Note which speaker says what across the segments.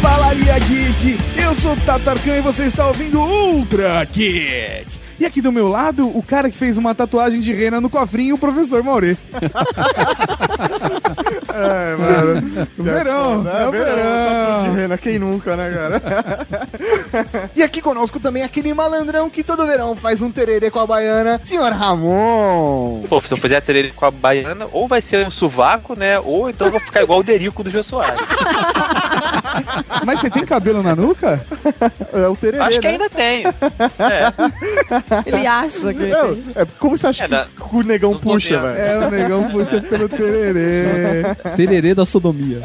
Speaker 1: família geek. Eu sou o Tatarkan e você está ouvindo Ultra Geek. E aqui do meu lado, o cara que fez uma tatuagem de rena no cofrinho, o professor Maurê.
Speaker 2: É, mano.
Speaker 1: Verão, é o
Speaker 2: né? tá
Speaker 1: verão.
Speaker 2: tudo de rena, Quem nunca, né, cara?
Speaker 3: E aqui conosco também aquele malandrão que todo verão faz um tererê com a baiana, senhor Ramon.
Speaker 4: Pô, se eu fizer tererê com a baiana, ou vai ser um sovaco, né? Ou então eu vou ficar igual o Derico do Jô Soares.
Speaker 1: Mas você tem cabelo na nuca?
Speaker 2: É o tererê,
Speaker 4: Acho que
Speaker 2: né?
Speaker 4: ainda tenho. É,
Speaker 5: Ele acha que.
Speaker 2: Não, é, como você acha
Speaker 4: É, da-
Speaker 2: que o negão
Speaker 4: do né?
Speaker 2: puxa,
Speaker 4: Dorian.
Speaker 2: velho?
Speaker 1: É, o negão puxa pelo tererê.
Speaker 6: Tererê da sodomia.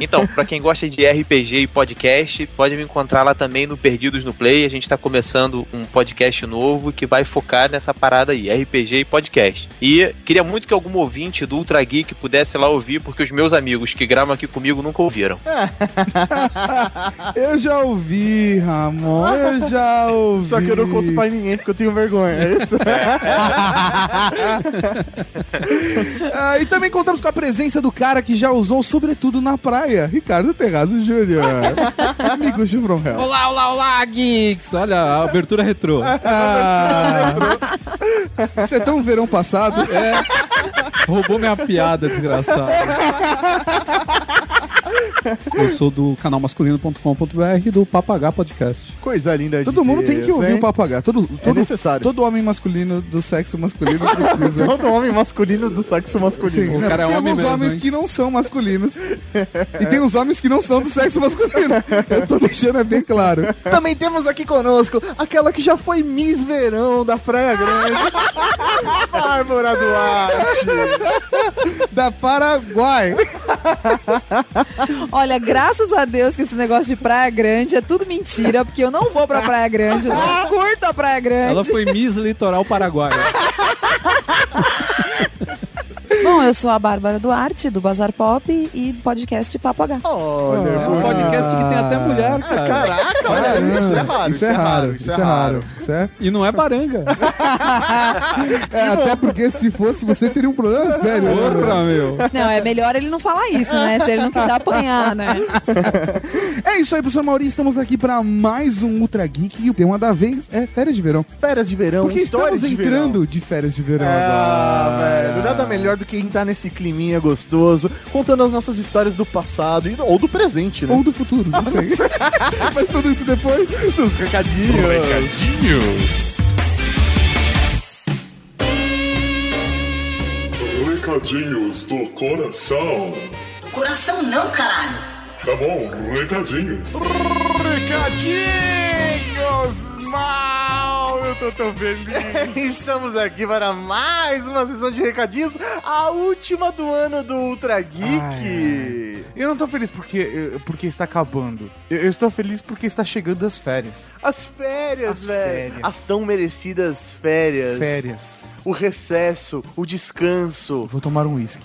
Speaker 4: Então, pra quem gosta de RPG e podcast, pode me encontrar lá também no Perdidos no Play. A gente tá começando um podcast novo que vai focar nessa parada aí, RPG e podcast. E queria muito que algum ouvinte do Ultra Geek pudesse ir lá ouvir, porque os meus amigos que gravam aqui comigo nunca ouviram.
Speaker 1: Eu já ouvi, Ramon, eu já ouvi.
Speaker 2: Só que eu não conto pra ninguém porque eu tenho vergonha, é isso?
Speaker 1: Ah, e também contamos com a presença do cara que já usou, sobretudo na praia, Ricardo Terrazzo Júnior. Amigo de From Hell.
Speaker 6: Olá, olá, olá, geeks! Olha a abertura retrô.
Speaker 1: Ah, isso é tão verão passado. É,
Speaker 6: Roubou minha piada, desgraçado. Eu sou do canal masculino.com.br do Papagá Podcast.
Speaker 2: Coisa linda de
Speaker 1: Todo mundo tem que
Speaker 2: Deus,
Speaker 1: ouvir
Speaker 2: hein?
Speaker 1: o papagaio. Todo,
Speaker 2: É
Speaker 1: todo,
Speaker 2: necessário.
Speaker 1: todo homem masculino do sexo masculino precisa.
Speaker 2: Todo homem masculino do sexo masculino.
Speaker 1: Sim,
Speaker 6: O
Speaker 1: né?
Speaker 6: cara é
Speaker 1: Porque
Speaker 6: homem
Speaker 1: tem uns
Speaker 6: mesmo,
Speaker 1: homens
Speaker 6: hein?
Speaker 1: que não são masculinos. E tem uns homens que não são do sexo masculino. Eu tô deixando é bem claro.
Speaker 3: Também temos aqui conosco aquela que já foi Miss Verão da Praia Grande.
Speaker 2: Bárbara Duarte.
Speaker 1: Da Paraguai.
Speaker 5: Olha, graças a Deus que esse negócio de Praia Grande é tudo mentira, porque eu não vou pra Praia Grande, eu não curto a Praia
Speaker 6: Ela
Speaker 5: Grande.
Speaker 6: foi Miss Litoral Paraguai.
Speaker 5: Bom, eu sou a Bárbara Duarte, do Bazar Pop e do podcast Papo H.
Speaker 2: Olha,
Speaker 6: É um podcast que tem até mulher, cara.
Speaker 2: Caraca, olha, isso é raro.
Speaker 1: Isso é raro, isso é raro. Isso é
Speaker 6: E não é baranga.
Speaker 1: É, até porque se fosse, você teria um problema sério. né, velho?
Speaker 6: Porra, meu.
Speaker 5: Não, é melhor ele não falar isso, né? Se ele não quiser apanhar, né?
Speaker 1: É isso aí, professor Maurinho. Estamos aqui para mais um Ultra Geek. E o tema da vez é férias de verão.
Speaker 3: Férias de verão,
Speaker 1: Porque estamos
Speaker 3: histórias de verão.
Speaker 1: entrando de férias de verão
Speaker 2: Ah,
Speaker 1: agora.
Speaker 2: velho, nada melhor do que entrar nesse climinha gostoso, contando as nossas histórias do passado e- ou do presente, né?
Speaker 1: Ou do futuro, não sei. Mas tudo isso depois.
Speaker 2: dos recadinhos.
Speaker 7: Recadinhos do coração.
Speaker 8: Coração não, caralho.
Speaker 7: Tá bom, recadinhos.
Speaker 2: Recadinhos mal, eu tô tão feliz. Estamos aqui para mais uma sessão de recadinhos, a última do ano do Ultra Geek.
Speaker 9: Eu não tô feliz porque, eu- porque está acabando. Eu, eu estou feliz porque está chegando as férias.
Speaker 2: As férias,
Speaker 9: As
Speaker 2: velho.
Speaker 9: férias.
Speaker 2: As tão merecidas férias.
Speaker 9: Férias.
Speaker 2: O recesso, o descanso.
Speaker 9: Vou tomar um uísque.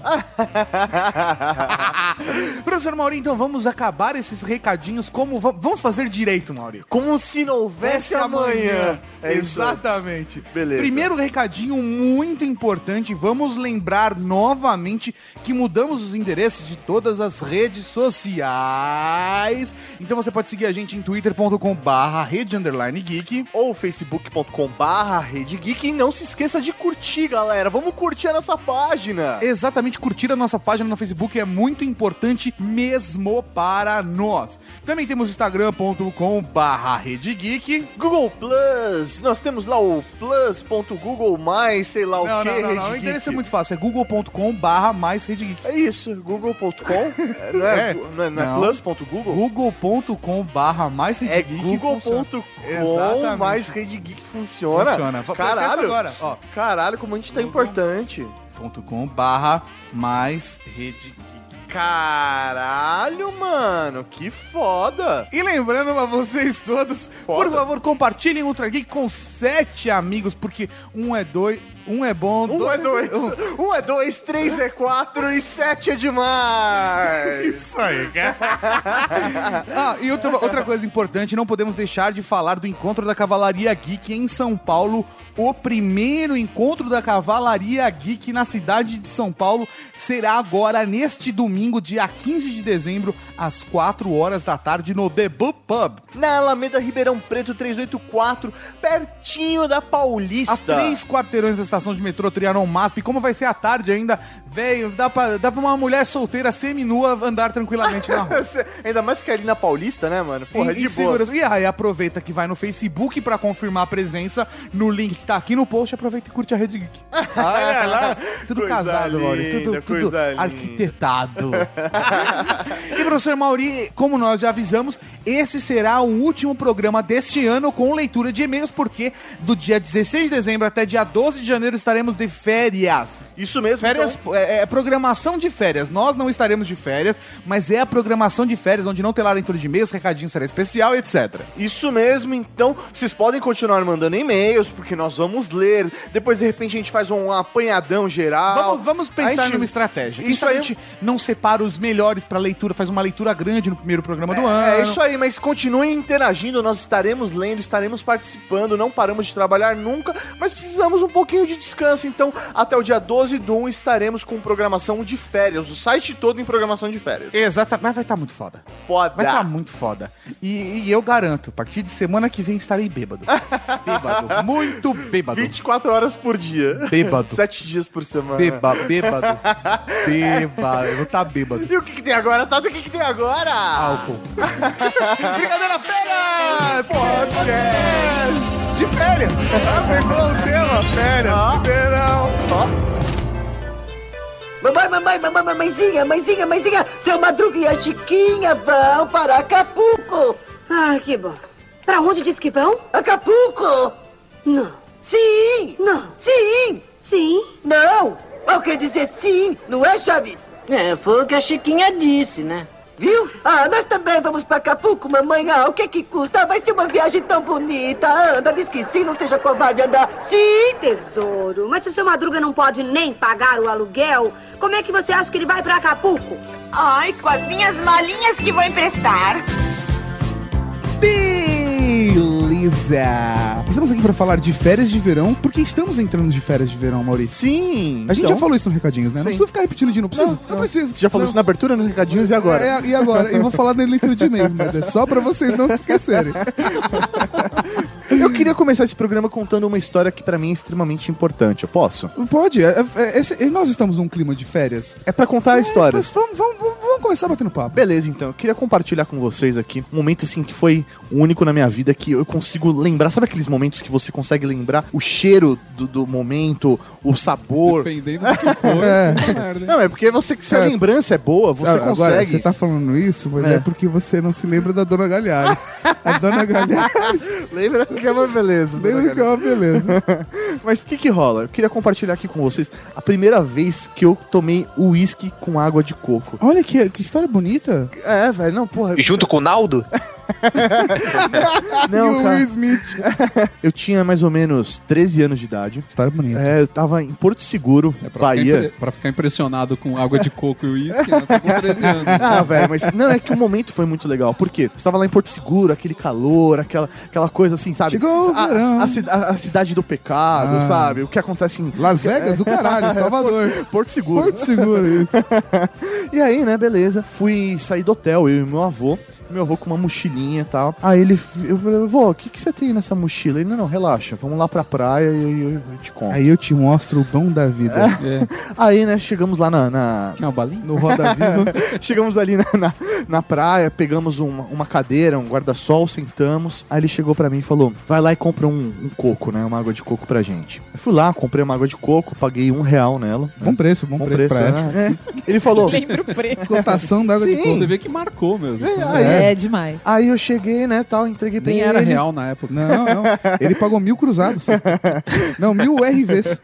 Speaker 9: Professor Mauri, então vamos acabar esses recadinhos como. va- Vamos fazer direito, Mauri.
Speaker 2: Como se não houvesse amanhã. É isso aí.
Speaker 9: Exatamente.
Speaker 2: Beleza.
Speaker 9: Primeiro recadinho muito importante, vamos lembrar novamente que mudamos os endereços de todas as redes sociais. Então você pode seguir a gente em twitter.com barra rede underline geek.
Speaker 2: ou facebook.com barra Rede Geek. E não se esqueça de curtir, galera. Vamos curtir a nossa página.
Speaker 9: Exatamente, curtir a nossa página no Facebook é muito importante mesmo para nós. Também temos instagram.com barra rede geek.
Speaker 2: Google Plus, nós temos lá o plus.google mais, sei lá o
Speaker 9: Não,
Speaker 2: que,
Speaker 9: não, não, não, o endereço é muito fácil, é google.com barra mais rede geek.
Speaker 2: É isso, google.com, é, não é,
Speaker 9: É.
Speaker 2: não é, não é
Speaker 9: Não.
Speaker 2: plus.google?
Speaker 9: google.com barra mais rede
Speaker 2: É
Speaker 9: geek
Speaker 2: google.com
Speaker 9: Exatamente.
Speaker 2: mais Rede Geek funciona.
Speaker 9: Funciona. Fa-
Speaker 2: Caralho.
Speaker 9: pensa agora, ó.
Speaker 2: Caralho, como a gente tá
Speaker 9: Google.
Speaker 2: importante.
Speaker 9: Ponto .com barra mais rede.
Speaker 2: Caralho, mano, que foda.
Speaker 9: E lembrando a vocês todos,
Speaker 2: Foda.
Speaker 9: por favor, compartilhem o Ultra Geek com sete amigos, porque um é dois...
Speaker 1: Um é bom,
Speaker 2: Um é dois, um é dois, três é quatro e sete é demais.
Speaker 10: Isso aí, cara.
Speaker 1: Ah, e outra, outra coisa importante, não podemos deixar de falar do encontro da Cavalaria Geek em São Paulo. O primeiro encontro da Cavalaria Geek na cidade de São Paulo será agora neste domingo, dia 15 de dezembro, às 4 horas da tarde, no The Book Pub.
Speaker 2: Na Alameda Ribeirão Preto 384, pertinho da Paulista.
Speaker 1: A três quarteirões da estação de metrô Trianon MASP. Como vai ser a tarde ainda? Velho, dá pra, dá pra uma mulher solteira seminua andar tranquilamente na rua.
Speaker 2: Ainda mais que é ali na Paulista, né, mano? Porra,
Speaker 1: e,
Speaker 2: de
Speaker 1: e
Speaker 2: boa.
Speaker 1: segurança. E aí aproveita que vai no Facebook pra confirmar a presença no link que tá aqui no post, aproveita e curte a Rede Geek.
Speaker 2: Olha Ah, lá.
Speaker 1: Tudo
Speaker 2: Coisa
Speaker 1: casado, Mauri.
Speaker 2: linda,
Speaker 1: Tudo, tudo
Speaker 2: coisa linda.
Speaker 1: arquitetado. e professor Mauri, como nós já avisamos, esse será o último programa deste ano com leitura de e-mails, porque do dia 16 de dezembro até dia 12 de janeiro estaremos de férias.
Speaker 2: Isso mesmo.
Speaker 1: Férias
Speaker 2: então.
Speaker 1: é, é programação de férias. Nós não estaremos de férias, mas é a programação de férias, onde não terá leitura de e-mails, recadinho será especial, e etc.
Speaker 2: Isso mesmo, então vocês podem continuar mandando e-mails, porque nós vamos ler. Depois, de repente, a gente faz um apanhadão geral.
Speaker 1: Vamos, vamos pensar
Speaker 2: Ah, A gente-
Speaker 1: numa estratégia.
Speaker 2: Isso
Speaker 1: Isso a
Speaker 2: aí-
Speaker 1: gente não separa os melhores pra leitura, faz uma leitura grande no primeiro programa do ano.
Speaker 2: É isso aí, mas continuem interagindo, nós estaremos lendo, estaremos participando, não paramos de trabalhar nunca, mas precisamos um pouquinho de descanso, então até o dia 12 do 1 estaremos com programação de férias, o site todo em programação de férias.
Speaker 1: Exatamente, mas vai estar muito foda.
Speaker 2: Foda.
Speaker 1: Vai estar muito foda. E, e eu garanto, a partir de semana que vem estarei bêbado. Bêbado. Muito bêbado.
Speaker 2: 24 horas por dia.
Speaker 1: Bêbado.
Speaker 2: 7 dias por semana.
Speaker 1: Beba, bêbado. Bêbado. Eu vou estar bêbado.
Speaker 2: E o que, que tem agora, Tato? O que, que tem agora?
Speaker 1: álcool. Brincadeira férias! Podcast! De férias! Ah, pegou o tema, férias, verão.
Speaker 8: Mamãe, mamãe, mamãe, mamãezinha, mãezinha, mãezinha, seu Madruga e a Chiquinha vão para Acapulco. Ai, Ah, que bom. Para onde diz que vão? Acapulco. Não. Sim. Não. Sim. Sim. Não. Eu quer dizer sim, não é, Chaves? É, foi o que a Chiquinha disse, né? Viu? Ah, nós também vamos pra Acapulco, mamãe. Ah, o que que custa? Vai ser uma viagem tão bonita. Anda, diz que sim, não seja covarde, anda. Sim,
Speaker 11: Tesouro, mas se o seu Madruga não pode nem pagar o aluguel, como é que você acha que ele vai pra Acapulco?
Speaker 8: Ai, com as minhas malinhas que vou emprestar.
Speaker 12: Beleza! Estamos aqui para falar de férias de verão, porque estamos entrando de férias de verão, Maurício.
Speaker 2: Sim.
Speaker 12: A gente já falou isso no Recadinhos, né? Não precisa ficar repetindo de novo. Precisa? Não, precisa.
Speaker 2: Você já falou
Speaker 12: Não.
Speaker 2: isso na abertura, nos recadinhos e agora?
Speaker 12: É, e agora? Eu vou falar na leitura de e-mails, mas é só pra vocês não se esquecerem.
Speaker 2: Eu queria começar esse programa contando uma história que pra mim é extremamente importante. Eu posso?
Speaker 12: Pode, é- é- esse- nós estamos num clima de férias.
Speaker 2: É pra contar histórias.
Speaker 12: Mas vamos, vamos, vamos, vamos começar batendo papo.
Speaker 2: Beleza, então. Eu queria compartilhar com vocês aqui um momento, assim, que foi único na minha vida, que eu consigo lembrar. Sabe aqueles momentos que você consegue lembrar o cheiro do, do momento, o sabor?
Speaker 9: Dependendo do que for,
Speaker 12: É.
Speaker 9: puta merda, hein?
Speaker 2: Não, é porque você, se a
Speaker 12: É.
Speaker 2: lembrança é boa, você
Speaker 12: Sabe,
Speaker 2: consegue.
Speaker 12: Agora, você tá falando isso, mas é.
Speaker 2: É.
Speaker 12: porque você não se lembra da Dona Galhares. A Dona Galhares
Speaker 2: Lembra que é uma beleza.
Speaker 12: lembra é- que é uma beleza.
Speaker 2: Mas o que que rola? Eu queria compartilhar aqui com vocês a primeira vez que eu tomei uísque com água de coco.
Speaker 12: Olha que, que história bonita.
Speaker 2: É, velho, não, porra.
Speaker 4: Junto com o Naldo?
Speaker 12: e
Speaker 2: Não,
Speaker 12: o
Speaker 2: cara.
Speaker 12: Will Smith.
Speaker 2: Eu tinha mais ou menos 13 anos de idade.
Speaker 12: História bonita.
Speaker 2: É, eu tava em Porto Seguro,
Speaker 9: É pra,
Speaker 2: Bahia.
Speaker 9: Ficar impre- pra ficar impressionado com água de coco e uísque, né? Tô com 13 anos.
Speaker 2: Ah, velho, mas não, é que o momento foi muito legal. Por quê? Você tava lá em Porto Seguro, aquele calor, aquela, aquela coisa assim, sabe?
Speaker 12: Chegou o
Speaker 2: a,
Speaker 12: verão.
Speaker 2: a ci- a- a cidade do pecado,
Speaker 12: Ah.
Speaker 2: sabe? O que acontece
Speaker 1: É.
Speaker 2: em
Speaker 12: Las Vegas, o caralho, Salvador.
Speaker 2: Porto Seguro.
Speaker 12: Porto Seguro, isso.
Speaker 2: E aí, né, beleza. Fui sair do hotel, eu e meu avô. Meu avô com uma mochilinha e tal. Aí ele. Eu falei, avô, o que, que você tem nessa mochila? Ele, não, não, relaxa, vamos lá pra praia e eu, eu, eu te conto. Aí,
Speaker 12: Aí eu te mostro o bom da vida.
Speaker 2: né, chegamos lá na- na,
Speaker 9: Tinha uma balinha?
Speaker 12: No Roda Viva.
Speaker 2: Chegamos ali na, na, na praia, pegamos uma, uma cadeira, um guarda-sol, sentamos. Aí ele chegou pra mim e falou: vai lá e compra um, um coco, né? Uma água de coco pra gente. Eu fui lá, comprei uma água de coco, paguei um real nela. né?
Speaker 12: Bom preço, bom, preço, pra ela.
Speaker 2: né? É. Ele falou.
Speaker 5: Lembra o preço.
Speaker 12: Cotação da água de
Speaker 9: Você
Speaker 12: coco.
Speaker 9: vê que marcou mesmo.
Speaker 5: É, demais.
Speaker 2: Aí eu cheguei, né, tal, entreguei pra
Speaker 9: Nem
Speaker 2: ele.
Speaker 9: era real na época.
Speaker 12: Não, não. Ele pagou mil cruzados. Não, mil RVs.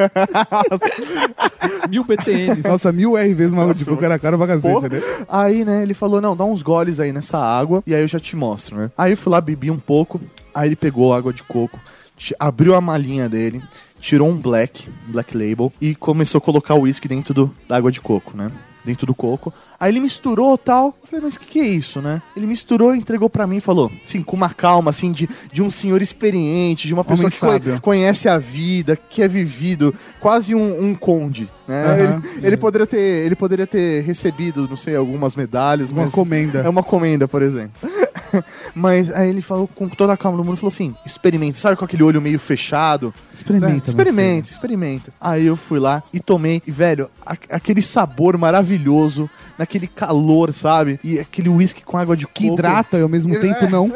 Speaker 9: Mil BTNs.
Speaker 12: Nossa, mil RVs uma
Speaker 1: tipo,
Speaker 12: água de coco
Speaker 1: é
Speaker 12: era caro pra
Speaker 2: Porra.
Speaker 12: cacete, né?
Speaker 2: Aí, né, ele falou: não, dá uns goles aí nessa água e aí eu já te mostro, né? Aí eu fui lá, bebi um pouco. Aí ele pegou a água de coco, ti- abriu a malinha dele, tirou um black, um black label, e começou a colocar o uísque dentro do, da água de coco, né? Dentro do coco. Aí ele misturou tal. Eu falei, mas o que, que é isso, né? Ele misturou, entregou pra mim e falou, assim, com uma calma, assim, de, de um senhor experiente, de uma pessoa que conhe-
Speaker 9: sábio.
Speaker 2: conhece a vida, que é vivido, quase um, um conde, né?
Speaker 9: Aham.
Speaker 2: ele, ele poderia ter, ele poderia ter recebido, não sei, algumas medalhas,
Speaker 9: Uma
Speaker 2: mas-
Speaker 9: comenda.
Speaker 2: É uma comenda, por exemplo. mas aí ele falou com toda a calma do mundo, falou assim: experimenta, sabe com aquele olho meio fechado? Né?
Speaker 9: Experimenta, meu
Speaker 2: Experimenta, experimenta. Aí eu fui lá e tomei, e velho, a- aquele sabor maravilhoso, naquele calor, sabe? E aquele uísque com água de coco.
Speaker 1: Que hidrata e ao mesmo tempo não.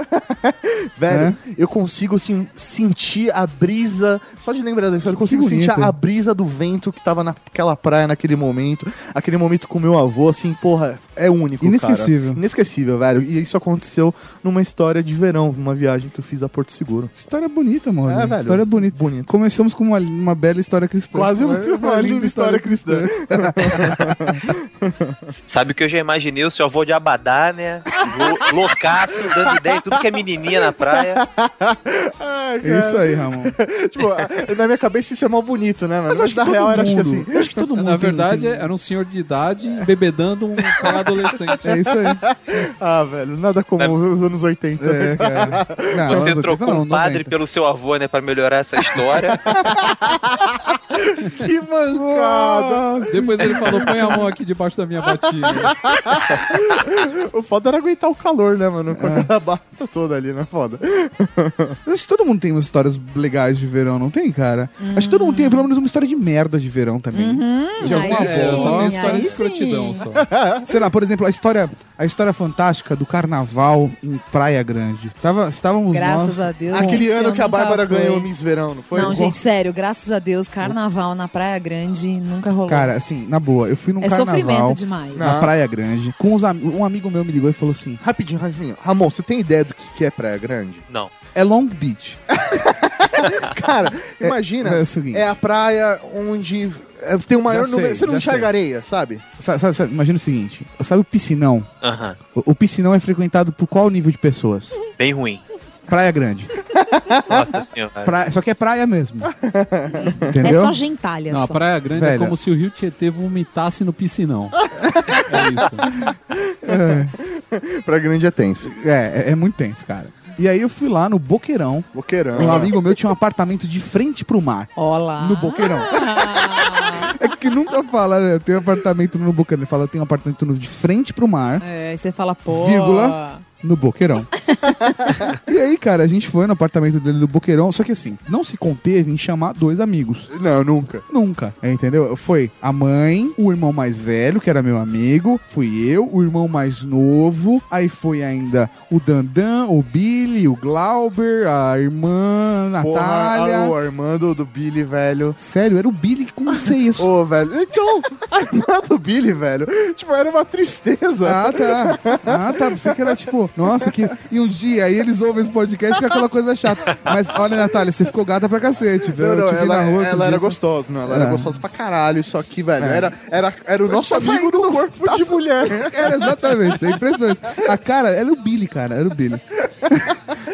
Speaker 2: Velho,
Speaker 1: Né?
Speaker 2: eu consigo assim, sentir a brisa. Só de lembrar da história, eu consigo sentir
Speaker 1: bonito.
Speaker 2: a brisa do vento que tava naquela praia naquele momento. Aquele momento com meu avô, assim, porra, é único. cara.
Speaker 1: Inesquecível.
Speaker 2: Inesquecível, velho. E isso aconteceu numa história de verão, numa viagem que eu fiz a Porto Seguro.
Speaker 1: História bonita, mano.
Speaker 2: É, velho.
Speaker 1: História bonita.
Speaker 2: Bonito.
Speaker 1: Começamos com uma, uma bela história cristã.
Speaker 2: Quase um- uma linda história
Speaker 4: Sabe o que eu já imaginei? O seu avô de Abadá, né? Lou- Loucaço, dando ideia, em tudo que é menininha na praia.
Speaker 1: É isso aí, Ramon.
Speaker 2: tipo, na minha cabeça isso é mal bonito, né? Mas,
Speaker 1: eu acho que
Speaker 2: na
Speaker 1: todo
Speaker 2: real era acho que
Speaker 1: mundo-
Speaker 2: assim.
Speaker 1: Eu acho que todo mundo.
Speaker 6: Na
Speaker 1: tem-
Speaker 6: verdade,
Speaker 1: tem-
Speaker 6: era um senhor de idade bebedando um cara adolescente.
Speaker 1: É isso aí.
Speaker 2: Ah, velho, nada como
Speaker 4: Mas-
Speaker 2: os anos 80.
Speaker 1: É, cara. Não, anos
Speaker 4: Você
Speaker 1: 80
Speaker 4: trocou
Speaker 1: não,
Speaker 4: um padre
Speaker 1: 90.
Speaker 4: pelo seu avô, né? Pra melhorar essa história.
Speaker 2: Que mancada!
Speaker 1: assim.
Speaker 6: Depois ele falou: põe a mão aqui debaixo da minha botinha.
Speaker 2: O foda era aguentar o calor, né, mano?
Speaker 1: É.
Speaker 2: Com aquela bata toda ali, né? Foda.
Speaker 1: Eu Acho que todo mundo tem umas histórias legais de verão, não tem, cara? Acho que todo mundo tem pelo menos uma história de merda de verão também.
Speaker 5: Uhum.
Speaker 1: de alguma
Speaker 5: aí
Speaker 1: forma.
Speaker 6: É, só tem
Speaker 5: Sim,
Speaker 6: história
Speaker 5: aí
Speaker 6: de escrotidão
Speaker 5: sim.
Speaker 6: só.
Speaker 1: Sei lá, por exemplo, a história, a história fantástica do carnaval em Praia Grande. Tava, estávamos
Speaker 5: Graças
Speaker 1: nós.
Speaker 5: a Deus.
Speaker 2: Aquele
Speaker 5: gente,
Speaker 2: ano
Speaker 5: eu
Speaker 2: que a
Speaker 5: nunca
Speaker 2: Bárbara
Speaker 5: fui.
Speaker 2: ganhou o Miss Verão, não foi?
Speaker 5: Não, gente, sério, graças a Deus, carnaval na Praia Grande nunca rolou.
Speaker 1: Cara, assim, na boa, eu fui num
Speaker 5: é
Speaker 1: carnaval
Speaker 5: sofrimento demais.
Speaker 1: na Praia Grande com os am- um amigo meu me ligou e falou assim:
Speaker 2: Rapidinho, rapidinho. Ramon, você tem ideia do que que é Praia Grande?
Speaker 4: Não.
Speaker 1: "É Long Beach".
Speaker 2: Cara, imagina.
Speaker 1: É o seguinte.
Speaker 2: É a praia onde é, tem o maior
Speaker 1: Já sei,
Speaker 2: número. Você não
Speaker 1: já
Speaker 2: enxerga
Speaker 1: sei.
Speaker 2: areia, sabe?
Speaker 1: Sa- sabe- sabe, imagina o seguinte, sabe o piscinão?
Speaker 4: Aham.
Speaker 1: O, o piscinão é frequentado por qual nível de pessoas?
Speaker 4: Bem ruim.
Speaker 1: Praia Grande.
Speaker 4: Nossa senhora.
Speaker 1: Praia- só que é praia mesmo.
Speaker 5: é
Speaker 1: Entendeu?
Speaker 5: só gentalha
Speaker 6: Não, a
Speaker 5: só.
Speaker 6: Praia Grande é
Speaker 1: Velho.
Speaker 6: como se o Rio Tietê vomitasse no piscinão. é isso.
Speaker 2: Praia Grande é tenso.
Speaker 1: É, é, é muito tenso, cara. E aí eu fui lá no Boqueirão.
Speaker 2: Boqueirão.
Speaker 1: Um amigo meu tinha um apartamento de frente pro mar.
Speaker 5: Olá.
Speaker 1: No Boqueirão.
Speaker 5: Ah,
Speaker 1: É que nunca fala, né? Eu tenho apartamento no Boqueirão. Ele fala, eu tenho um apartamento no- de frente pro mar,
Speaker 5: é, aí você fala, pô.
Speaker 1: Vírgula. no Boqueirão. e aí, cara, a gente foi no apartamento dele no Boqueirão. Só que assim, não se conteve em chamar dois amigos.
Speaker 2: Não, nunca.
Speaker 1: Nunca, entendeu? Foi a mãe, o irmão mais velho, que era meu amigo, fui eu, o irmão mais novo, aí foi ainda o Dandan, o Billy, o Glauber, a irmã, a Natália.
Speaker 2: Porra, o Armando do Billy, velho.
Speaker 1: Sério, era o Billy que com seis.
Speaker 2: Ô, velho. Então, a irmã do Billy, velho. Tipo, era uma tristeza.
Speaker 1: Ah, tá. Ah, tá. Você que era tipo, nossa, que. E um dia aí eles ouvem esse podcast e fica aquela coisa chata. Mas olha, Natália, você ficou gata pra cacete, viu?
Speaker 2: Não, não,
Speaker 1: Eu te vi
Speaker 2: ela, é-
Speaker 1: na rua.
Speaker 2: ela era
Speaker 1: gostosa.
Speaker 2: gostosa, não. Ela era
Speaker 1: É.
Speaker 2: gostosa pra caralho. Só que, velho, era, era, era o
Speaker 1: Tá
Speaker 2: nosso amigo do corpo de mulher.
Speaker 1: Era exatamente, é impressionante. A cara era o Billy, cara, era o Billy.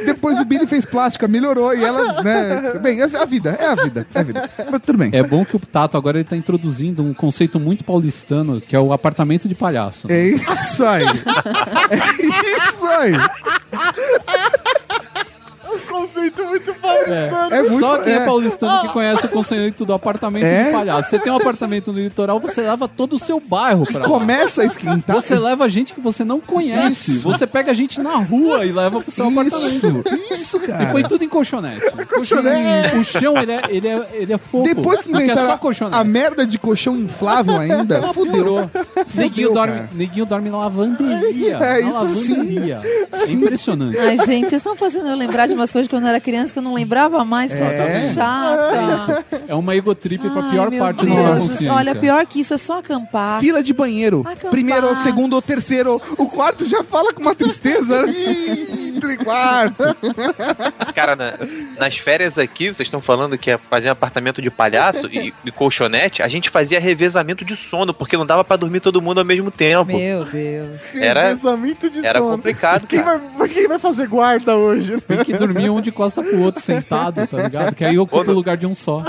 Speaker 1: Depois o Billy fez plástica, melhorou e ela, né? Bem, é a vida, é a vida, é a vida. Mas tudo bem.
Speaker 6: É bom que o Tato agora ele tá introduzindo um conceito muito paulistano, que é o apartamento de palhaço.
Speaker 1: É isso aí. É isso aí.
Speaker 2: Conceito muito paulistano.
Speaker 1: É muito,
Speaker 6: Só quem é,
Speaker 1: é.
Speaker 6: paulistano que conhece o conceito do apartamento
Speaker 1: É?
Speaker 6: de palhaço. Você tem um apartamento no litoral, você leva todo o seu bairro pra lá.
Speaker 1: Começa a esquentar.
Speaker 6: Você leva gente que você não conhece. Você pega gente na rua e leva pro seu apartamento.
Speaker 1: Isso, isso,
Speaker 6: E põe
Speaker 1: cara.
Speaker 6: tudo em colchonete. colchonete. O chão, ele é, ele é, ele é fofo.
Speaker 1: Depois que
Speaker 6: porque é só
Speaker 1: inventaram
Speaker 6: colchonete.
Speaker 1: a merda de colchão inflável ainda, fudeu.
Speaker 6: Piorou. Neguinho, dorme,
Speaker 1: cara.
Speaker 6: neguinho dorme na lavanderia.
Speaker 1: É
Speaker 6: na
Speaker 1: isso sim.
Speaker 6: lavanderia. É impressionante.
Speaker 5: Ai, gente, vocês estão fazendo eu lembrar de umas coisas que eu não era criança que eu não lembrava mais, que eu
Speaker 1: É.
Speaker 5: tava chata.
Speaker 6: É uma egotrip pra
Speaker 9: Tipo,
Speaker 5: Ai,
Speaker 6: pior
Speaker 5: meu
Speaker 6: parte da
Speaker 5: Deus.
Speaker 6: nossa consciência.
Speaker 5: Olha, pior que isso é só acampar.
Speaker 1: Fila de banheiro.
Speaker 5: Acampar.
Speaker 1: Primeiro, segundo, terceiro. O quarto já fala com uma tristeza.
Speaker 2: né?
Speaker 1: Ih, entre quarto.
Speaker 4: Cara, na- nas férias aqui, vocês estão falando que é fazer um apartamento de palhaço e, e colchonete, a gente fazia revezamento de sono, porque não dava pra dormir todo mundo ao mesmo tempo.
Speaker 5: Meu Deus.
Speaker 4: Era,
Speaker 2: Pensamento de
Speaker 4: era
Speaker 2: sono.
Speaker 4: complicado,
Speaker 2: Quem
Speaker 4: cara.
Speaker 2: vai, quem vai fazer guarda hoje?
Speaker 6: Tem que dormir
Speaker 9: um de costa pro outro sentado, tá ligado? Que aí ocupa o lugar de um só.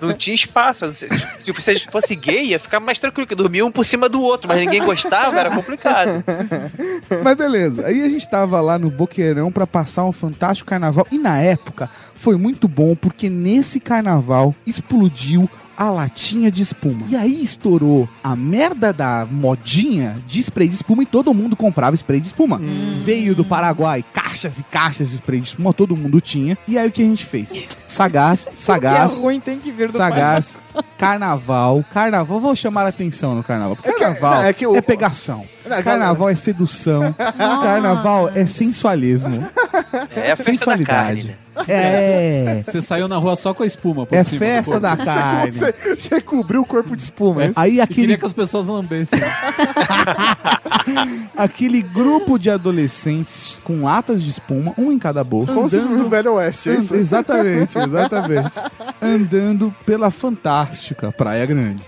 Speaker 4: Não tinha espaço. não sei- Se você fosse gay, ia ficar mais tranquilo, que dormia um por cima do outro, mas ninguém gostava, era complicado.
Speaker 1: Mas beleza, aí a gente tava lá no Boqueirão pra passar um fantástico carnaval. E na época foi muito bom, porque nesse carnaval explodiu a latinha de espuma. E aí estourou a merda da modinha de spray de espuma e todo mundo comprava spray de espuma.
Speaker 5: Hum.
Speaker 1: Veio do Paraguai caixas e caixas de spray de espuma, todo mundo tinha. E aí o que a gente fez? Sagaz,
Speaker 5: O
Speaker 1: sagaz.
Speaker 5: que é ruim tem que vir do
Speaker 1: Sagaz, carnaval, carnaval, vou chamar a atenção no carnaval. Porque carnaval é,
Speaker 2: é que o-
Speaker 1: pegação.
Speaker 2: Não, é que-
Speaker 1: Carnaval é sedução. Carnaval é sensualismo.
Speaker 4: É a festa da carne.
Speaker 1: Sensualidade.
Speaker 4: né?
Speaker 1: É.
Speaker 9: Você saiu na rua só com a espuma. Por
Speaker 1: É
Speaker 9: cima do
Speaker 1: festa
Speaker 9: corpo.
Speaker 1: da carne.
Speaker 2: Você, você cobriu o corpo de
Speaker 9: É,
Speaker 2: espuma. é isso?
Speaker 1: Aí
Speaker 9: E queria
Speaker 1: aquele,
Speaker 9: que as pessoas lambessem.
Speaker 1: aquele grupo de adolescentes com latas de espuma, um em cada bolsa,
Speaker 2: Como se fosse
Speaker 1: andando
Speaker 2: o Velho Oeste, é
Speaker 1: And-
Speaker 2: isso?
Speaker 1: Exatamente, exatamente. Andando pela fantástica Praia Grande.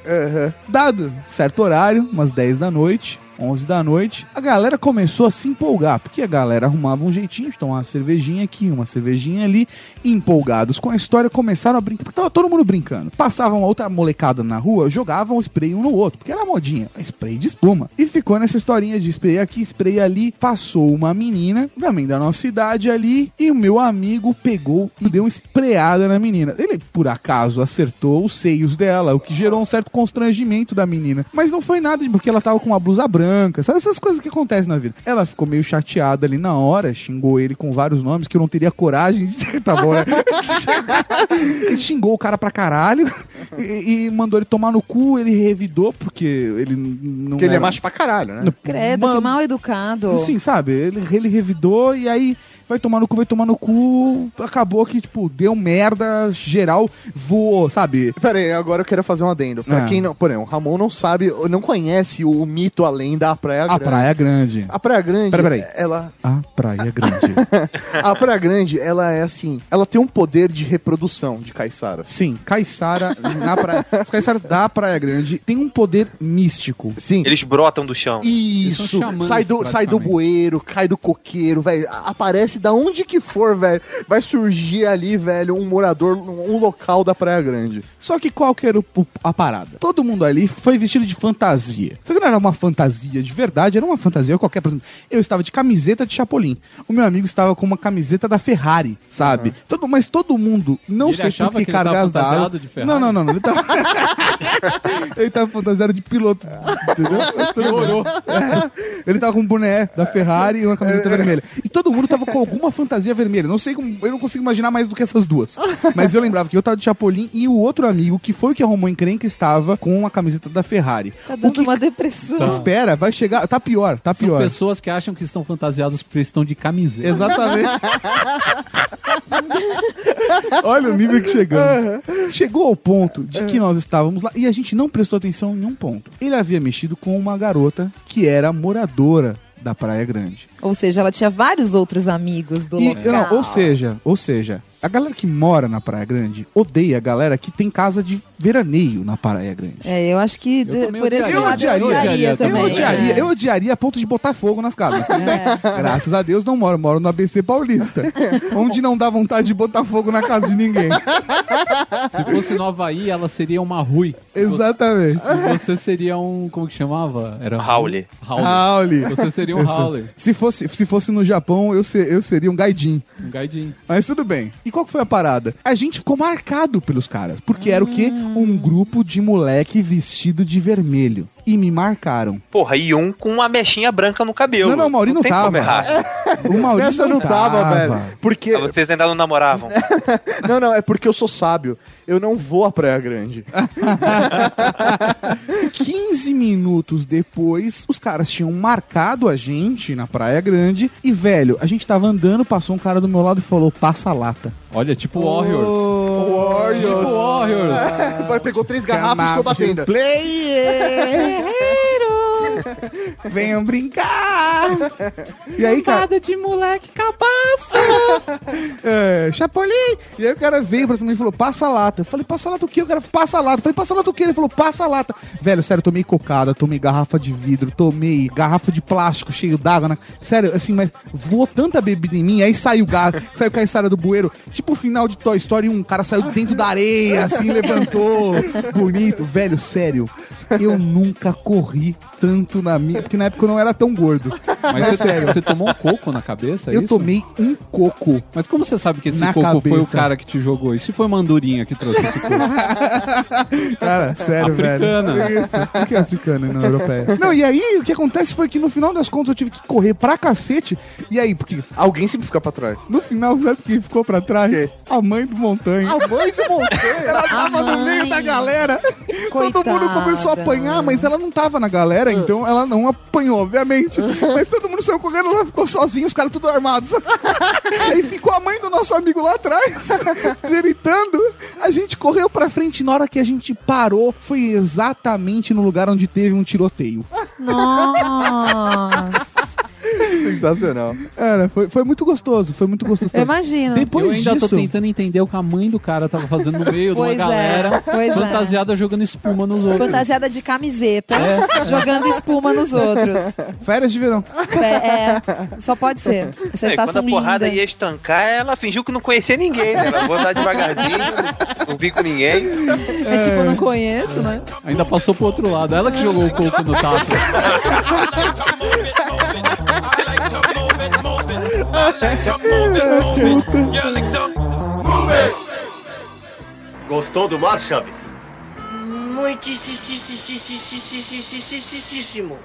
Speaker 1: Dado certo horário, umas 10 da noite, 11 da noite, a galera começou a se empolgar, porque a galera arrumava um jeitinho de tomar uma cervejinha aqui, uma cervejinha ali, e empolgados com a história, começaram a brincar, porque tava todo mundo brincando. Passavam outra molecada na rua, jogavam spray um no outro, porque era modinha, spray de espuma. E ficou nessa historinha de spray aqui, spray ali, passou uma menina, também da nossa idade ali, e o meu amigo pegou e deu uma espreada na menina. Ele, por acaso, acertou os seios dela, o que gerou um certo constrangimento da menina. Mas não foi nada, de- porque ela tava com uma blusa branca, sabe essas coisas que acontecem na vida. Ela ficou meio chateada ali na hora, xingou ele com vários nomes que eu não teria coragem de... tá bom, né? Ele xingou o cara pra caralho e, e mandou ele tomar no cu, ele revidou, porque ele n- não
Speaker 2: Porque ele é
Speaker 1: era-
Speaker 2: macho pra caralho, né?
Speaker 5: Credo,
Speaker 1: Mano, Assim,
Speaker 5: que mal educado.
Speaker 1: Sim, sabe? Ele, ele revidou e aí vai tomar no cu, vai tomar no cu. Acabou que, tipo, deu merda geral, voou, sabe?
Speaker 2: Pera aí, agora eu quero fazer um adendo.
Speaker 1: Ah.
Speaker 2: Pra quem não. Por exemplo, o Ramon não sabe, ou não conhece o mito além da Praia
Speaker 1: A
Speaker 2: Grande.
Speaker 1: Praia Grande.
Speaker 2: A Praia Grande.
Speaker 1: Pera, pera aí.
Speaker 2: Ela,
Speaker 1: A Praia Grande.
Speaker 2: a Praia Grande, ela é assim. Ela tem um poder de reprodução de caiçaras.
Speaker 1: Sim, Caiçara na praia. Os Caiçaras da Praia Grande têm um poder místico.
Speaker 2: Sim.
Speaker 4: Eles brotam do chão.
Speaker 9: Eles são
Speaker 2: Isso,
Speaker 9: xamãs,
Speaker 2: sai do, sai do
Speaker 9: praticamente.
Speaker 2: bueiro, cai do coqueiro, velho. A- Aparece da onde que for, velho. Vai surgir ali, velho, um morador, um local da Praia Grande.
Speaker 1: Só que qual que era o- o- a parada? Todo mundo ali foi vestido de fantasia. Só que não era uma fantasia de verdade, era uma fantasia qualquer. Por exemplo, eu estava de camiseta de Chapolin. O meu amigo estava com uma camiseta da Ferrari, sabe? Todo, mas todo mundo, não
Speaker 9: E ele
Speaker 1: sei
Speaker 9: achava
Speaker 1: por que
Speaker 9: que ele tava
Speaker 1: cargas d'água.
Speaker 9: fantasiado de Ferrari?
Speaker 1: Não, não, não, não. Ele estava ele tava fantasiado de piloto. Entendeu? Mas tudo bem.
Speaker 9: Piorou.
Speaker 1: Ele tava com um boné da Ferrari e uma camiseta vermelha. E todo mundo tava com alguma fantasia vermelha. Não sei como. Eu não consigo imaginar mais do que essas duas. Mas eu lembrava que eu tava de Chapolin e o outro amigo, que foi o que arrumou encrenca, estava com uma camiseta da Ferrari.
Speaker 5: Tá
Speaker 1: O
Speaker 5: dando
Speaker 1: que.
Speaker 5: uma depressão.
Speaker 9: Tá.
Speaker 1: Espera, vai chegar. Tá pior, tá
Speaker 9: São
Speaker 1: pior.
Speaker 9: pessoas que acham que estão fantasiadas porque estão de camiseta.
Speaker 1: Exatamente. Olha o nível que chegamos. Chegou ao ponto de que nós estávamos lá e a gente não prestou atenção em nenhum ponto. Ele havia mexido com uma garota que era moradora da Praia Grande.
Speaker 5: Ou seja, ela tinha vários outros amigos do
Speaker 1: E-
Speaker 5: local.
Speaker 1: não, ou seja, ou seja, a galera que mora na Praia Grande odeia a galera que tem casa de veraneio na Praia Grande.
Speaker 5: É, eu acho que de-
Speaker 9: também
Speaker 5: por esse
Speaker 9: odiaria.
Speaker 1: Eu
Speaker 5: lado
Speaker 1: odiaria,
Speaker 5: eu odiaria
Speaker 9: eu
Speaker 5: também.
Speaker 1: eu odiaria,
Speaker 5: né?
Speaker 1: eu odiaria a ponto de botar fogo nas casas. né?
Speaker 5: É.
Speaker 1: Graças a Deus não moro, moro no ABC Paulista, onde não dá vontade de botar fogo na casa de ninguém.
Speaker 9: Se fosse no Havaí, ela seria uma Rui.
Speaker 1: Exatamente.
Speaker 9: Você, você seria um. Como que chamava?
Speaker 6: um
Speaker 9: Era.
Speaker 4: Howley.
Speaker 9: Howley.
Speaker 1: Rauli.
Speaker 9: Você seria um
Speaker 1: Eu sou-
Speaker 9: Howley.
Speaker 1: Se fosse, se fosse no Japão, eu, se- eu seria um gaidin.
Speaker 9: Um gaidinho.
Speaker 1: Mas tudo bem. E qual que foi a parada? A gente ficou marcado pelos caras, porque era o quê? Um grupo de moleque vestido de vermelho. E me marcaram.
Speaker 4: Porra, e um com uma mechinha branca no cabelo.
Speaker 1: Não, não, o Mauri não
Speaker 4: tem
Speaker 1: tava.
Speaker 4: como errar.
Speaker 1: O Maurício
Speaker 2: Essa eu não tava, velho. Porque.
Speaker 4: Ah, Vocês ainda não namoravam.
Speaker 2: Não, não, é porque eu sou sábio. Eu não vou à Praia Grande.
Speaker 1: 15 minutos depois, os caras tinham marcado a gente na Praia Grande. E, velho, a gente tava andando, passou um cara do meu lado e falou: passa a lata.
Speaker 9: Olha, tipo
Speaker 1: Oh.
Speaker 9: Warriors. Tipo Warriors.
Speaker 1: é
Speaker 2: Agora pegou três garrafas e ficou batendo.
Speaker 1: Player! Venham brincar! E aí, cara,
Speaker 6: Nada de moleque cabaço!
Speaker 1: é, Chapolin! E aí o cara veio pra cima e falou, passa lata. Eu falei, passa lata o quê? O cara, passa lata. Eu falei, passa lata o quê? Ele falou, passa lata. Velho, sério, eu tomei cocada, tomei garrafa de vidro, tomei garrafa de plástico cheio d'água. Na... Sério, assim, mas voou tanta bebida em mim, aí saiu gás, saiu caissara do bueiro. Tipo o final de Toy Story 1, o cara saiu de dentro da areia, assim, levantou. Bonito. Velho, sério, eu nunca corri tanto na minha... Porque na época eu não era tão gordo.
Speaker 6: Mas você, você tomou um coco na cabeça? é
Speaker 1: É Eu
Speaker 6: isso?
Speaker 1: tomei um coco.
Speaker 6: Mas como você sabe que esse
Speaker 1: Na
Speaker 6: coco foi o
Speaker 1: cabeça.
Speaker 6: cara que te jogou? E se foi uma andorinha que trouxe esse coco?
Speaker 1: Cara, sério,
Speaker 6: Africana.
Speaker 1: velho. Isso. O que é africana e não europeia? Não, e aí o que acontece foi que no final das contas eu tive que correr pra cacete. E aí, porque
Speaker 2: Alguém sempre fica pra trás.
Speaker 1: no final, sabe quem ficou pra trás? A mãe do Montanha.
Speaker 3: A mãe do Montanha.
Speaker 1: Ela tava no
Speaker 5: mãe.
Speaker 1: meio da galera. Todo mundo começou a
Speaker 5: Coitada.
Speaker 1: apanhar, mas ela não tava na galera, então ela não apanhou, obviamente. Mas todo mundo saiu correndo, ela ficou sozinha, os caras tudo armados. Aí ficou a mãe do nosso amigo lá atrás, gritando. A gente correu pra frente, na hora que a gente parou, foi exatamente no lugar onde teve um tiroteio.
Speaker 5: Nossa.
Speaker 2: Sensacional.
Speaker 1: Cara, foi, foi muito gostoso, foi muito gostoso.
Speaker 5: Eu imagino.
Speaker 6: eu
Speaker 1: Depois
Speaker 6: ainda
Speaker 1: disso...
Speaker 6: tô tentando entender o que a mãe do cara tava fazendo no meio de uma
Speaker 5: Pois é,
Speaker 6: galera
Speaker 5: pois é.
Speaker 6: fantasiada jogando espuma nos outros.
Speaker 5: Fantasiada de camiseta,
Speaker 6: É.
Speaker 5: jogando espuma nos outros.
Speaker 1: Férias de verão.
Speaker 5: É, é, só pode ser. Você tá
Speaker 4: É,
Speaker 5: está
Speaker 4: quando a porrada
Speaker 5: linda.
Speaker 4: ia estancar, ela fingiu que não conhecia ninguém, né? Ela vou andar devagarzinho, não vi com ninguém.
Speaker 5: É tipo, eu não conheço, né?
Speaker 6: Ainda passou pro outro lado. Ela que jogou o coco no tato.
Speaker 7: Gostou do mar, Chaves?
Speaker 10: Muitíssimo.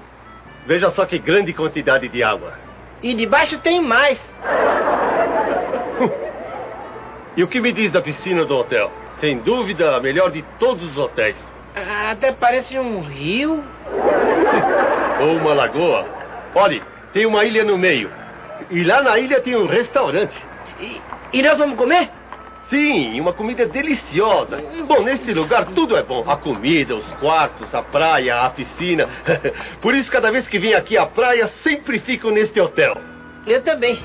Speaker 7: Veja só que grande quantidade de água.
Speaker 10: E debaixo tem mais.
Speaker 7: E o que me diz da piscina do hotel? Sem dúvida, a melhor de todos os hotéis.
Speaker 10: Até parece um rio.
Speaker 7: Ou uma lagoa. Olhe, tem uma ilha no meio. E lá na ilha tem um restaurante.
Speaker 10: E, e nós vamos comer?
Speaker 7: Sim, uma comida deliciosa. Bom, nesse lugar tudo é bom. A comida, os quartos, a praia, a piscina. Por isso, cada vez que vim aqui à praia, sempre fico neste hotel.
Speaker 10: Eu também.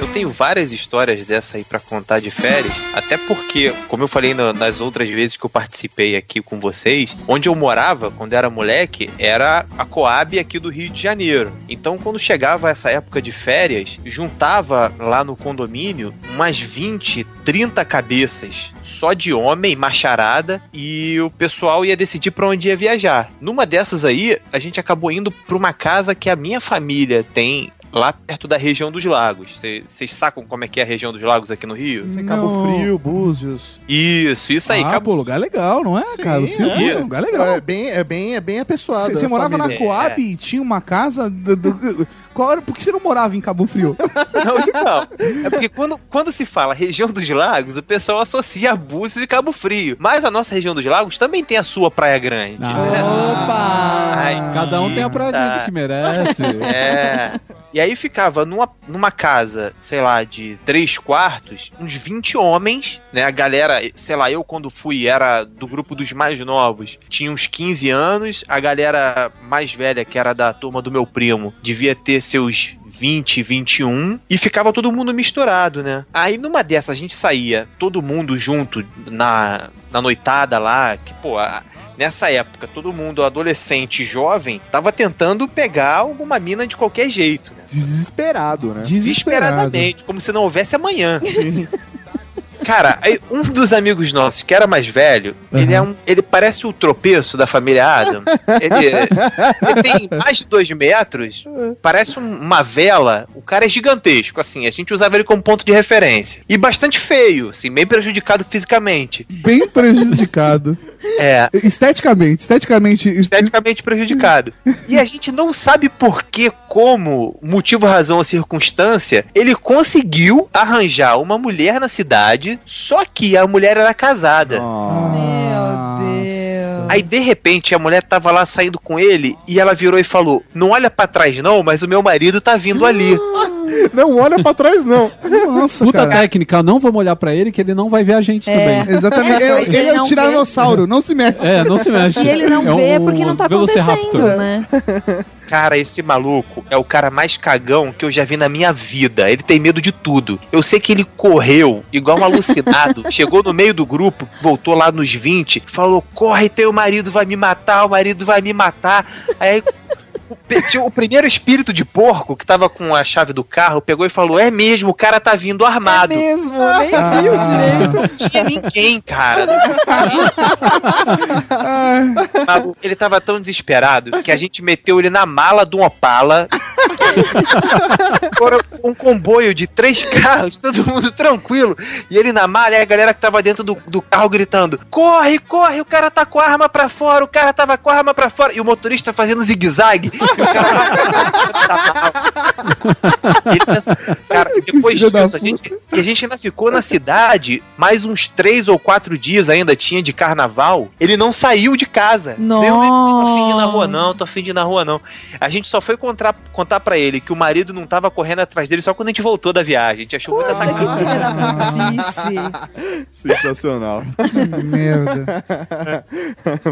Speaker 4: Eu tenho várias histórias dessa aí pra contar de férias, até porque, como eu falei na- nas outras vezes que eu participei aqui com vocês, onde eu morava quando era moleque era a Coab aqui do Rio de Janeiro. Então, quando chegava essa época de férias, juntava lá no condomínio umas 20, 30 cabeças só de homem, macharada, e o pessoal ia decidir pra onde ia viajar. Numa dessas aí, a gente acabou indo pra uma casa que a minha família tem lá perto da região dos lagos. Cê- Vocês sacam como é que é a região dos lagos aqui no Rio?
Speaker 3: Tem Cabo
Speaker 1: Não.
Speaker 3: Frio, Búzios.
Speaker 4: Isso, isso Tá aí.
Speaker 1: ah,
Speaker 4: Cabo-
Speaker 1: pô, lugar legal, não é, cara? O filme
Speaker 4: é.
Speaker 1: é um lugar legal.
Speaker 3: É bem, é bem, é bem apessoado.
Speaker 1: Você você
Speaker 3: a
Speaker 1: morava
Speaker 3: família.
Speaker 1: na Coab e tinha uma casa. Do, do- qual era, por que você não morava em Cabo Frio?
Speaker 4: Não, então. É porque quando, quando se fala região dos lagos, o pessoal associa Búzios e Cabo Frio. Mas a nossa região dos lagos também tem a sua Praia Grande. né?
Speaker 6: Ah,
Speaker 4: Ai,
Speaker 6: Cada um tem a praia grande
Speaker 4: tá.
Speaker 6: que merece.
Speaker 4: É. E aí ficava numa, numa casa, sei lá, de três quartos, uns 20 homens, né? A galera, sei lá, eu quando fui era do grupo dos mais novos, tinha uns 15 anos, a galera mais velha, que era da turma do meu primo, devia ter seus 20, 21, e ficava todo mundo misturado, né? Aí numa dessas a gente saía, todo mundo junto na, na noitada lá, que, pô, a- nessa época, todo mundo, adolescente, jovem, tava tentando pegar alguma mina de qualquer jeito, né?
Speaker 3: Desesperado, né?
Speaker 1: Desesperado.
Speaker 4: Desesperadamente, como se não houvesse amanhã. Cara, aí um dos amigos nossos, que era mais velho, ele é um. Ele parece o tropeço da família Adams. Ele, ele tem mais de dois metros, parece um- uma vela. O cara é gigantesco, assim. A gente usava ele como ponto de referência. E bastante feio, assim, bem prejudicado fisicamente.
Speaker 1: Bem prejudicado.
Speaker 4: É,
Speaker 1: Esteticamente, esteticamente. est-
Speaker 4: esteticamente prejudicado. E a gente não sabe por que, como, motivo, razão ou circunstância, ele conseguiu arranjar uma mulher na cidade, só que a mulher era casada.
Speaker 6: Ah,
Speaker 1: Nossa.
Speaker 5: Meu Deus.
Speaker 4: Aí de repente a mulher tava lá saindo com ele e ela virou e falou: "Não olha pra trás não, mas o meu marido tá vindo ali".
Speaker 3: Não olha pra trás, não.
Speaker 6: Nossa, Puta técnica, não vamos olhar pra ele que ele não vai ver a gente
Speaker 5: É.
Speaker 6: também.
Speaker 1: Exatamente.
Speaker 5: É,
Speaker 1: Ele-
Speaker 5: se
Speaker 1: ele
Speaker 5: ele
Speaker 1: é o
Speaker 5: não
Speaker 1: tiranossauro, não se mexe.
Speaker 6: É, não se mexe.
Speaker 5: Se ele não
Speaker 6: É
Speaker 5: vê, é
Speaker 6: um
Speaker 5: porque não tá
Speaker 6: Velociraptor.
Speaker 5: acontecendo, né?
Speaker 4: Cara, esse maluco é o cara mais cagão que eu já vi na minha vida. Ele tem medo de tudo. Eu sei que ele correu igual um alucinado. Chegou no meio do grupo, voltou lá nos 20, falou: corre, teu marido vai me matar, o marido vai me matar. Aí. o pe- tinha O primeiro espírito de porco que tava com a chave do carro pegou e falou: É mesmo, o cara tá vindo armado.
Speaker 5: é Mesmo,
Speaker 6: Ah,
Speaker 5: nem viu direito.
Speaker 4: Não tinha ninguém, cara. Malu, ele tava tão desesperado que a gente meteu ele na mala de um Opala. Agora um comboio de três carros, todo mundo tranquilo. E ele na malha, e a galera que tava dentro do, do carro gritando: Corre, corre, o cara tá com a arma pra fora, o cara tava com a arma pra fora. E o motorista fazendo zigue-zague. E o cara E ele pensou, cara, e depois
Speaker 1: filho da
Speaker 4: disso, a gente, e a gente ainda ficou na cidade mais uns três ou quatro dias ainda tinha de carnaval. Ele não saiu de casa.
Speaker 5: Nossa.
Speaker 4: Nem eu tô afim de ir na rua, não, tô afim de ir na rua, não. A gente só foi contar, contar pra ele que o marido não tava correndo atrás dele só quando a gente voltou da viagem. A gente achou muita
Speaker 5: Olha que
Speaker 4: sacanagem.
Speaker 5: filha da putice.
Speaker 2: Sensacional.
Speaker 1: Que merda.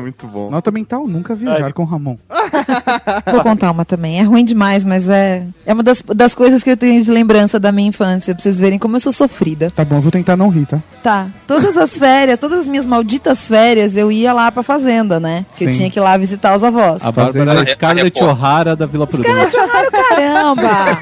Speaker 2: Muito bom.
Speaker 1: Nota mental, nunca viajar com o Ramon.
Speaker 5: Vou contar uma também. É ruim demais, mas é, é uma das, das coisas que eu tenho de lembrança da minha infância, pra vocês verem como eu sou sofrida.
Speaker 1: Tá bom, eu vou tentar não rir, tá?
Speaker 5: Tá. Todas as férias, todas as minhas malditas férias, eu ia lá pra fazenda, né? Que eu
Speaker 1: Sim.
Speaker 5: tinha que ir lá visitar os avós.
Speaker 6: A Bárbara
Speaker 4: Fazendo-
Speaker 6: é a Scarlett
Speaker 4: Record.
Speaker 6: O'Hara da Vila Prudente.
Speaker 5: Claro, caramba!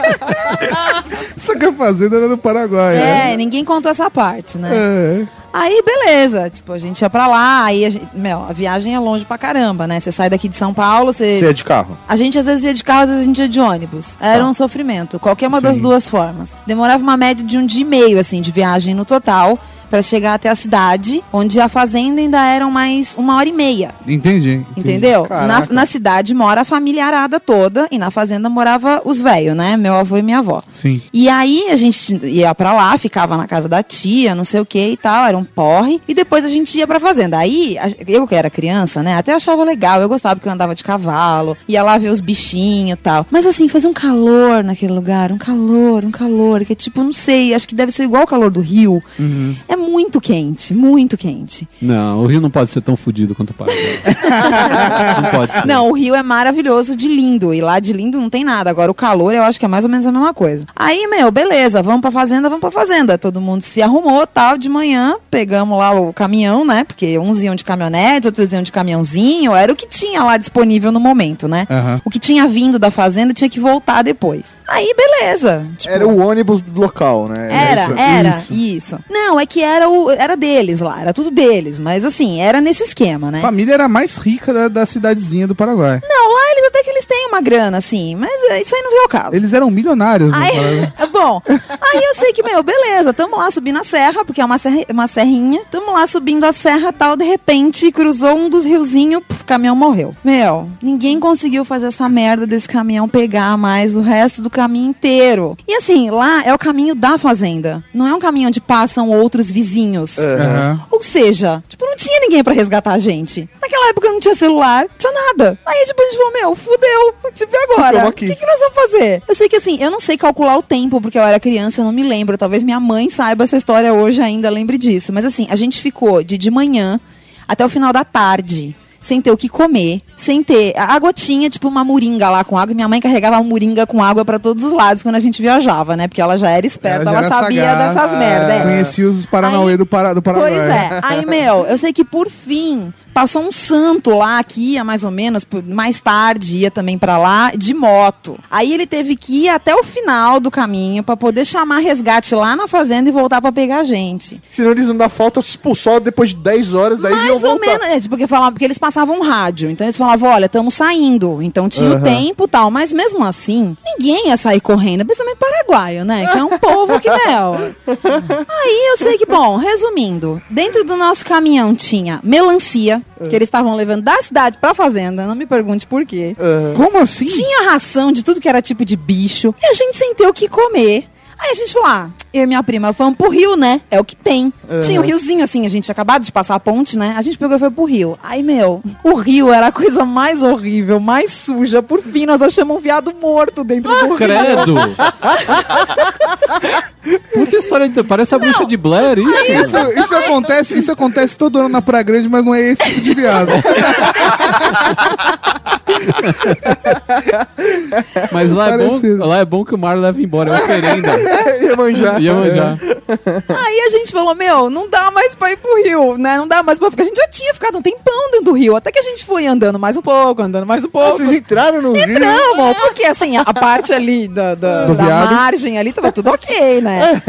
Speaker 1: Só que a fazenda era do Paraguai. né?
Speaker 5: é, ninguém contou essa parte, né?
Speaker 1: É.
Speaker 5: Aí, beleza. Tipo, a gente ia pra lá, aí a gente, Meu, a viagem é longe pra caramba, né? Você sai daqui de São Paulo, você.
Speaker 2: Você é de carro?
Speaker 5: A gente às vezes ia de carro, às vezes a gente ia de ônibus. Era um sofrimento, qualquer uma das duas formas. Demorava uma média de um dia e meio, assim, de viagem no total, pra chegar até a cidade, onde a fazenda ainda eram mais uma hora e meia,
Speaker 1: Entendi. entendi.
Speaker 5: entendeu? Na, na cidade mora a família arada toda, e na fazenda morava os velhos, né? Meu avô e minha avó.
Speaker 1: Sim.
Speaker 5: E aí a gente ia pra lá, ficava na casa da tia, não sei o que e tal, era um porre. E depois a gente ia pra fazenda. Aí, a- eu que era criança, né, até achava legal, eu gostava que eu andava de cavalo, ia lá ver os bichinhos e tal. Mas assim, fazia um calor naquele lugar, um calor, um calor, que é tipo, não sei, acho que deve ser igual o calor do Rio. É muito quente, muito quente.
Speaker 6: Não, o Rio não pode ser tão fudido quanto o Paraguai. não pode ser.
Speaker 5: Não, o Rio é maravilhoso de lindo. E lá de lindo não tem nada. Agora, o calor eu acho que é mais ou menos a mesma coisa. Aí, meu, beleza, vamos pra fazenda, vamos pra fazenda. Todo mundo se arrumou tal. De manhã, pegamos lá o caminhão, né? Porque uns iam de caminhonete, outros iam de caminhãozinho. Era o que tinha lá disponível no momento, né?
Speaker 1: Aham.
Speaker 5: O que tinha vindo da fazenda tinha que voltar depois. Aí, beleza. Tipo,
Speaker 3: Era o ônibus do local, né?
Speaker 5: era,
Speaker 3: Isso.
Speaker 5: era, isso. Não, é que era o era deles lá, era tudo deles, mas assim, era nesse esquema, né?
Speaker 1: Família era a mais rica da, da cidadezinha do Paraguai.
Speaker 5: Não, lá eles até que eles têm uma grana, assim, mas é, isso aí não veio ao caso.
Speaker 1: Eles eram milionários né? no
Speaker 5: Aí, é
Speaker 1: Paraguai.
Speaker 5: bom, aí eu sei que, meu, beleza, tamo lá subindo a serra, porque é uma, serra, uma serrinha. Tamo lá subindo a serra tal, de repente cruzou um dos riozinhos, puf, caminhão morreu. Meu, ninguém conseguiu fazer essa merda desse caminhão pegar mais o resto do caminho inteiro. E assim, lá é o caminho da fazenda, não é um caminho onde passam outros vizinhos.
Speaker 1: Aham.
Speaker 5: Ou seja, tipo, não tinha ninguém pra resgatar a gente. Naquela época não tinha celular, não tinha nada. Aí, tipo, a gente falou, meu, fudeu, tipo, e agora?
Speaker 3: Ficamos
Speaker 5: O
Speaker 3: aqui.
Speaker 5: que, que nós vamos fazer? Eu sei que, assim, eu não sei calcular o tempo, porque eu era criança, eu não me lembro. Talvez minha mãe saiba essa história hoje ainda, lembre disso. Mas, assim, a gente ficou de de manhã até o final da tarde, sem ter o que comer, sem ter... A água tinha, tipo, uma moringa lá com água, e minha mãe carregava uma moringa com água pra todos os lados quando a gente viajava, né? Porque ela já era esperta,
Speaker 1: já
Speaker 5: ela,
Speaker 1: era
Speaker 5: sabia
Speaker 1: sagaz,
Speaker 5: dessas merdas. é.
Speaker 1: Conheci os Paranauê do, Para- do né? Paraguai.
Speaker 5: Pois é. Aí, meu, eu sei que por fim passou um santo lá que ia mais ou menos, por- mais tarde ia também pra lá, de moto. Aí ele teve que ir até o final do caminho pra poder chamar resgate lá na fazenda e voltar pra pegar a gente.
Speaker 3: Senão eles não dá falta
Speaker 2: tipo,
Speaker 3: expulsar depois de 10 horas, daí
Speaker 5: mais
Speaker 3: iam
Speaker 5: ou
Speaker 3: voltar.
Speaker 5: menos, é, porque falavam, porque eles passavam rádio. Então eles falavam, olha, estamos saindo. Então tinha o tempo e tal, mas mesmo assim, ninguém ia sair correndo, principalmente paraguaio, né? Que é um povo que mel. Aí eu sei que, bom, resumindo, dentro do nosso caminhão tinha melancia, que eles estavam levando da cidade pra fazenda, não me pergunte por quê.
Speaker 1: Como assim?
Speaker 5: Tinha ração de tudo que era tipo de bicho. E a gente sem ter o que comer. Aí a gente falou, ah, eu e minha prima fomos pro Rio, né? É o que tem.
Speaker 9: Uhum.
Speaker 5: Tinha um riozinho assim, a gente tinha acabado de passar a ponte, né? A gente pegou e foi pro Rio. Aí, meu, o Rio era a coisa mais horrível, mais suja. Por fim, nós achamos um viado morto dentro
Speaker 9: Ah,
Speaker 5: do Rio.
Speaker 9: Credo! Puta história, de... parece a bruxa de Blair, isso.
Speaker 1: Isso, isso acontece, isso acontece todo ano na Praia Grande, mas não é esse tipo de viado.
Speaker 9: Mas lá é, bom,
Speaker 13: Parecido.
Speaker 9: lá é bom que o mar leva embora, é oferenda.
Speaker 2: Ia manjar.
Speaker 9: Ia manjar.
Speaker 5: Aí a gente falou, meu, não dá mais pra ir pro Rio, né? Não dá mais pra... Porque a gente já tinha ficado um tempão dentro do Rio. Até que a gente foi andando mais um pouco, andando mais um pouco.
Speaker 2: Vocês entraram no Rio?
Speaker 5: Entramos, porque assim, a parte ali da, da,
Speaker 2: Do
Speaker 5: da
Speaker 2: viado.
Speaker 5: margem ali tava tudo ok, né?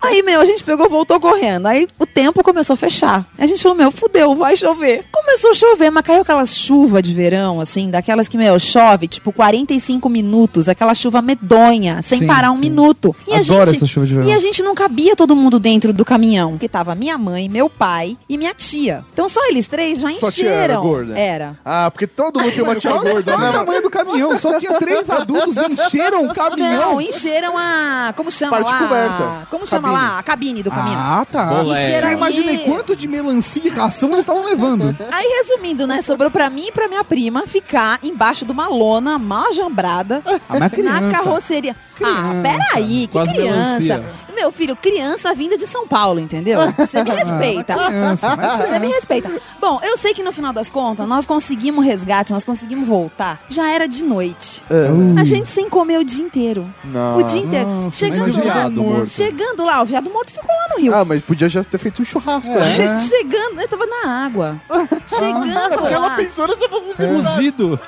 Speaker 5: Aí, meu, a gente pegou, voltou correndo. Aí o tempo começou a fechar. A gente falou, meu, fudeu, vai chover. Começou a chover, mas caiu aquela chuva de verão, assim, daquelas que, meu, chove, tipo, 45 minutos, aquela chuva medonha, sem
Speaker 1: Sim,
Speaker 5: parar um
Speaker 1: sim.
Speaker 5: minuto. E a
Speaker 1: Adoro
Speaker 5: gente,
Speaker 1: essa chuva de verão.
Speaker 5: E a gente não cabia todo mundo dentro do caminhão, porque tava minha mãe, meu pai e minha tia. Então só eles três já
Speaker 2: Sua tia
Speaker 5: encheram.
Speaker 2: era gorda?
Speaker 5: Era.
Speaker 2: Ah, porque todo mundo tem uma tia gorda,
Speaker 1: Olha é o
Speaker 2: né?
Speaker 1: tamanho do caminhão, só tinha três adultos e encheram o caminhão.
Speaker 5: Não, encheram a. Como chama
Speaker 1: Parte
Speaker 5: lá?
Speaker 1: coberta.
Speaker 5: Como chama
Speaker 1: Cabine.
Speaker 5: lá? A cabine do caminho.
Speaker 1: Ah, tá.
Speaker 5: é
Speaker 3: é.
Speaker 5: Encheram
Speaker 1: Eu imaginei
Speaker 5: aí.
Speaker 1: quanto de melancia e ração eles estavam levando.
Speaker 5: Aí, resumindo, né? Sobrou pra mim e pra minha prima ficar embaixo de uma lona mal ajambrada
Speaker 1: Ah, mas
Speaker 5: na
Speaker 1: criança.
Speaker 5: carroceria. Ah, peraí, que
Speaker 1: Quase
Speaker 5: criança.
Speaker 1: melancia.
Speaker 5: Meu filho, criança vinda de São Paulo, entendeu? Você me respeita.
Speaker 1: Ah, mas criança, mas
Speaker 5: Você me
Speaker 1: criança.
Speaker 5: respeita. Bom, eu sei que no final das contas, nós conseguimos resgate, nós conseguimos voltar. Já era de noite.
Speaker 2: Ah.
Speaker 5: A gente sem comer o dia inteiro.
Speaker 2: Nossa.
Speaker 5: O dia inteiro.
Speaker 2: Nossa, mas
Speaker 5: chegando,
Speaker 2: o viado
Speaker 5: lá,
Speaker 2: morto.
Speaker 5: chegando lá, o viado morto ficou lá no rio.
Speaker 2: Ah, mas podia já ter feito um churrasco,
Speaker 5: É.
Speaker 2: né?
Speaker 5: Chegando, eu tava na água. Chegando lá.
Speaker 2: ela
Speaker 14: pensou nessa possibilidade.
Speaker 9: Cozido.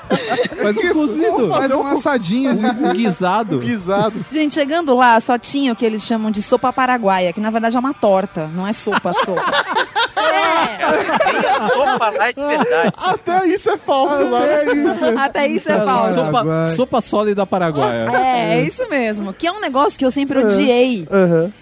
Speaker 9: Faz um cozido.
Speaker 1: Faz um assadinho.
Speaker 9: Um guisado.
Speaker 2: guisado.
Speaker 5: Gente, chegando lá, só tinha o que eles chamam de sopa paraguaia, que na verdade é uma torta, não é sopa, sopa. É.
Speaker 4: Sopa lá é de verdade.
Speaker 2: Até isso é falso,
Speaker 1: Ah,
Speaker 9: lá.
Speaker 5: Até isso é falso.
Speaker 9: Sopa, sopa sólida paraguaia.
Speaker 5: É, é isso mesmo. Que é um negócio que eu sempre odiei.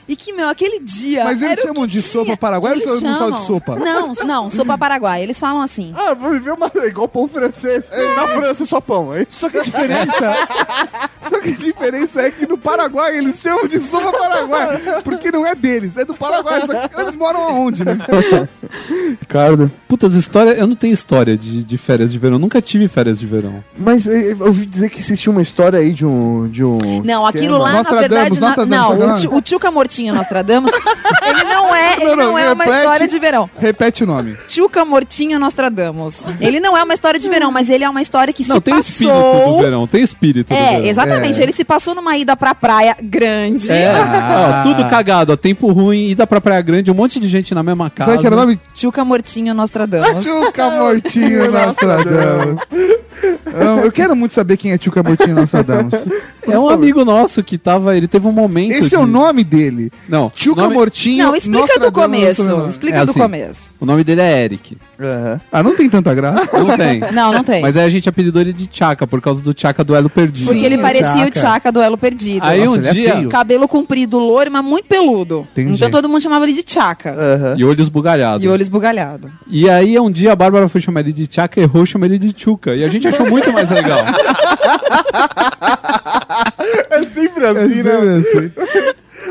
Speaker 5: E que, meu, aquele dia.
Speaker 1: Mas eles
Speaker 5: era o
Speaker 1: chamam
Speaker 5: que
Speaker 1: de
Speaker 5: tinha.
Speaker 1: sopa paraguaia ou eles não falam de
Speaker 5: chamam-
Speaker 1: sopa?
Speaker 5: Não, não, sopa paraguaia. Eles falam assim.
Speaker 2: Ah, vou viver uma... igual pão francês. Na França é só pão, é isso?
Speaker 1: Só que a diferença. é- só que a diferença é que no Paraguai eles chamam de sopa paraguaia. Porque não é deles, é do Paraguai. Só que eles moram aonde, né?
Speaker 2: Ricardo.
Speaker 9: Putas, história. Eu não tenho história de, de férias de verão. Nunca tive férias de verão.
Speaker 2: Mas eh, eu ouvi dizer que existia uma história aí de um. De um
Speaker 5: Não,
Speaker 2: esquema.
Speaker 5: aquilo lá, na verdade, na- não, o, tio, o Tchuca Mortinho Nostradamus, ele não é, ele não, é uma
Speaker 1: repete-
Speaker 5: história de verão.
Speaker 1: Repete o nome.
Speaker 5: Tchuca Mortinho Nostradamus. Ele não é uma história de verão, mas ele é uma história que
Speaker 9: Não,
Speaker 5: se
Speaker 9: tem o
Speaker 5: passou.
Speaker 9: espírito do verão. Tem o espírito do verão.
Speaker 5: É, exatamente. Ele se passou numa ida pra praia grande.
Speaker 9: É, ó, tudo cagado, ó, tempo ruim, ida pra Praia Grande, um monte de gente na mesma casa.
Speaker 1: é
Speaker 5: que era o nome? Tchuca Mortinho Nostradamus.
Speaker 1: Tchuca Mortinho Nostradamus. Eu eu quero muito saber quem é Tchuca Mortinho Nostradamus.
Speaker 9: É um amigo nosso que tava, ele teve um momento...
Speaker 1: Esse é o nome dele.
Speaker 9: Não.
Speaker 1: Tchuca
Speaker 9: nome-
Speaker 1: Mortinho
Speaker 5: Não, explica do começo.
Speaker 1: né?
Speaker 5: Explica
Speaker 9: É
Speaker 5: do
Speaker 9: assim,
Speaker 5: começo.
Speaker 9: O nome dele é Eric.
Speaker 1: Ah, não tem tanta graça.
Speaker 9: Não tem.
Speaker 5: Não, não tem.
Speaker 9: Mas aí a gente apelidou ele de Chaka, por causa do Chaka do Elo Perdido.
Speaker 5: Porque ele parecia o Tchaka do Elo Perdido.
Speaker 9: é um Aí Nossa, um ele é dia- feio.
Speaker 5: Cabelo comprido, loiro, mas muito peludo.
Speaker 9: Entendi. É.
Speaker 5: Então todo mundo chamava ele de Tchaka.
Speaker 9: E olho esbugalhado.
Speaker 5: E olho esbugalhado.
Speaker 9: E aí um dia a Bárbara foi chamar ele de Tchaka, errou, chamou ele de Tchuca. E a gente achou muito mais legal.
Speaker 2: É sempre assim, né?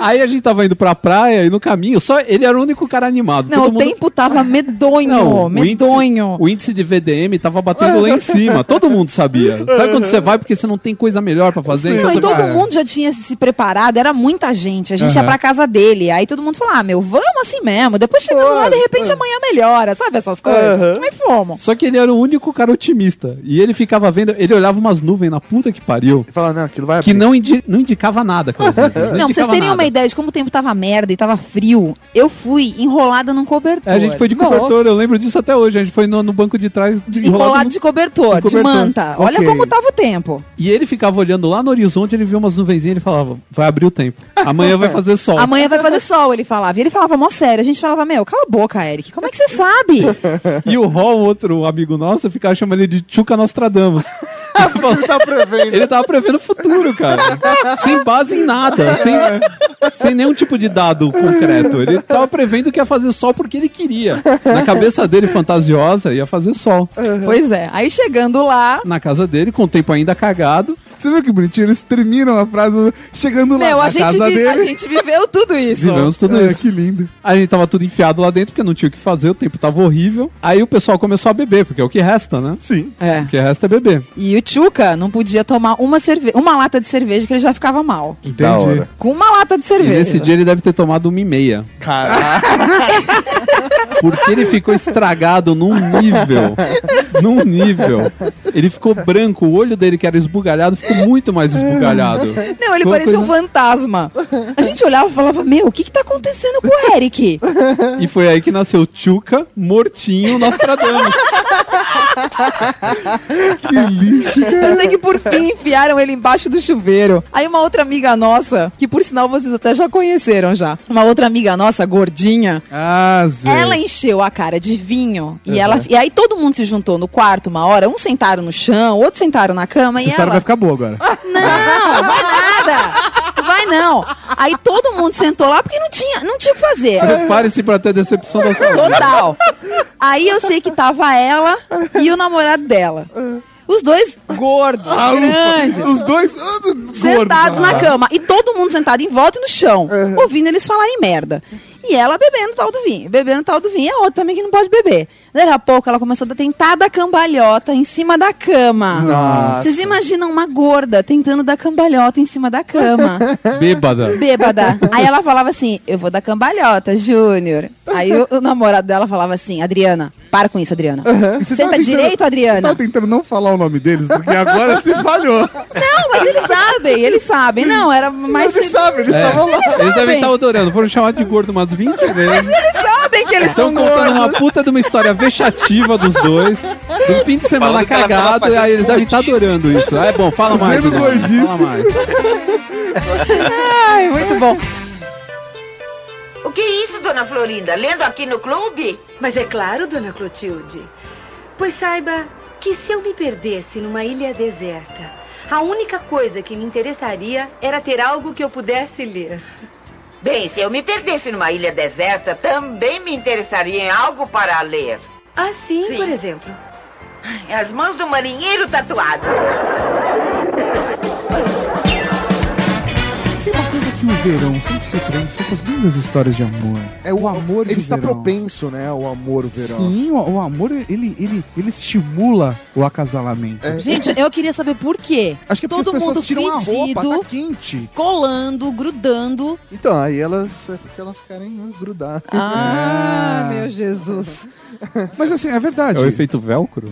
Speaker 9: Aí a gente tava indo pra praia e no caminho, só ele era o único cara animado.
Speaker 5: Não,
Speaker 9: Então Todo
Speaker 5: o
Speaker 9: mundo-
Speaker 5: tempo tava medonho,
Speaker 9: Não,
Speaker 5: medonho.
Speaker 9: O índice, o índice de VDM tava batendo lá em cima. Todo mundo sabia. Sabe quando você vai porque você não tem coisa melhor pra fazer? Então,
Speaker 5: Não, então-
Speaker 9: você
Speaker 5: e todo
Speaker 9: vai-
Speaker 5: mundo já tinha se preparado, era muita gente. A gente ia
Speaker 9: Aham.
Speaker 5: pra casa dele. Aí todo mundo falou: ah, meu, vamos assim mesmo. Depois chegando lá, de repente amanhã melhora, sabe essas coisas? Aí fomos.
Speaker 9: Só que ele era o único cara otimista. E ele ficava vendo, ele olhava umas nuvens na puta que pariu. E
Speaker 2: falava, não, aquilo vai
Speaker 9: Que não, indi- não indicava nada. aquelas nuvens,
Speaker 5: Não, pra vocês
Speaker 9: indicava
Speaker 5: terem
Speaker 9: nada.
Speaker 5: uma ideia de como o tempo tava merda e tava frio, eu fui enrolada num cobertor.
Speaker 9: É, A gente foi de cobertor, né? eu lembro disso até hoje. A gente foi no, no banco de trás de
Speaker 5: Enrolado de
Speaker 9: no
Speaker 5: cobertor, de
Speaker 9: cobertor.
Speaker 5: manta. Olha
Speaker 9: Ok.
Speaker 5: como tava o tempo.
Speaker 9: E ele ficava olhando lá no horizonte, ele viu umas nuvenzinhas e ele falava: vai abrir o tempo. Amanhã vai fazer sol.
Speaker 5: Amanhã vai fazer sol, ele falava. E ele falava mó sério. A gente falava, meu, cala a boca, Eric. Como é que você sabe?
Speaker 9: E o Hall, outro amigo nosso, ficava chamando ele de Tchuca Nostradamus. Porque ele
Speaker 2: tá prevendo.
Speaker 9: Ele tava prevendo o futuro, cara. sem base em nada. Sem, sem nenhum tipo de dado concreto. Ele tava prevendo que ia fazer sol porque ele queria. Na cabeça dele, fantasiosa, ia fazer sol.
Speaker 5: Pois é. Aí chegando lá.
Speaker 9: Na casa dele, com o tempo ainda cagado.
Speaker 1: Você viu que bonitinho? Eles terminam a frase chegando lá
Speaker 5: Meu,
Speaker 1: na
Speaker 5: a gente,
Speaker 1: casa
Speaker 5: vi-
Speaker 1: dele.
Speaker 5: a gente viveu tudo isso.
Speaker 9: Vivemos tudo
Speaker 1: É,
Speaker 9: isso.
Speaker 1: que lindo.
Speaker 9: A gente tava tudo enfiado lá dentro, porque não tinha o que fazer, o tempo tava horrível. Aí o pessoal começou a beber, porque é o que resta, né?
Speaker 1: Sim.
Speaker 5: É.
Speaker 9: O que resta é beber.
Speaker 5: E o Tchuca não podia tomar uma, cerve uma lata de cerveja que ele já ficava mal.
Speaker 9: Entendi.
Speaker 5: Com uma lata de
Speaker 9: E
Speaker 5: cerveja.
Speaker 9: nesse dia ele deve ter tomado uma e meia. Porque ele ficou estragado num nível. Num nível. Ele ficou branco, o olho dele que era esbugalhado ficou muito mais esbugalhado.
Speaker 5: Não,
Speaker 9: Foi
Speaker 5: ele
Speaker 9: uma
Speaker 5: parecia um
Speaker 9: coisa-
Speaker 5: fantasma. A gente olhava e falava, meu, o que que tá acontecendo com o Eric?
Speaker 9: E foi aí que nasceu Tchuca, Mortinho, Nostradamus.
Speaker 1: que lixo,
Speaker 5: Eu sei que por fim enfiaram ele embaixo do chuveiro. Aí uma outra amiga nossa, que por sinal vocês até já conheceram já, uma outra amiga nossa, gordinha,
Speaker 1: Ah, Zé.
Speaker 5: Ela encheu a cara de vinho e
Speaker 1: Uhum.
Speaker 5: ela e aí todo mundo se juntou no quarto uma hora, uns sentaram no chão, outros sentaram na cama
Speaker 1: Essa
Speaker 5: e
Speaker 1: história
Speaker 5: ela
Speaker 1: vai ficar boa agora.
Speaker 5: Não, vai nada. Vai não. Aí todo mundo sentou lá porque não tinha, não tinha o que fazer.
Speaker 9: Prepare-se pra ter decepção da sua vida.
Speaker 5: Total. Aí eu sei que tava ela e o namorado dela. Os dois gordos,
Speaker 1: Ah, ufa.
Speaker 5: grandes.
Speaker 1: Os dois ah,
Speaker 5: sentados
Speaker 1: gordos. Ah.
Speaker 5: na cama. E todo mundo sentado em volta e no chão, ouvindo eles falarem merda. E ela bebendo tal do vinho, bebendo tal do vinho. E é outra também que não pode beber. Daí a pouco ela começou a tentar dar cambalhota em cima da cama.
Speaker 9: Nossa.
Speaker 5: Vocês imaginam uma gorda tentando dar cambalhota em cima da cama.
Speaker 9: Bêbada.
Speaker 5: Bêbada. Aí ela falava assim: Eu vou dar cambalhota, Júnior. Aí o, o namorado dela falava assim: Adriana, para com isso, Adriana.
Speaker 1: Uhum. E você
Speaker 5: Senta
Speaker 1: tava tentando-
Speaker 5: direito, Adriana.
Speaker 1: Tá tentando não falar o nome deles, porque agora se falhou.
Speaker 5: Não, mas eles sabem, eles sabem. Não, era mais. Eles sabem,
Speaker 1: tá
Speaker 9: É. Eles devem
Speaker 5: tá
Speaker 9: estar adorando. Foram chamados de gordo umas 20
Speaker 5: Mas
Speaker 9: vezes.
Speaker 5: eles sabem que eles
Speaker 9: Estão
Speaker 5: são
Speaker 9: contando
Speaker 5: gordos.
Speaker 9: uma puta de uma história vexativa dos dois. Do fim de semana
Speaker 4: Falando que ela tava
Speaker 9: cagado.
Speaker 4: fazendo
Speaker 9: Aí eles devem estar adorando isso. É bom, fala mais.
Speaker 1: Sendo
Speaker 9: Guilherme,
Speaker 1: gordice.
Speaker 9: Fala mais.
Speaker 5: Ai, muito bom.
Speaker 15: O que é isso, dona Florinda? Lendo aqui no clube?
Speaker 7: Mas é claro, dona Clotilde. Pois saiba que se eu me perdesse numa ilha deserta, a única coisa que me interessaria era ter algo que eu pudesse ler.
Speaker 15: Bem, se eu me perdesse numa ilha deserta, também me interessaria em algo para ler.
Speaker 7: Assim, por exemplo.
Speaker 15: As mãos do marinheiro tatuado.
Speaker 1: Tem uma coisa que o verão sempre surpreende, são as lindas histórias de amor.
Speaker 2: É o amor Ele
Speaker 1: de
Speaker 2: está
Speaker 1: verão.
Speaker 2: propenso, né? O amor verão.
Speaker 1: Sim, o, o amor, ele, ele, ele estimula o acasalamento.
Speaker 5: Gente, eu queria saber por quê.
Speaker 1: Acho que é porque
Speaker 5: Todo
Speaker 1: as pessoas
Speaker 5: mundo
Speaker 1: tiram a roupa,
Speaker 5: fedido,
Speaker 1: tá quente.
Speaker 5: colando, grudando.
Speaker 2: Então, aí elas, é porque elas querem né, grudar.
Speaker 1: É.
Speaker 5: Ah, meu Jesus.
Speaker 1: Mas assim, é
Speaker 9: É
Speaker 1: verdade.
Speaker 9: o efeito velcro?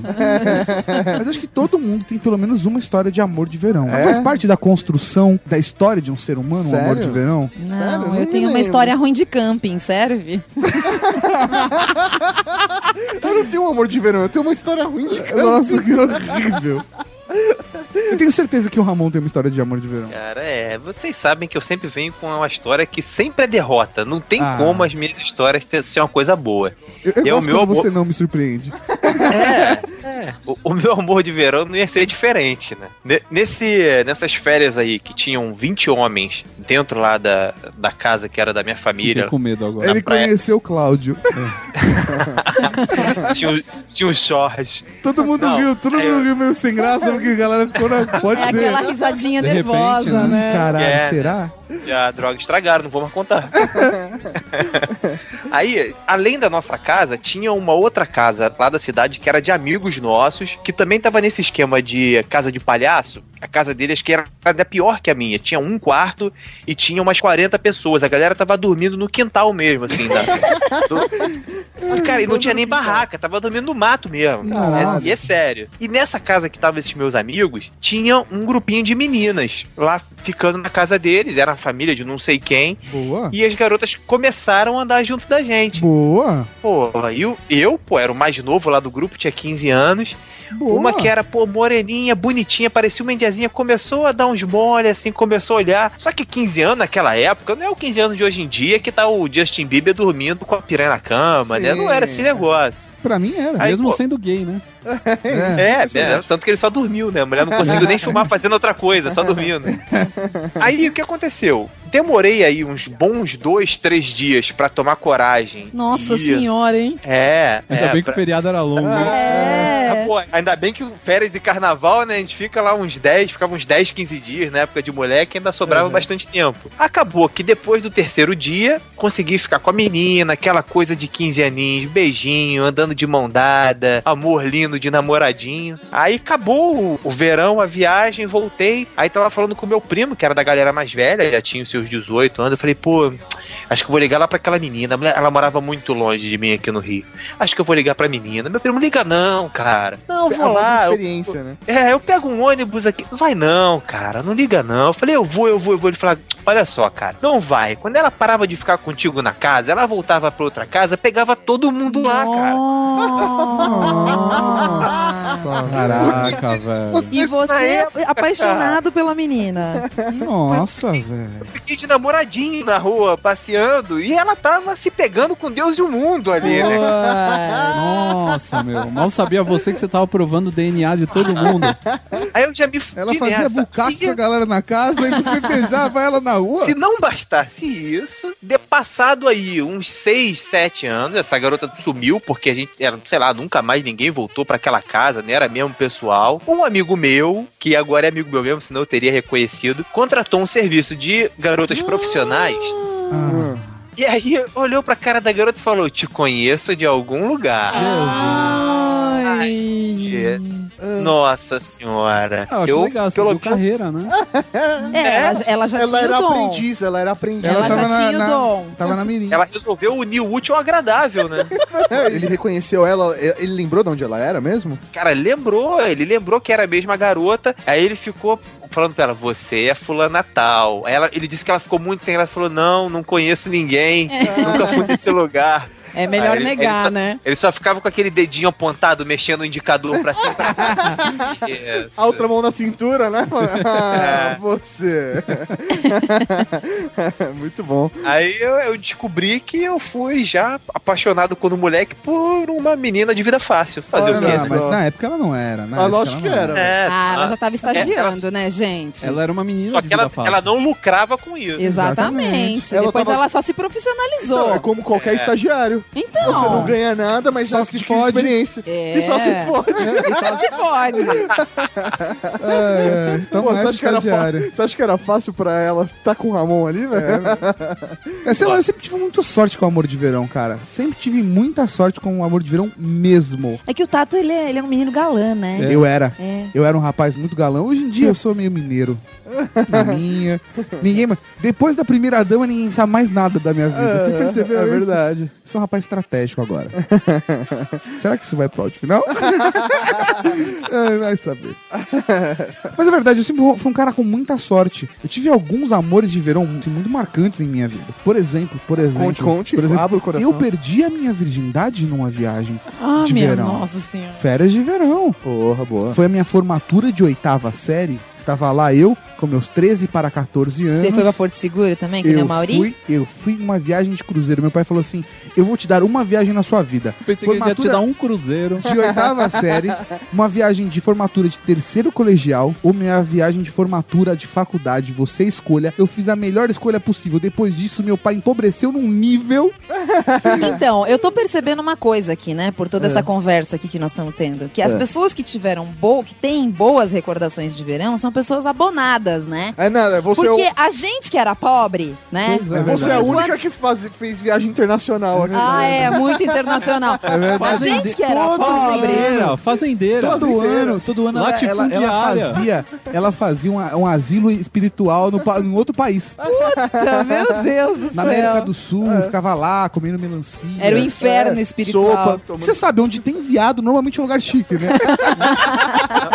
Speaker 1: Mas acho que todo mundo tem pelo menos uma história de amor de verão.
Speaker 9: É?
Speaker 1: Faz parte da construção da história de um ser humano, o amor
Speaker 9: Sério?
Speaker 1: de verão?
Speaker 5: Não,
Speaker 1: Sério?
Speaker 5: eu
Speaker 1: Não
Speaker 5: tenho uma
Speaker 1: lembro.
Speaker 5: história ruim de camping, serve?
Speaker 2: Eu não tenho um amor de verão, eu tenho uma história ruim de camping.
Speaker 1: Nossa, que horrível. Eu tenho certeza que o Ramon tem uma história de amor de verão.
Speaker 4: Cara, é. Vocês sabem que eu sempre venho com uma história que sempre é derrota. Não tem
Speaker 1: Ah.
Speaker 4: como as minhas histórias ter, ser uma coisa boa.
Speaker 1: Eu, eu
Speaker 4: E é o
Speaker 1: gosto quando
Speaker 4: amor-
Speaker 1: você não me surpreende.
Speaker 4: o, o meu amor de verão não ia ser diferente, né? Ne- Nesse, nessas férias aí, que tinham 20 homens dentro lá da, da casa que era da minha família.
Speaker 1: Fiquei com
Speaker 9: medo
Speaker 4: na
Speaker 1: Ele
Speaker 4: praia,
Speaker 1: conheceu o Cláudio.
Speaker 4: tinha, um- tinha um short.
Speaker 1: Todo mundo
Speaker 4: Não,
Speaker 1: riu, todo mundo riu meio sem graça, porque a galera ficou na. Pode
Speaker 5: É
Speaker 1: ser.
Speaker 5: aquela risadinha De repente, nervosa, né? né?
Speaker 1: Ih, caralho,
Speaker 4: É, né?
Speaker 1: será?
Speaker 4: Já droga estragaram, não vou mais contar. Aí, além da nossa casa, tinha uma outra casa lá da cidade que era de amigos nossos, que também tava nesse esquema de casa de palhaço. A casa deles que era até pior que a minha. Tinha um quarto e tinha umas 40 pessoas. A galera tava dormindo no quintal mesmo, assim. Da... do- Ah, Cara, e não tinha nem barraca, tava dormindo no mato mesmo.
Speaker 1: Nossa.
Speaker 4: E é sério. E nessa casa que tava esses meus amigos, tinha um grupinho de meninas lá ficando na casa deles. Era a família de não sei quem.
Speaker 1: Boa.
Speaker 4: E as garotas começaram a andar junto da gente.
Speaker 1: Boa.
Speaker 3: É
Speaker 4: Pô, eu, eu, pô, era o mais novo lá do grupo, tinha 15 anos.
Speaker 1: Boa.
Speaker 4: Uma que era, pô, moreninha, bonitinha, parecia uma mulherzinha começou a dar uns mole, assim, começou a olhar. Só que 15 anos naquela época, não é o 15 anos de hoje em dia que tá o Justin Bieber dormindo com a piranha na cama, né? Não era esse negócio.
Speaker 6: Pra mim era,
Speaker 4: Aí,
Speaker 6: mesmo assim.
Speaker 4: pô.
Speaker 6: sendo gay, né?
Speaker 4: É, é, tanto que ele só dormiu, né? A mulher não conseguiu nem filmar fazendo outra coisa, só dormindo. Aí o que aconteceu? Demorei aí uns bons dois, três dias pra tomar coragem.
Speaker 5: Nossa
Speaker 4: E-
Speaker 5: senhora, hein?
Speaker 4: É,
Speaker 6: Ainda
Speaker 4: é,
Speaker 6: bem que
Speaker 4: pra-
Speaker 6: o feriado era longo.
Speaker 9: né?
Speaker 5: É. Tá
Speaker 4: Ah, pô, ainda bem que férias e carnaval, né? A gente fica lá uns 10, ficava uns 10, 15 dias na época de moleque, ainda sobrava bastante tempo. Acabou que depois do terceiro dia, consegui ficar com a menina, aquela coisa de 15 aninhos, beijinho, andando de mão dada, amor lindo de namoradinho. Aí acabou o, o verão, a viagem, voltei. Aí tava falando com o meu primo, que era da galera mais velha, já tinha os seus 18 anos. Eu falei, pô, acho que eu vou ligar lá pra aquela menina. A mulher- Ela morava muito longe de mim aqui no Rio. Acho que eu vou ligar pra menina. Meu primo, liga não, cara. Não,
Speaker 3: A
Speaker 4: vou
Speaker 3: nossa
Speaker 4: lá. eu-
Speaker 3: experiência, né?
Speaker 4: é, eu pego um ônibus aqui. Não Vai não, cara, não liga não. Eu falei, eu vou, eu vou, eu vou. Ele falou, olha só, cara, não vai. Quando ela parava de ficar contigo na casa, ela voltava pra outra casa, pegava todo mundo lá, cara.
Speaker 6: Nossa, caraca, velho.
Speaker 5: E
Speaker 4: Isso na
Speaker 5: você é
Speaker 4: época,
Speaker 5: apaixonado pela menina.
Speaker 6: Nossa, velho.
Speaker 4: Fiquei de namoradinho na rua, passeando, e ela tava se pegando com Deus e o mundo ali, né?
Speaker 6: Nossa, meu. Mal sabia você que você tava provando o DNA de todo
Speaker 4: Ah.
Speaker 6: mundo.
Speaker 4: Aí eu já me fudi
Speaker 1: Ela fazia
Speaker 4: nessa.
Speaker 1: bucaque com a galera na casa e você beijava ela na rua.
Speaker 4: Se não bastasse isso, de passado aí uns 6, 7 anos, essa garota sumiu porque a gente, era, sei lá, nunca mais ninguém voltou pra aquela casa, né? Era mesmo pessoal. Um amigo meu, que agora é amigo meu mesmo, senão eu teria reconhecido, contratou um serviço de garotas
Speaker 6: Ah.
Speaker 4: profissionais.
Speaker 1: Ah.
Speaker 4: E aí olhou pra cara da garota e falou: Te conheço de algum lugar. Ai. Nossa senhora.
Speaker 6: Ah, eu acho legal, você deu carreira, né?
Speaker 5: É, ela, ela já
Speaker 3: Ela
Speaker 5: tinha
Speaker 3: era
Speaker 5: o dom.
Speaker 3: aprendiz, ela era aprendiz.
Speaker 5: Ela já tinha o dom.
Speaker 1: Tava na mirim.
Speaker 4: Ela resolveu unir o útil ao agradável, né?
Speaker 3: É, Ele reconheceu ela, ele lembrou de onde ela era mesmo?
Speaker 4: Cara, lembrou, ele lembrou que era a mesma garota, aí ele ficou falando pra ela, você é fulana tal. Aí ela, ele disse que ela ficou muito sem graça, falou, não, não conheço ninguém, nunca fui nesse lugar.
Speaker 5: É melhor
Speaker 4: Aí ele-
Speaker 5: negar,
Speaker 4: ele só-
Speaker 5: né?
Speaker 4: Ele só ficava com aquele dedinho apontado, mexendo o indicador pra cima. e pra cá. Yes.
Speaker 3: A outra mão na cintura, né? Ah,
Speaker 4: É.
Speaker 3: você. Muito bom.
Speaker 4: Aí eu, eu descobri que eu fui já apaixonado quando moleque por uma menina de vida fácil. Fazer
Speaker 1: Ah,
Speaker 4: o quê?
Speaker 1: não, mas na época ela não era, né?
Speaker 4: Ah, lógico que era, É,
Speaker 5: ah, ela
Speaker 4: ah,
Speaker 5: já tava estagiando, né, gente?
Speaker 6: Ela era uma menina
Speaker 4: Só
Speaker 6: de
Speaker 4: que ela,
Speaker 6: vida fácil.
Speaker 4: ela não lucrava com isso.
Speaker 5: Exatamente.
Speaker 3: Ela
Speaker 5: Depois
Speaker 3: tava-
Speaker 5: ela só se profissionalizou.
Speaker 3: Então, é como qualquer
Speaker 4: É.
Speaker 3: estagiário.
Speaker 5: Então.
Speaker 3: Você não ganha nada, mas
Speaker 1: Só
Speaker 3: só
Speaker 1: se
Speaker 3: se
Speaker 1: fode.
Speaker 3: experiência.
Speaker 5: É.
Speaker 3: E só se fode.
Speaker 5: E Então, só se pode.
Speaker 1: É, então
Speaker 3: Pô,
Speaker 1: não
Speaker 3: você,
Speaker 1: era
Speaker 3: acha que era
Speaker 1: estagiária.
Speaker 3: fa- você acha que era fácil pra ela tá com o Ramon ali, velho?
Speaker 1: É, sei lá, eu sempre tive muita sorte com o amor de verão, cara. Sempre tive muita sorte com o amor de verão mesmo.
Speaker 5: É que o Tato, ele é, ele é um menino galã, né?
Speaker 1: Eu era.
Speaker 5: É.
Speaker 1: Eu era um rapaz muito galão. Hoje em dia eu sou meio mineiro. Na minha. Ninguém mais. Depois da primeira dama, ninguém sabe mais nada da minha vida. Você
Speaker 3: É,
Speaker 1: percebeu
Speaker 3: é
Speaker 1: isso?
Speaker 3: verdade.
Speaker 1: Sou um rapaz estratégico agora. Será que isso vai pro áudio final? É, vai saber. Mas é verdade, eu sempre fui um cara com muita sorte. Eu tive alguns amores de verão assim, muito marcantes em minha vida. Por exemplo, por exemplo.
Speaker 3: conte.
Speaker 1: Por exemplo,
Speaker 3: Abra o coração.
Speaker 1: Eu perdi a minha virgindade numa viagem
Speaker 5: Ah,
Speaker 1: de
Speaker 5: minha
Speaker 1: verão.
Speaker 5: nossa senhora.
Speaker 1: Férias de verão.
Speaker 3: Porra, boa.
Speaker 1: Foi a minha formatura de oitava série. Estava lá eu, com meus 13 para 14 anos.
Speaker 5: Você foi pra Porto Seguro também, que nem
Speaker 1: eu
Speaker 5: o Mauri?
Speaker 1: fui, eu fui numa viagem de cruzeiro. Meu pai falou assim: Eu vou te dar uma viagem na sua vida.
Speaker 6: Pensei que ele ia te dar um cruzeiro.
Speaker 1: de oitava série, uma viagem de formatura de terceiro colegial ou minha viagem de formatura de faculdade. Você escolha. Eu fiz a melhor escolha possível. Depois disso, meu pai empobreceu num nível.
Speaker 5: Então, eu tô percebendo uma coisa aqui, né? Por toda
Speaker 1: É.
Speaker 5: essa conversa aqui que nós estamos tendo. Que as
Speaker 3: É.
Speaker 5: pessoas que tiveram boa, que têm boas recordações de verão, são pessoas abonadas, né?
Speaker 3: É nada, você é o-
Speaker 5: Porque a gente que era pobre, né?
Speaker 1: Pois é, é
Speaker 3: Você é a
Speaker 1: verdade.
Speaker 3: única que faz- fez viagem internacional aqui.
Speaker 5: Ah, é, muito internacional.
Speaker 1: É verdade.
Speaker 5: a gente que era
Speaker 1: Todo
Speaker 5: pobre.
Speaker 6: Fazendeira, fazendeira.
Speaker 1: Todo ano, todo ano ela, ela, ela
Speaker 6: Latifundiária.
Speaker 1: fazia, ela fazia uma- um asilo espiritual no, pa- em outro país.
Speaker 5: Puta, meu Deus do
Speaker 1: Na
Speaker 5: céu.
Speaker 1: América do Sul, ficava lá comendo melancia.
Speaker 5: Era o inferno
Speaker 3: É,
Speaker 5: espiritual.
Speaker 3: sopa, tomando-
Speaker 1: Você sabe, onde tem viado, normalmente é um lugar chique, né?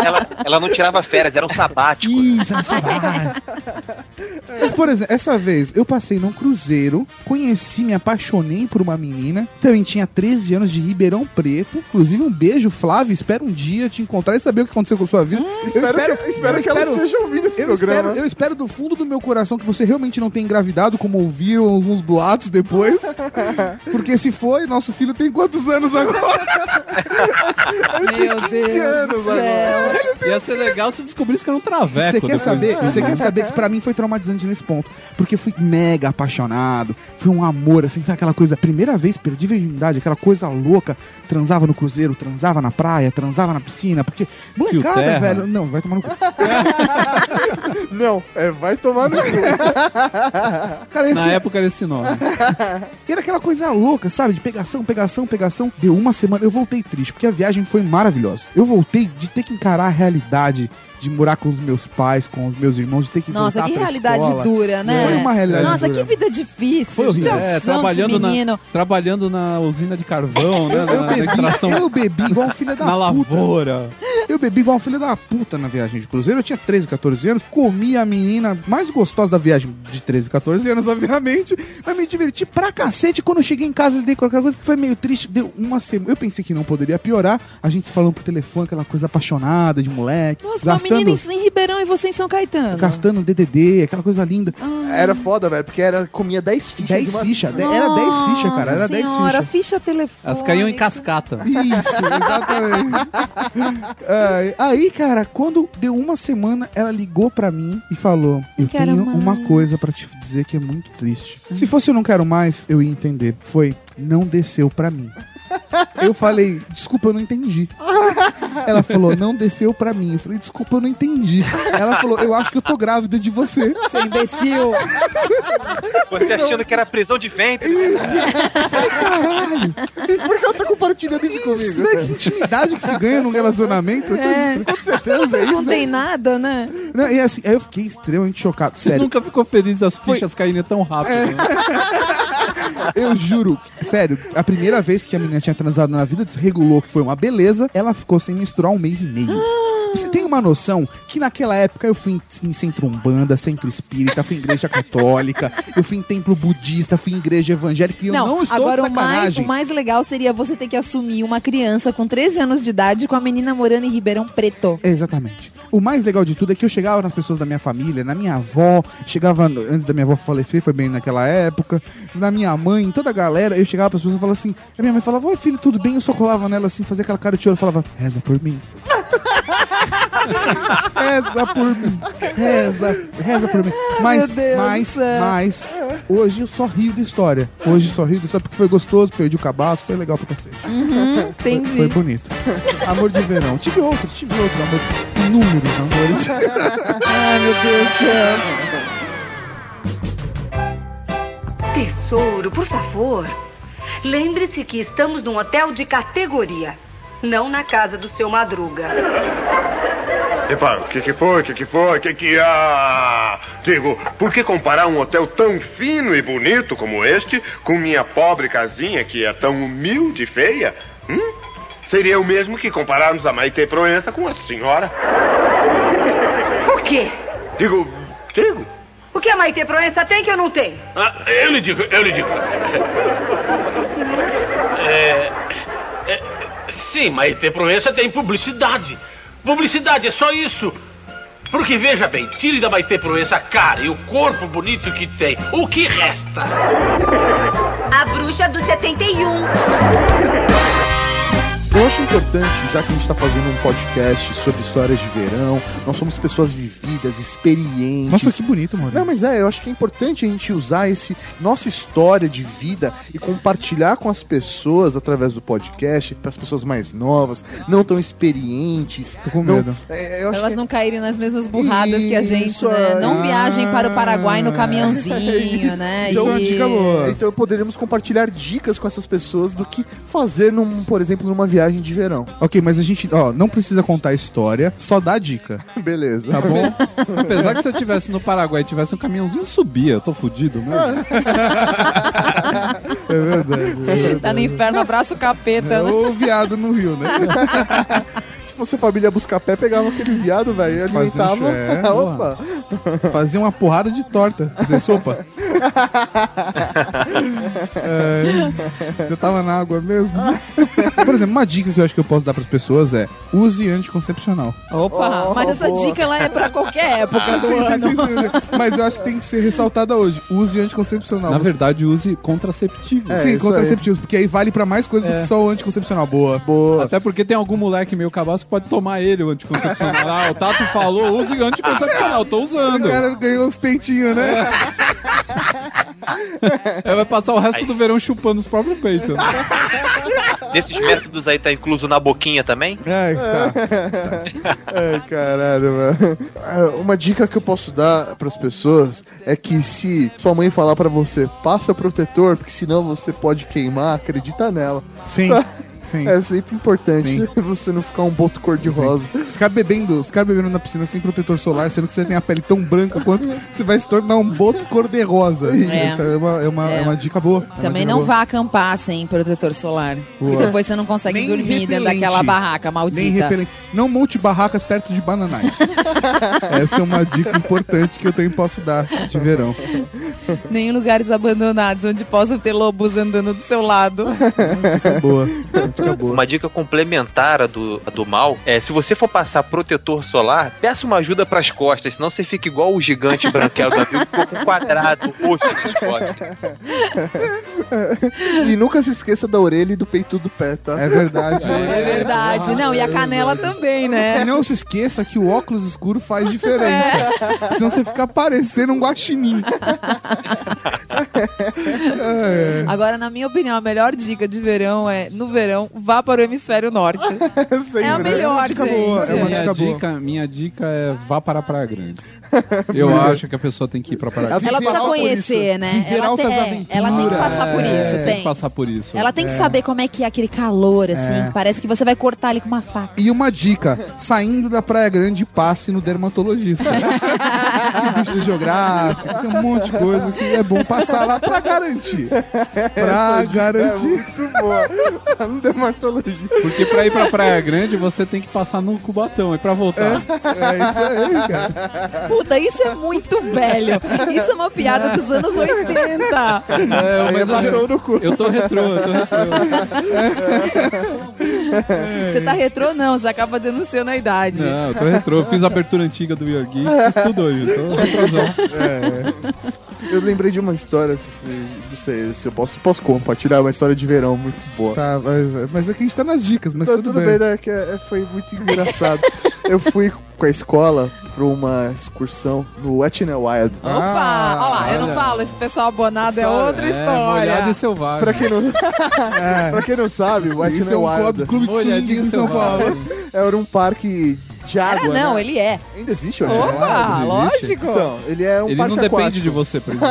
Speaker 4: Ela, ela não tirava férias, era um sabático.
Speaker 1: Isso, é um salário. Tipo, né? Mas, por exemplo, essa vez eu passei num cruzeiro, conheci, me apaixonei por uma menina, também tinha 13 anos de Ribeirão Preto. Inclusive, um beijo, Flávio. Espero um dia te encontrar e saber o que aconteceu com sua vida. eu
Speaker 16: espero que- espero que ela esteja ouvindo esse
Speaker 1: eu
Speaker 16: programa.
Speaker 1: espero- eu espero do fundo do meu coração que você realmente não tenha engravidado, como ouviram alguns boatos depois. porque se foi, nosso filho tem quantos anos agora?
Speaker 9: Meu Deus.
Speaker 1: anos
Speaker 9: do
Speaker 2: É.
Speaker 9: céu. Ia ser legal se descobrisse que era um traveco.
Speaker 1: Você quer
Speaker 9: depois.
Speaker 1: saber? Você quer saber que pra mim foi traumatizante nesse ponto. Porque eu fui mega apaixonado. Foi um amor, assim, sabe aquela coisa? Primeira vez, perdi a virgindade, aquela coisa louca. Transava no cruzeiro, transava na praia, transava na piscina. Porque, molecada,
Speaker 16: terra.
Speaker 1: velho. Não, vai tomar no cu.
Speaker 16: Não, é vai tomar no cu.
Speaker 1: Cara,
Speaker 9: Na
Speaker 1: esse-
Speaker 9: época era esse nome.
Speaker 1: E era aquela coisa louca, sabe? De pegação, pegação, pegação. Deu uma semana. Eu voltei triste, porque a viagem foi maravilhosa. Eu voltei de ter que encarar a realidade de morar com os meus pais, com os meus irmãos, de ter que
Speaker 5: Nossa,
Speaker 1: voltar
Speaker 5: que
Speaker 1: pra
Speaker 5: realidade
Speaker 1: escola.
Speaker 5: dura, né?
Speaker 1: Foi uma realidade
Speaker 5: Nossa,
Speaker 1: dura.
Speaker 5: que vida difícil.
Speaker 1: Foi horrível.
Speaker 5: Deus
Speaker 1: É,
Speaker 5: santo,
Speaker 9: Trabalhando na,
Speaker 5: menino.
Speaker 9: trabalhando na usina de carvão, né? Na,
Speaker 1: Eu
Speaker 9: na
Speaker 1: bebi,
Speaker 9: extração.
Speaker 1: eu bebi igual um filho da
Speaker 9: Na
Speaker 1: puta.
Speaker 9: lavoura.
Speaker 1: Eu bebi igual um filho da puta na viagem de cruzeiro. Eu tinha 13, 14 anos. Comi a menina mais gostosa da viagem de 13, 14 anos, obviamente. Mas me diverti pra cacete. Quando eu cheguei em casa, lidei com aquela coisa. Foi meio triste. Deu uma semana. Eu pensei que não poderia piorar. A gente falando por telefone, aquela coisa apaixonada de moleque.
Speaker 5: Nossa, uma
Speaker 1: gastando,
Speaker 5: menina em, em Ribeirão e você em São Caetano.
Speaker 1: gastando DDD, aquela coisa linda.
Speaker 5: Ah,
Speaker 2: Era foda, velho, porque era, comia 10 fichas.
Speaker 1: 10
Speaker 2: de uma-
Speaker 1: fichas. de- Era 10 fichas, cara. Era 10
Speaker 5: senhora,
Speaker 1: fichas.
Speaker 5: ficha telefone.
Speaker 9: Elas caíam em cascata.
Speaker 1: Isso, exatamente. Ai, aí, cara, quando deu uma semana, ela ligou pra mim e falou: Eu
Speaker 5: quero
Speaker 1: tenho
Speaker 5: mais."
Speaker 1: uma coisa pra te dizer que é muito triste.
Speaker 2: Hum.
Speaker 1: Se fosse eu não quero mais, eu ia entender. Foi, não desceu pra mim. Eu falei, desculpa, eu não entendi. Ela falou, não desceu pra mim. Eu falei, desculpa, eu não entendi. Ela falou, eu acho que eu tô grávida de você.
Speaker 5: Seu é imbecil.
Speaker 4: Você achando que era prisão de ventre.
Speaker 1: Caralho!
Speaker 2: Por que ela tá compartilhando isso comigo?
Speaker 1: Isso, né? Que intimidade que se ganha num relacionamento.
Speaker 5: É.
Speaker 1: Quanto vocês transam, é isso?
Speaker 5: Não tem nada, né?
Speaker 1: Não, e assim, aí eu fiquei extremamente chocado,
Speaker 9: Você
Speaker 1: sério. É.
Speaker 9: nunca ficou feliz das fichas caírem tão rápido. né?
Speaker 1: Eu juro, sério, a primeira vez que a menina tinha transado na vida, desregulou que foi uma beleza, ela ficou sem menstruar um mês e meio.
Speaker 5: Ah.
Speaker 1: Você tem uma noção que naquela época eu fui em, em centro umbanda, centro espírita, fui em igreja católica, eu fui em templo budista, fui em igreja evangélica e eu não estou
Speaker 5: agora
Speaker 1: de
Speaker 5: o mais,
Speaker 1: sacanagem.
Speaker 5: o mais legal seria você ter que assumir uma criança com 13 anos de idade com a menina morando em Ribeirão Preto.
Speaker 1: Exatamente. O mais legal de tudo é que eu chegava nas pessoas da minha família, na minha avó, chegava no- antes da minha avó falecer, foi bem naquela época, na minha mãe, em toda a galera, eu chegava pras pessoas e falava assim, a minha mãe falava, oi filho, tudo bem? Eu só colava nela assim, fazia aquela cara de choro, falava, reza por mim. reza por mim. Reza, reza por mim. Mas,
Speaker 5: meu Deus
Speaker 1: mas,
Speaker 5: do céu.
Speaker 1: mas, hoje eu só rio da história. Hoje eu só rio da história porque foi gostoso, perdi o cabaço, foi legal pra cacete.
Speaker 5: Uhum,
Speaker 1: Foi-
Speaker 5: entendi.
Speaker 1: Foi bonito. Amor de verão. Tive outros, tive outros amor. Inúmeros amores.
Speaker 5: Ai, meu Deus do céu.
Speaker 8: Tesouro, por favor. Lembre-se que estamos num hotel de categoria, não na casa do seu Madruga.
Speaker 7: Epa, o que que foi? O que que foi? O que que há? Digo, por que comparar um hotel tão fino e bonito como este com minha pobre casinha que é tão humilde e feia? Hum? Seria o mesmo que compararmos a Maite Proença com a senhora.
Speaker 8: O quê?
Speaker 7: Digo, digo.
Speaker 8: O que a Maite Proença tem que eu não tenho?
Speaker 7: Ah, eu lhe digo, eu lhe digo.
Speaker 17: É, é, sim, mas ter Proença tem publicidade. Publicidade é só isso. Porque veja bem, tire da Maite Proença a cara e o corpo bonito que tem. O que resta?
Speaker 8: A bruxa do 71.
Speaker 2: Eu acho importante, já que a gente está fazendo um podcast sobre histórias de verão, nós somos pessoas vividas, experientes.
Speaker 1: Nossa, que bonito, mano.
Speaker 2: Não, mas é, eu acho que é importante a gente usar esse nossa história de vida e compartilhar com as pessoas através do podcast, para as pessoas mais novas, não tão experientes. Tô com
Speaker 1: medo.
Speaker 5: Elas não caírem nas mesmas burradas que a gente,
Speaker 2: Isso,
Speaker 5: né? Não
Speaker 2: ah.
Speaker 5: viajem para o Paraguai no caminhãozinho, né?
Speaker 2: Então,
Speaker 5: E-
Speaker 1: é Ah.
Speaker 2: então poderíamos compartilhar dicas com essas pessoas do que fazer, num, por exemplo, numa viagem de verão.
Speaker 1: Ok, mas a gente, ó, não precisa contar a história, só dá a dica.
Speaker 2: Beleza.
Speaker 1: Tá bom?
Speaker 9: Apesar que se eu tivesse no Paraguai e tivesse um caminhãozinho, eu subia. Eu tô fudido né? mesmo.
Speaker 1: É verdade.
Speaker 5: Tá no inferno, abraça o capeta.
Speaker 1: né? Ou viado no Rio, né?
Speaker 2: Se fosse família buscar pé, pegava aquele viado, velho, e
Speaker 1: Fazia um
Speaker 2: alimentava.
Speaker 1: churé,
Speaker 2: Opa!
Speaker 1: Fazia uma porrada de torta, quer dizer, sopa. É, eu tava na água mesmo. Por exemplo, uma dica que eu acho que eu posso dar pras pessoas é use anticoncepcional.
Speaker 5: Opa, mas essa dica ela é pra qualquer época do
Speaker 1: Sim, sim,
Speaker 5: ano.
Speaker 1: sim, sim, sim. Mas eu acho que tem que ser ressaltada hoje. Use anticoncepcional.
Speaker 9: Na
Speaker 1: Você- É,
Speaker 9: verdade, use contraceptivos.
Speaker 5: É,
Speaker 1: Sim, contraceptivos, porque aí vale pra mais coisa do
Speaker 9: É.
Speaker 1: que só o anticoncepcional. Boa.
Speaker 2: Boa.
Speaker 9: Até porque tem algum moleque meio cabaço que pode tomar ele, o anticoncepcional. ah, o Tato falou, use anticoncepcional, tô usando.
Speaker 1: O cara ganhou uns peitinhos, né?
Speaker 9: Aí vai passar o resto do verão chupando os próprios peitos.
Speaker 4: Desses métodos aí tá incluso na boquinha também?
Speaker 5: É.
Speaker 1: Ai, tá.
Speaker 2: Ai, caralho, mano. Ah, Uma dica que eu posso dar pras pessoas é que se sua mãe falar pra você, passa protetor, porque senão você pode queimar, acredita nela.
Speaker 5: É.
Speaker 1: Sim.
Speaker 5: Tá.
Speaker 1: Sim.
Speaker 2: É sempre importante você não ficar um boto cor-de-rosa.
Speaker 1: Ficar bebendo, ficar bebendo na piscina sem protetor solar, sendo que você tem a pele tão branca quanto você vai se tornar um boto cor-de-rosa.
Speaker 5: É.
Speaker 1: Essa é uma, é, uma,
Speaker 5: É.
Speaker 1: é uma dica boa. É uma
Speaker 5: Também
Speaker 1: dica
Speaker 5: não
Speaker 1: boa.
Speaker 5: vá acampar sem protetor solar.
Speaker 1: Boa.
Speaker 5: Porque depois você não consegue
Speaker 1: Nem
Speaker 5: dormir dentro
Speaker 1: repelente.
Speaker 5: daquela barraca
Speaker 1: Nem
Speaker 5: maldita.
Speaker 1: repelente. Não monte barracas perto de bananais. Essa é uma dica importante que eu também posso dar de verão.
Speaker 5: Nem em lugares abandonados onde possam ter lobos andando do seu lado.
Speaker 1: Boa.
Speaker 4: Uma dica complementar à do, à do mal é se você for passar protetor solar, peça uma ajuda pras costas, senão você fica igual o gigante branquelo do avião que ficou com um quadrado o rosto nas costas.
Speaker 2: E nunca se esqueça da orelha e do peito do pé, tá?
Speaker 1: É verdade.
Speaker 5: É verdade. Não, e a canela também, né?
Speaker 1: E não se esqueça que o óculos escuro faz diferença. Senão você fica parecendo um guaxinim. É.
Speaker 5: Agora, na minha opinião, a melhor dica de verão é, no verão, vá para o hemisfério norte. é a
Speaker 2: né?
Speaker 5: melhor,
Speaker 2: É uma dica
Speaker 5: gente.
Speaker 2: boa, é uma
Speaker 9: minha,
Speaker 2: dica boa.
Speaker 9: dica, minha dica é vá para a Praia Grande. Eu acho que a pessoa tem que ir para a Praia Grande.
Speaker 5: Ela precisa conhecer, né?
Speaker 1: Viver
Speaker 5: ela,
Speaker 1: altas
Speaker 5: é, ela tem que passar por
Speaker 9: É,
Speaker 5: isso,
Speaker 9: tem
Speaker 5: tem.
Speaker 9: que passar por isso.
Speaker 5: Ela tem que
Speaker 9: É.
Speaker 5: saber como é que é aquele calor, assim. Parece que você vai cortar ele com uma faca.
Speaker 1: E uma dica: saindo da Praia Grande, passe no dermatologista. Bicho geográfico, tem um monte de coisa que é bom passar lá pra garantir. Pra garantir.
Speaker 2: muito boa. Não dermatologia.
Speaker 9: Porque pra ir pra Praia Grande, você tem que passar no Cubatão. E pra voltar...
Speaker 1: É isso aí, cara.
Speaker 5: Puta, isso é muito velho. Isso é uma piada dos anos 80.
Speaker 9: É, mas eu,
Speaker 2: bateu no cu.
Speaker 9: eu tô retrô, eu tô retrô.
Speaker 5: Você tá retrô, não. Você acaba denunciando a idade.
Speaker 9: Não, eu tô retrô. Eu Fiz a abertura antiga do Your Geeks, tudo hoje. Tô retrosão.
Speaker 2: Eu lembrei de uma história, se, se- não sei se eu posso, posso compartilhar, uma história de verão muito boa.
Speaker 1: Tá, mas, mas aqui a gente tá nas dicas, mas
Speaker 2: Tá,
Speaker 1: tudo, bem.
Speaker 2: né? Que é- é- foi muito engraçado. eu fui com a escola pra uma excursão no Wet n Wild.
Speaker 1: Ah,
Speaker 5: Opa! olha lá, eu não falo. Esse pessoal abonado é
Speaker 2: Sabe,
Speaker 5: outra história. Ah,
Speaker 9: Molhado e selvagem.
Speaker 2: Pra quem não,
Speaker 1: É.
Speaker 2: pra quem não sabe, o Wet
Speaker 1: Isso
Speaker 2: n
Speaker 1: é um
Speaker 2: Wild
Speaker 1: clube, clube de swing aqui em São Paulo.
Speaker 2: era um parque de
Speaker 5: Ah,
Speaker 2: água.
Speaker 5: não,
Speaker 2: né?
Speaker 5: ele é.
Speaker 2: Ainda existe o Wet n Wild?
Speaker 5: Opa, lógico.
Speaker 2: Então, ele é um
Speaker 9: Ele
Speaker 2: parque
Speaker 9: não depende
Speaker 2: aquático.
Speaker 9: de você pra isso.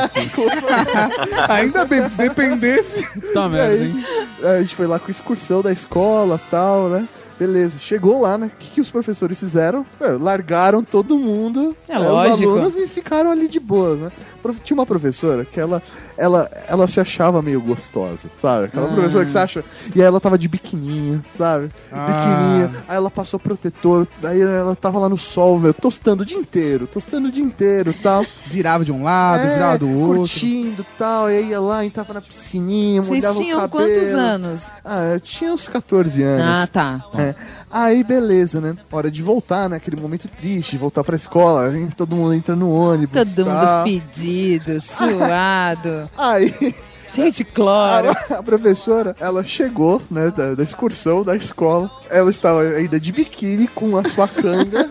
Speaker 1: Ainda bem, porque se dependesse.
Speaker 9: Tá merda, hein?
Speaker 2: Aí, a gente foi lá com excursão da escola tal, né? Beleza, chegou lá, né? O que, que os professores fizeram? É, largaram todo mundo,
Speaker 5: É
Speaker 2: né, os
Speaker 5: lógico.
Speaker 2: alunos, e ficaram ali de boas, né? Prof- Tinha uma professora que ela, ela, ela se achava meio gostosa, sabe? Aquela
Speaker 1: Ah.
Speaker 2: professora que você acha. E aí ela tava de biquininho, sabe?
Speaker 1: Ah.
Speaker 2: Biquininho. Aí ela passou protetor, aí ela tava lá no sol, velho, tostando o dia inteiro, tostando o dia inteiro tal.
Speaker 1: Virava de um lado,
Speaker 2: É,
Speaker 1: virava do outro.
Speaker 2: Curtindo e tal, e aí ia lá, entrava na piscininha, molhava
Speaker 5: Vocês
Speaker 2: o cabelo.
Speaker 5: tinham quantos anos?
Speaker 2: Ah, eu tinha uns 14 anos.
Speaker 5: Ah, tá.
Speaker 2: É. Aí, beleza, né? Hora de voltar, né? Aquele momento triste, voltar pra escola, hein? todo mundo entra no ônibus.
Speaker 5: Todo
Speaker 2: tá?
Speaker 5: mundo pedido, suado,
Speaker 2: Aí,
Speaker 5: cheio de cloro.
Speaker 2: a, a professora, ela chegou, né? Da, da excursão da escola. Ela estava ainda de biquíni, com a sua canga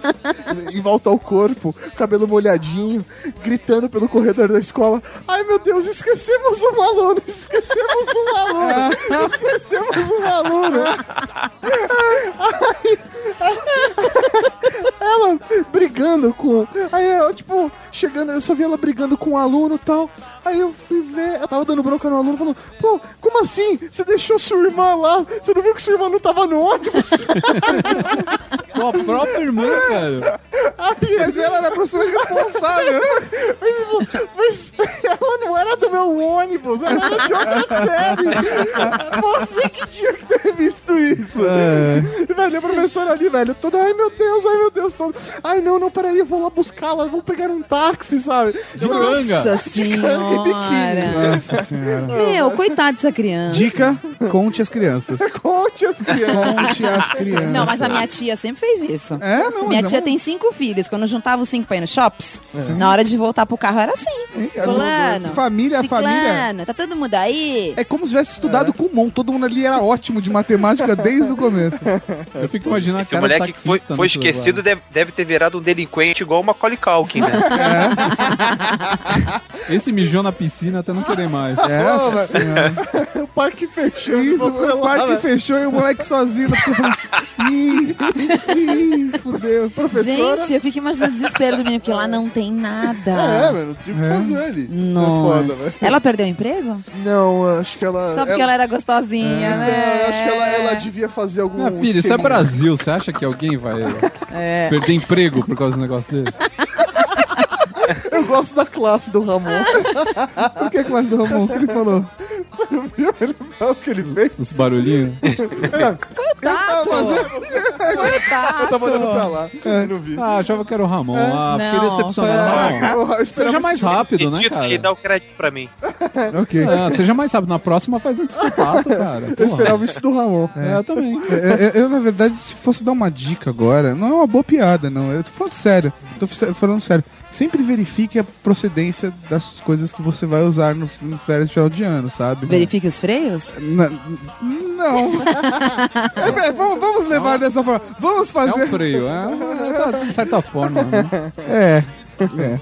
Speaker 2: em volta ao corpo, cabelo molhadinho, gritando pelo corredor da escola: Ai, meu Deus, esquecemos um aluno! Esquecemos um aluno! Esquecemos um aluno! ela brigando com. Aí eu, tipo, chegando, eu só vi ela brigando com um aluno e tal. Aí eu fui ver, ela tava dando bronca no aluno, falando: pô, como assim? Você deixou sua irmã lá? Você não viu que sua irmã não tava no ônibus?
Speaker 9: Com a própria irmã, cara.
Speaker 2: Mas ela era a professora responsável. mas, mas ela não era do meu ônibus, ela era de outra série. Você que tinha que ter visto isso.
Speaker 1: É.
Speaker 2: Velho, a professora ali, velho, toda, ai meu Deus, ai meu Deus, todo. Ai não, não, peraí, eu vou lá buscá-la, vou pegar um táxi, sabe?
Speaker 9: De canga.
Speaker 5: Nossa senhora.
Speaker 1: Nossa senhora.
Speaker 5: Meu, coitado dessa criança.
Speaker 1: Dica: conte as crianças.
Speaker 2: Conte as crianças.
Speaker 1: Conte as crianças.
Speaker 5: Não, mas a minha tia sempre fez isso.
Speaker 1: É, não, mas
Speaker 5: Minha
Speaker 1: é
Speaker 5: tia
Speaker 1: uma-
Speaker 5: tem cinco filhos. Quando juntava os cinco pra ir no shops, na hora de voltar pro carro era assim.
Speaker 1: É,
Speaker 5: Fulano.
Speaker 1: Família, família.
Speaker 5: ciclano, Tá todo mundo aí?
Speaker 1: É como se tivesse estudado com Kumon. Todo mundo ali era ótimo de matemática desde o começo.
Speaker 9: Eu fico imaginando
Speaker 4: Esse moleque que foi, foi esquecido deve, deve ter virado um delinquente igual o Macaulay Culkin, né?
Speaker 9: Esse mijou na piscina até não querer mais.
Speaker 1: Nossa senhora.
Speaker 2: o parque fechou.
Speaker 1: Isso,
Speaker 2: você
Speaker 1: o
Speaker 2: lá,
Speaker 1: parque
Speaker 2: velho.
Speaker 1: fechou e o moleque sozinho na piscina falando, Ih, ih, fudeu. Professora.
Speaker 5: Gente, eu fico imaginando o desespero do menino, porque lá não tem
Speaker 2: É,
Speaker 5: nada.
Speaker 2: velho, não tinha o que fazer ali.
Speaker 5: Ah. Nossa.
Speaker 2: É foda, velho.
Speaker 5: Ela perdeu o emprego?
Speaker 2: Não, acho que ela.
Speaker 5: Só porque ela, era gostosinha, né?
Speaker 2: Não, acho que ela, é- ela devia fazer algum.
Speaker 9: Minha filha, isso é
Speaker 2: esqueminha.
Speaker 9: Brasil. Você acha que alguém vai né,
Speaker 5: É.
Speaker 9: perder emprego por causa do negócio desse?
Speaker 2: Eu gosto da classe do Ramon.
Speaker 1: Por que a classe do Ramon? O que ele falou?
Speaker 2: Olha o que ele fez.
Speaker 9: Os barulhinhos.
Speaker 5: Coitado!
Speaker 2: Eu tava olhando pra
Speaker 5: Coitado!
Speaker 2: lá. Não vi.
Speaker 9: Ah, achava que era o Ramon. Ah, fiquei
Speaker 5: Não,
Speaker 9: decepcionado.
Speaker 2: foi-
Speaker 9: Ramon,
Speaker 2: Eu esperava
Speaker 9: Ah, seja mais
Speaker 2: esse-
Speaker 9: rápido, né,
Speaker 4: Edito e
Speaker 9: cara?
Speaker 4: dá um- o crédito pra mim.
Speaker 1: Ok.
Speaker 9: Ah, seja mais rápido. Na próxima faz antes do pato, cara.
Speaker 2: Eu
Speaker 9: Porra.
Speaker 2: esperava isso do Ramon.
Speaker 9: É, eu também.
Speaker 1: Eu, eu- eu, na verdade, se fosse dar uma dica agora, não é uma boa piada, não. Eu tô falando sério. Tô fe- falando sério. Sempre verifique a procedência das coisas que você vai usar no, no férias de final de ano, sabe?
Speaker 5: Verifique os freios?
Speaker 1: Na- não. É, é, vamos, vamos levar dessa forma. Vamos
Speaker 9: É um
Speaker 1: fazer.
Speaker 9: freio. É, tá, de certa forma. Né?
Speaker 1: É. É.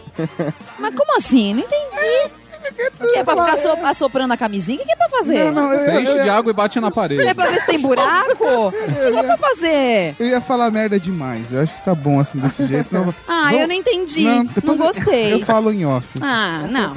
Speaker 5: Mas como assim? Não entendi. O que é pra ficar so- assoprando a camisinha? O que que é pra
Speaker 1: Não,
Speaker 5: fazer?
Speaker 1: não, eu,
Speaker 9: Você
Speaker 1: eu,
Speaker 9: enche de água e bate na
Speaker 5: É
Speaker 9: parede.
Speaker 5: pra ver se tem buraco? O que é pra fazer?
Speaker 1: eu ia falar merda demais. Eu acho que tá bom assim desse jeito. Não,
Speaker 5: Ah, eu não entendi. Não,
Speaker 1: depois eu-
Speaker 5: gostei.
Speaker 1: Eu falo em off.
Speaker 5: Ah, não.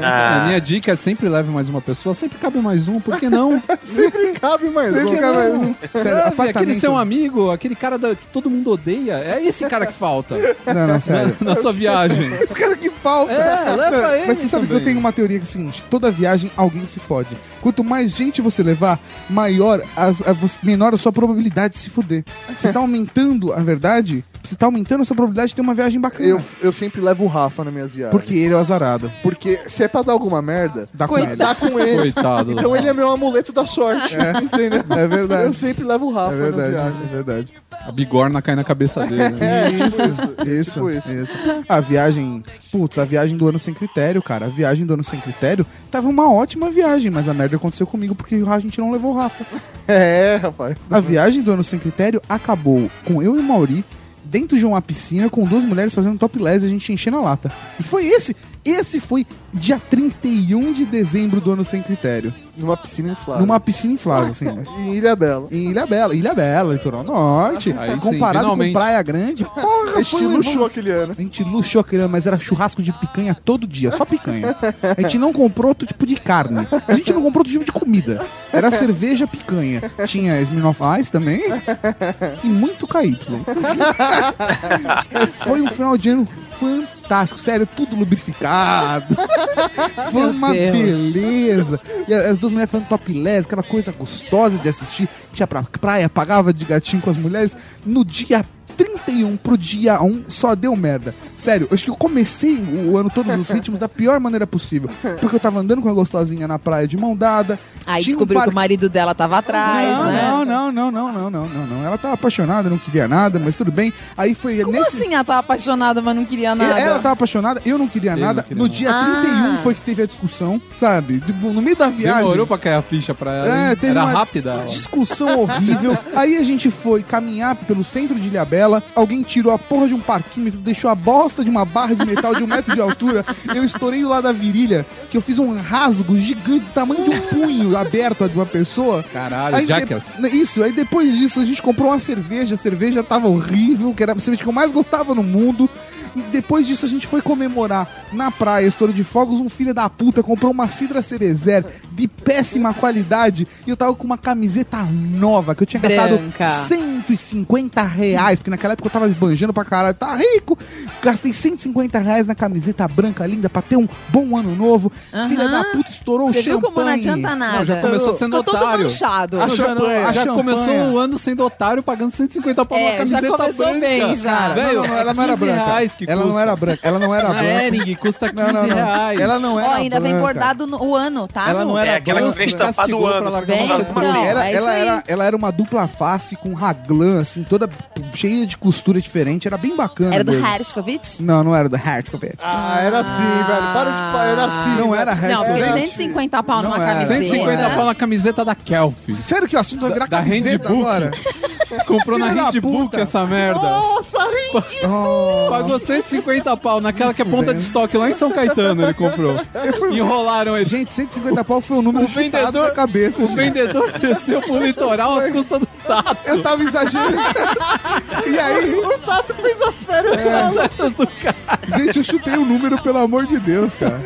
Speaker 4: Ah.
Speaker 9: A minha dica é sempre leve mais uma pessoa, sempre cabe mais um, por que não?
Speaker 2: Sempre cabe mais
Speaker 1: Você
Speaker 2: um.
Speaker 1: fica mais um. Sério,
Speaker 9: Sabe, Ah, É, aquele
Speaker 1: apartamento.
Speaker 9: seu amigo, aquele cara da- que todo mundo odeia, é esse cara que falta né?
Speaker 1: Não, não, sério.
Speaker 9: na, na sua viagem.
Speaker 1: Esse cara que falta.
Speaker 9: É, leva
Speaker 1: Não,
Speaker 9: ele
Speaker 1: Mas você sabe que eu
Speaker 9: também.
Speaker 1: tenho uma teoria que é o seguinte: toda viagem alguém se fode. Quanto mais gente você levar, maior as- a vo- menor a sua probabilidade de se foder. Você tá aumentando, a verdade, você tá aumentando a sua probabilidade de ter uma viagem bacana.
Speaker 2: Eu, eu sempre levo o Rafa nas minhas viagens.
Speaker 1: Porque ele é o azarado.
Speaker 2: Porque se é pra dar alguma merda,
Speaker 1: Dá com ele.
Speaker 5: Coitado.
Speaker 2: dá com ele.
Speaker 9: Coitado.
Speaker 2: Então ele é meu amuleto da sorte. Entendeu?
Speaker 1: É verdade.
Speaker 2: Eu sempre levo o
Speaker 1: É
Speaker 2: Rafa nas
Speaker 1: verdade, é
Speaker 2: viagens.
Speaker 1: verdade.
Speaker 9: A bigorna cai na cabeça dele. né?
Speaker 2: É, tipo
Speaker 1: Isso,
Speaker 2: isso.
Speaker 1: isso,
Speaker 2: Tipo isso.
Speaker 1: isso. A viagem. Putz, a viagem do ano sem critério, cara. A viagem do ano sem critério tava uma ótima viagem, mas a merda aconteceu comigo porque a gente não levou o Rafa.
Speaker 2: É, rapaz.
Speaker 1: A viagem do ano sem critério acabou com eu e o Mauri dentro de uma piscina com duas mulheres fazendo topless e a gente enchendo a lata. E foi esse. Esse foi dia 31 de dezembro do ano sem critério.
Speaker 2: Numa piscina inflável.
Speaker 1: Numa piscina inflável, assim. mas-
Speaker 2: Em Ilha Bela.
Speaker 1: Em Ilha Bela, Ilha Bela, litoral norte,
Speaker 9: Aí sim,
Speaker 1: comparado com
Speaker 9: finalmente.
Speaker 1: Praia Grande, porra,
Speaker 2: A gente
Speaker 1: foi uma
Speaker 2: luxou
Speaker 1: evolução.
Speaker 2: aquele né? ano.
Speaker 1: A gente luxou aquele ano, mas era churrasco de picanha todo dia, só picanha. A gente não comprou outro tipo de carne. A gente não comprou outro tipo de comida. Era cerveja, picanha. Tinha Smirnoff Ice também e muito KY. Foi um final de ano fantástico, sério, tudo lubrificado. Foi
Speaker 5: Meu
Speaker 1: uma
Speaker 5: Deus.
Speaker 1: beleza. E a- as duas mulheres falando topless, aquela coisa gostosa de assistir. Tinha pra praia, pagava de gatinho com as mulheres. No dia 31 pro dia 1, só deu merda. Sério, acho que eu comecei o o ano todos os ritmos da pior maneira possível. Porque eu tava andando com a gostosinha na praia de mão dada.
Speaker 5: Aí
Speaker 1: Tinha um
Speaker 5: descobriu que
Speaker 1: parque-
Speaker 5: o marido dela tava atrás,
Speaker 1: não,
Speaker 5: né?
Speaker 1: não, não, não, não, não, não, não, não. Ela tava apaixonada, não queria nada, mas tudo bem. Aí foi
Speaker 5: Como
Speaker 1: nesse. É,
Speaker 5: assim ela tava apaixonada, mas não queria nada?
Speaker 1: Ela tava apaixonada, eu não queria
Speaker 9: Eu não
Speaker 1: nada.
Speaker 9: queria
Speaker 1: no
Speaker 9: nada.
Speaker 1: dia
Speaker 5: Ah.
Speaker 1: 31 foi que teve a discussão, sabe? Tipo, no meio da viagem.
Speaker 9: Demorou pra cair a ficha pra ela. hein?
Speaker 1: É, teve
Speaker 9: Era
Speaker 1: uma-
Speaker 9: rápida. ela.
Speaker 1: Discussão horrível. Aí a gente foi caminhar pelo centro de Ilhabela. Alguém tirou a porra de um parquímetro, deixou a bosta de uma barra de metal de um metro de altura. Eu estourei do lado da virilha, que eu fiz um rasgo gigante, do tamanho de um punho aberto de uma pessoa.
Speaker 9: Caralho,
Speaker 1: Aí de-
Speaker 9: Jackass.
Speaker 1: Isso, aí depois disso a gente comprou uma cerveja, a cerveja tava horrível, que era a cerveja que eu mais gostava no mundo. E Depois disso a gente foi comemorar na praia, estouro de fogos, um filho da puta comprou uma cidra cerezer de péssima qualidade e eu tava com uma camiseta nova que eu tinha gastado
Speaker 5: Branca.
Speaker 1: 100 150 reais, porque naquela época eu tava esbanjando pra caralho, tá rico. Gastei 150 reais na camiseta branca linda pra ter um bom ano novo.
Speaker 18: Aham.
Speaker 1: Filha da puta, estourou
Speaker 18: Você
Speaker 1: o champanhe.
Speaker 18: viu como não adianta nada?
Speaker 19: Não, já começou sendo
Speaker 18: Ficou todo
Speaker 19: otário.
Speaker 18: manchado.
Speaker 19: Não,
Speaker 18: A
Speaker 19: já,
Speaker 18: champanhe,
Speaker 19: já
Speaker 18: a champanhe.
Speaker 19: começou o ano sendo otário, pagando 150 pau numa
Speaker 18: É, já
Speaker 19: camiseta
Speaker 18: começou
Speaker 19: branca.
Speaker 18: bem, já. Cara,
Speaker 19: Velho,
Speaker 1: não, não, não, ela não era
Speaker 19: 15
Speaker 1: branca.
Speaker 19: reais que
Speaker 1: Ela não
Speaker 19: custa.
Speaker 1: era branca, ela não era
Speaker 19: Na
Speaker 1: branca.
Speaker 19: Hering custa 15
Speaker 1: Não, não, não.
Speaker 19: reais.
Speaker 1: Ela não era
Speaker 18: Ó, ainda vem
Speaker 1: branca.
Speaker 18: bordado no- o ano, tá?
Speaker 1: Ela não era É, aquela que branca. vem estampada o ano.
Speaker 18: Vem, então,
Speaker 1: Ela era,
Speaker 18: é isso
Speaker 1: ela,
Speaker 18: aí.
Speaker 1: era, ela era uma dupla face com raglan, assim, toda cheia de costura diferente. Era bem bacana.
Speaker 18: Era do
Speaker 1: mesmo.
Speaker 18: Hershkovitz?
Speaker 1: Não, não era do Hershkovitz.
Speaker 3: Ah, era assim, velho. Para de falar, era assim.
Speaker 1: Não
Speaker 5: Ah,
Speaker 1: era
Speaker 18: Não,
Speaker 1: Hershkovitz.
Speaker 18: porque 150 pau numa camiseta.
Speaker 19: 150 pau na camiseta da Kelp.
Speaker 1: Sério que o assunto vai virar
Speaker 19: da,
Speaker 1: camiseta
Speaker 19: da Handbook.
Speaker 1: agora?
Speaker 19: Comprou na
Speaker 1: Filha da
Speaker 19: Handbook
Speaker 1: puta.
Speaker 19: essa merda.
Speaker 1: Nossa,
Speaker 19: Pagou 150 pau naquela que é ponta de estoque lá em São Caetano ele comprou. Enrolaram ele.
Speaker 1: Gente, 150 pau foi o número chutado na cabeça.
Speaker 19: O
Speaker 1: gente.
Speaker 19: vendedor desceu pro litoral às custas do Tato.
Speaker 1: Eu tava exagerando. E aí?
Speaker 3: O Tato fez as férias
Speaker 19: dela.
Speaker 1: Gente, eu chutei o número, pelo amor de Deus, cara.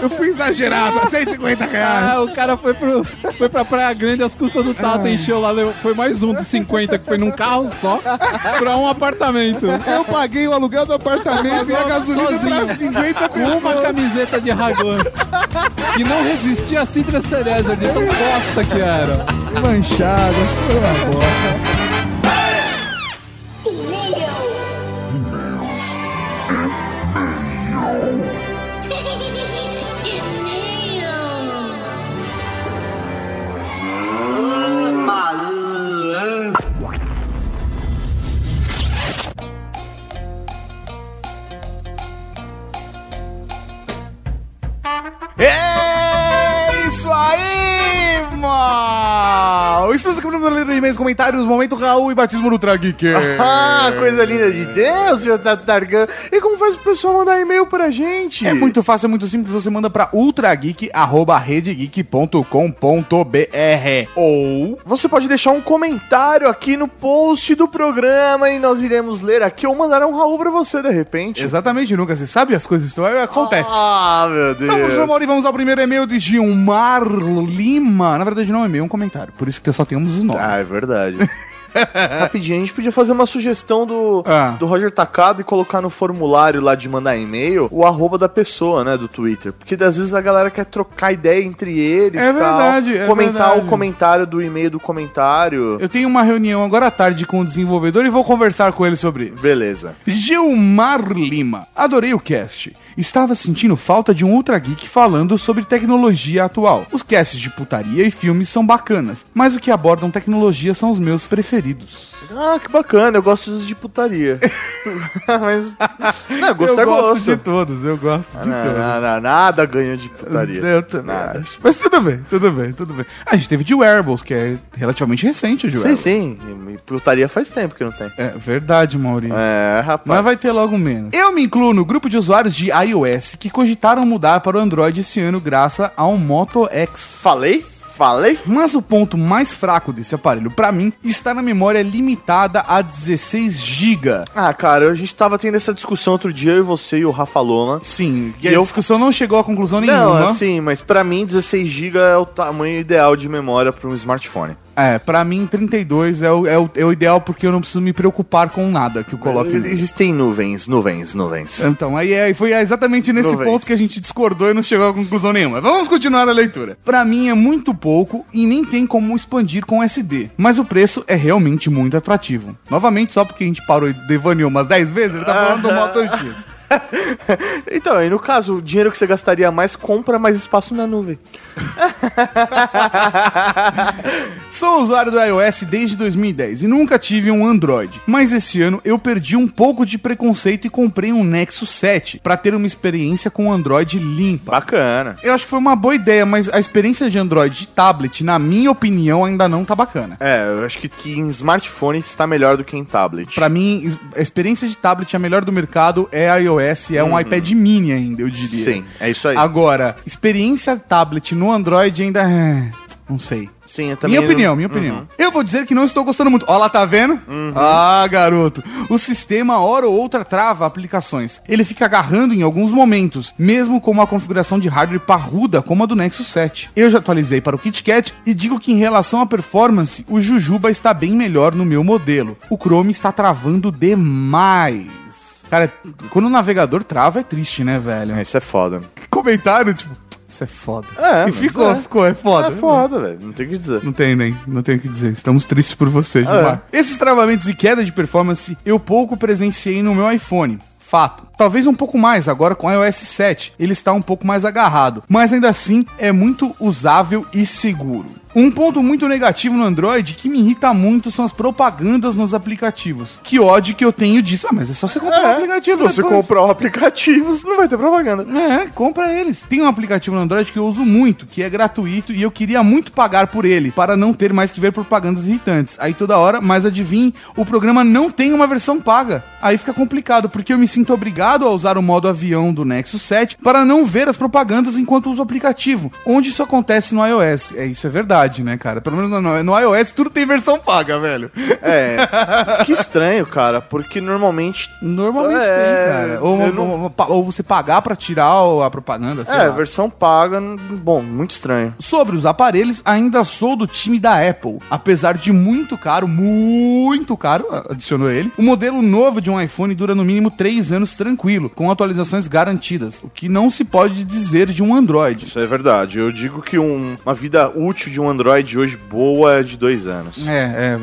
Speaker 1: Eu fui exagerado, 150 reais.
Speaker 19: Ah, o cara foi, pro, foi pra Praia Grande às custas do Tato,
Speaker 9: Ah.
Speaker 19: encheu lá, levou- foi mais um dos 50 que foi num carro só pra um apartamento.
Speaker 9: É
Speaker 1: Eu paguei o aluguel do apartamento e a gasolina pra 50
Speaker 19: Com uma
Speaker 1: pessoas.
Speaker 19: camiseta de Raglan. E não resistia a Citra Cereza de tão bosta que era.
Speaker 1: Manchada, foi uma bosta.
Speaker 9: É isso aí, mal! Estamos aqui para ler e-mails, comentários, momento Raul e batismo no Trageek.
Speaker 2: Ah, coisa linda de Deus, senhor Tato Targan. E como faz o pessoal mandar e-mail pra gente?
Speaker 9: É muito fácil, é muito simples. Você manda pra ultrageek.redegeek.com.br
Speaker 2: Ou você pode deixar um comentário aqui no post do programa e nós iremos ler aqui ou mandar um Raul pra você de repente.
Speaker 9: Exatamente, nunca se sabe, as coisas estão. Acontece.
Speaker 2: Ah, meu Deus.
Speaker 9: Então, professor Mauri, vamos ao primeiro e-mail de Gilmar Lima. Na verdade, não é e-mail, é um comentário. Por isso que só temos os nomes.
Speaker 2: Ah, é verdade. Rapidinho, a gente podia fazer uma sugestão do,
Speaker 9: Ah.
Speaker 2: do Roger Tacado e colocar no formulário lá de mandar e-mail o arroba da pessoa, né, do Twitter. Porque às vezes a galera quer trocar ideia entre eles
Speaker 9: É
Speaker 2: tal,
Speaker 9: verdade, é
Speaker 2: comentar
Speaker 9: verdade.
Speaker 2: o comentário do e-mail do comentário.
Speaker 9: Eu tenho uma reunião agora à tarde com o desenvolvedor e vou conversar com ele sobre isso.
Speaker 2: Beleza.
Speaker 9: Gilmar Lima. Adorei o cast. Estava sentindo falta de um Ultra Geek falando sobre tecnologia atual. Os casts de putaria e filmes são bacanas, mas o que abordam tecnologia são os meus preferidos.
Speaker 2: Ah, que bacana, eu gosto dos de putaria. Mas. Não,
Speaker 9: eu
Speaker 2: gostar
Speaker 9: gosto
Speaker 2: gosto. Ah,
Speaker 9: de todos, eu gosto de
Speaker 2: Não,
Speaker 9: todos.
Speaker 2: não, não, nada ganha de putaria.
Speaker 9: Eu também
Speaker 2: Nada.
Speaker 9: acho. Mas tudo bem, tudo bem, tudo bem. Ah, A gente teve de Wearables, que é relativamente recente o de
Speaker 2: Sim,
Speaker 9: Wearables.
Speaker 2: sim. e Putaria faz tempo que não tem.
Speaker 9: É verdade, Maurinho.
Speaker 2: É, rapaz.
Speaker 9: Mas vai ter logo menos. Eu me incluo no grupo de usuários de iOS que cogitaram mudar para o Android esse ano graças ao Moto X.
Speaker 2: Falei? Falei?
Speaker 9: Mas o ponto mais fraco desse aparelho, pra mim, está na memória limitada a 16 GB.
Speaker 2: Ah, cara, a gente tava tendo essa discussão outro dia, eu e você e o Rafa Loma.
Speaker 9: Sim,
Speaker 2: e
Speaker 9: E a
Speaker 2: eu...
Speaker 9: discussão não chegou a conclusão
Speaker 2: Não,
Speaker 9: nenhuma.
Speaker 2: assim, mas pra mim 16 GB é o tamanho ideal de memória pra um smartphone.
Speaker 9: É, pra mim 32 é o, é, o, é o ideal porque eu não preciso me preocupar com nada que eu coloque. nele.
Speaker 2: Existem nuvens, nuvens, nuvens.
Speaker 9: Então, aí é, foi exatamente nesse
Speaker 2: Nuvens.
Speaker 9: ponto que a gente discordou e não chegou a conclusão nenhuma. Vamos continuar a leitura. Pra mim é muito pouco e nem tem como expandir com SD, mas o preço é realmente muito atrativo. Novamente, só porque a gente parou e devaneou umas 10 vezes, ele tá falando do Moto X.
Speaker 2: Então, aí no caso, o dinheiro que você gastaria a mais, compra mais espaço na nuvem.
Speaker 9: Sou usuário do iOS desde 2010 e nunca tive um Android, mas esse ano eu perdi um pouco de preconceito e comprei um Nexus 7 pra ter uma experiência com um Android limpa.
Speaker 2: Bacana.
Speaker 9: Eu acho que foi uma boa ideia, mas a experiência de Android de tablet, na minha opinião, ainda não tá bacana.
Speaker 2: É, eu acho que, que em smartphone está melhor do que em tablet.
Speaker 9: Pra mim, es- a experiência de tablet a melhor do mercado é a iOS, é um
Speaker 2: Uhum.
Speaker 9: iPad mini ainda, eu diria.
Speaker 2: Sim, é isso aí.
Speaker 9: Agora, experiência tablet no Android ainda. é, Não sei.
Speaker 2: Sim, eu
Speaker 9: minha opinião, minha opinião.
Speaker 2: Uhum.
Speaker 9: Eu vou dizer que não estou gostando muito. Ó lá, tá vendo? Ah, garoto. O sistema, hora ou outra, trava aplicações. Ele fica agarrando em alguns momentos, mesmo com uma configuração de hardware parruda como a do Nexus 7. Eu já atualizei para o KitKat e digo que em relação à performance, o Jujuba está bem melhor no meu modelo. O Chrome está travando demais. Uhum. Cara, quando o navegador trava é triste, né, velho?
Speaker 2: Isso é foda.
Speaker 9: Comentário, tipo, isso é foda.
Speaker 2: É,
Speaker 9: e
Speaker 2: mas
Speaker 9: ficou,
Speaker 2: é.
Speaker 9: ficou, é foda.
Speaker 2: É foda, velho. Não tem o que dizer.
Speaker 9: Não tem nem, não tenho o que dizer. Estamos tristes por você,
Speaker 2: Ah,
Speaker 9: Gilmar. Esses travamentos e queda de performance eu pouco presenciei no meu iPhone. Fato. Talvez um pouco mais agora com o iOS 7. Ele está um pouco mais agarrado, mas ainda assim é muito usável e seguro. Um ponto muito negativo no Android que me irrita muito são as propagandas nos aplicativos. Que ódio que eu tenho disso. Ah, mas é só você comprar o aplicativo.
Speaker 2: Se você comprar o aplicativo, você não vai ter propaganda.
Speaker 9: É, compra eles. Tem um aplicativo no Android que eu uso muito, que é gratuito, e eu queria muito pagar por ele, para não ter mais que ver propagandas irritantes. Aí toda hora, mas adivinhe, o programa não tem uma versão paga. Aí fica complicado, porque eu me sinto obrigado a usar o modo avião do Nexus 7 para não ver as propagandas enquanto uso o aplicativo. Onde isso acontece no iOS. É, isso é verdade, né, cara? Pelo menos no, no iOS tudo tem versão paga, velho.
Speaker 2: É. que estranho, cara, porque normalmente.
Speaker 9: Normalmente tem, cara. Ou,
Speaker 2: É, eu não-
Speaker 9: ou- ou você pagar pra tirar o- a propaganda, sei
Speaker 2: é,
Speaker 9: lá.
Speaker 2: versão paga, n- bom, muito estranho.
Speaker 9: Sobre os aparelhos, ainda sou do time da Apple. Apesar de muito caro, muito caro, adicionou ele, o modelo novo de um iPhone dura no mínimo 3 anos tranquilo, com atualizações garantidas, o que não se pode dizer de um Android.
Speaker 2: Isso é verdade. Eu digo que um- uma vida útil de um Android hoje boa é de dois anos.
Speaker 9: É, é.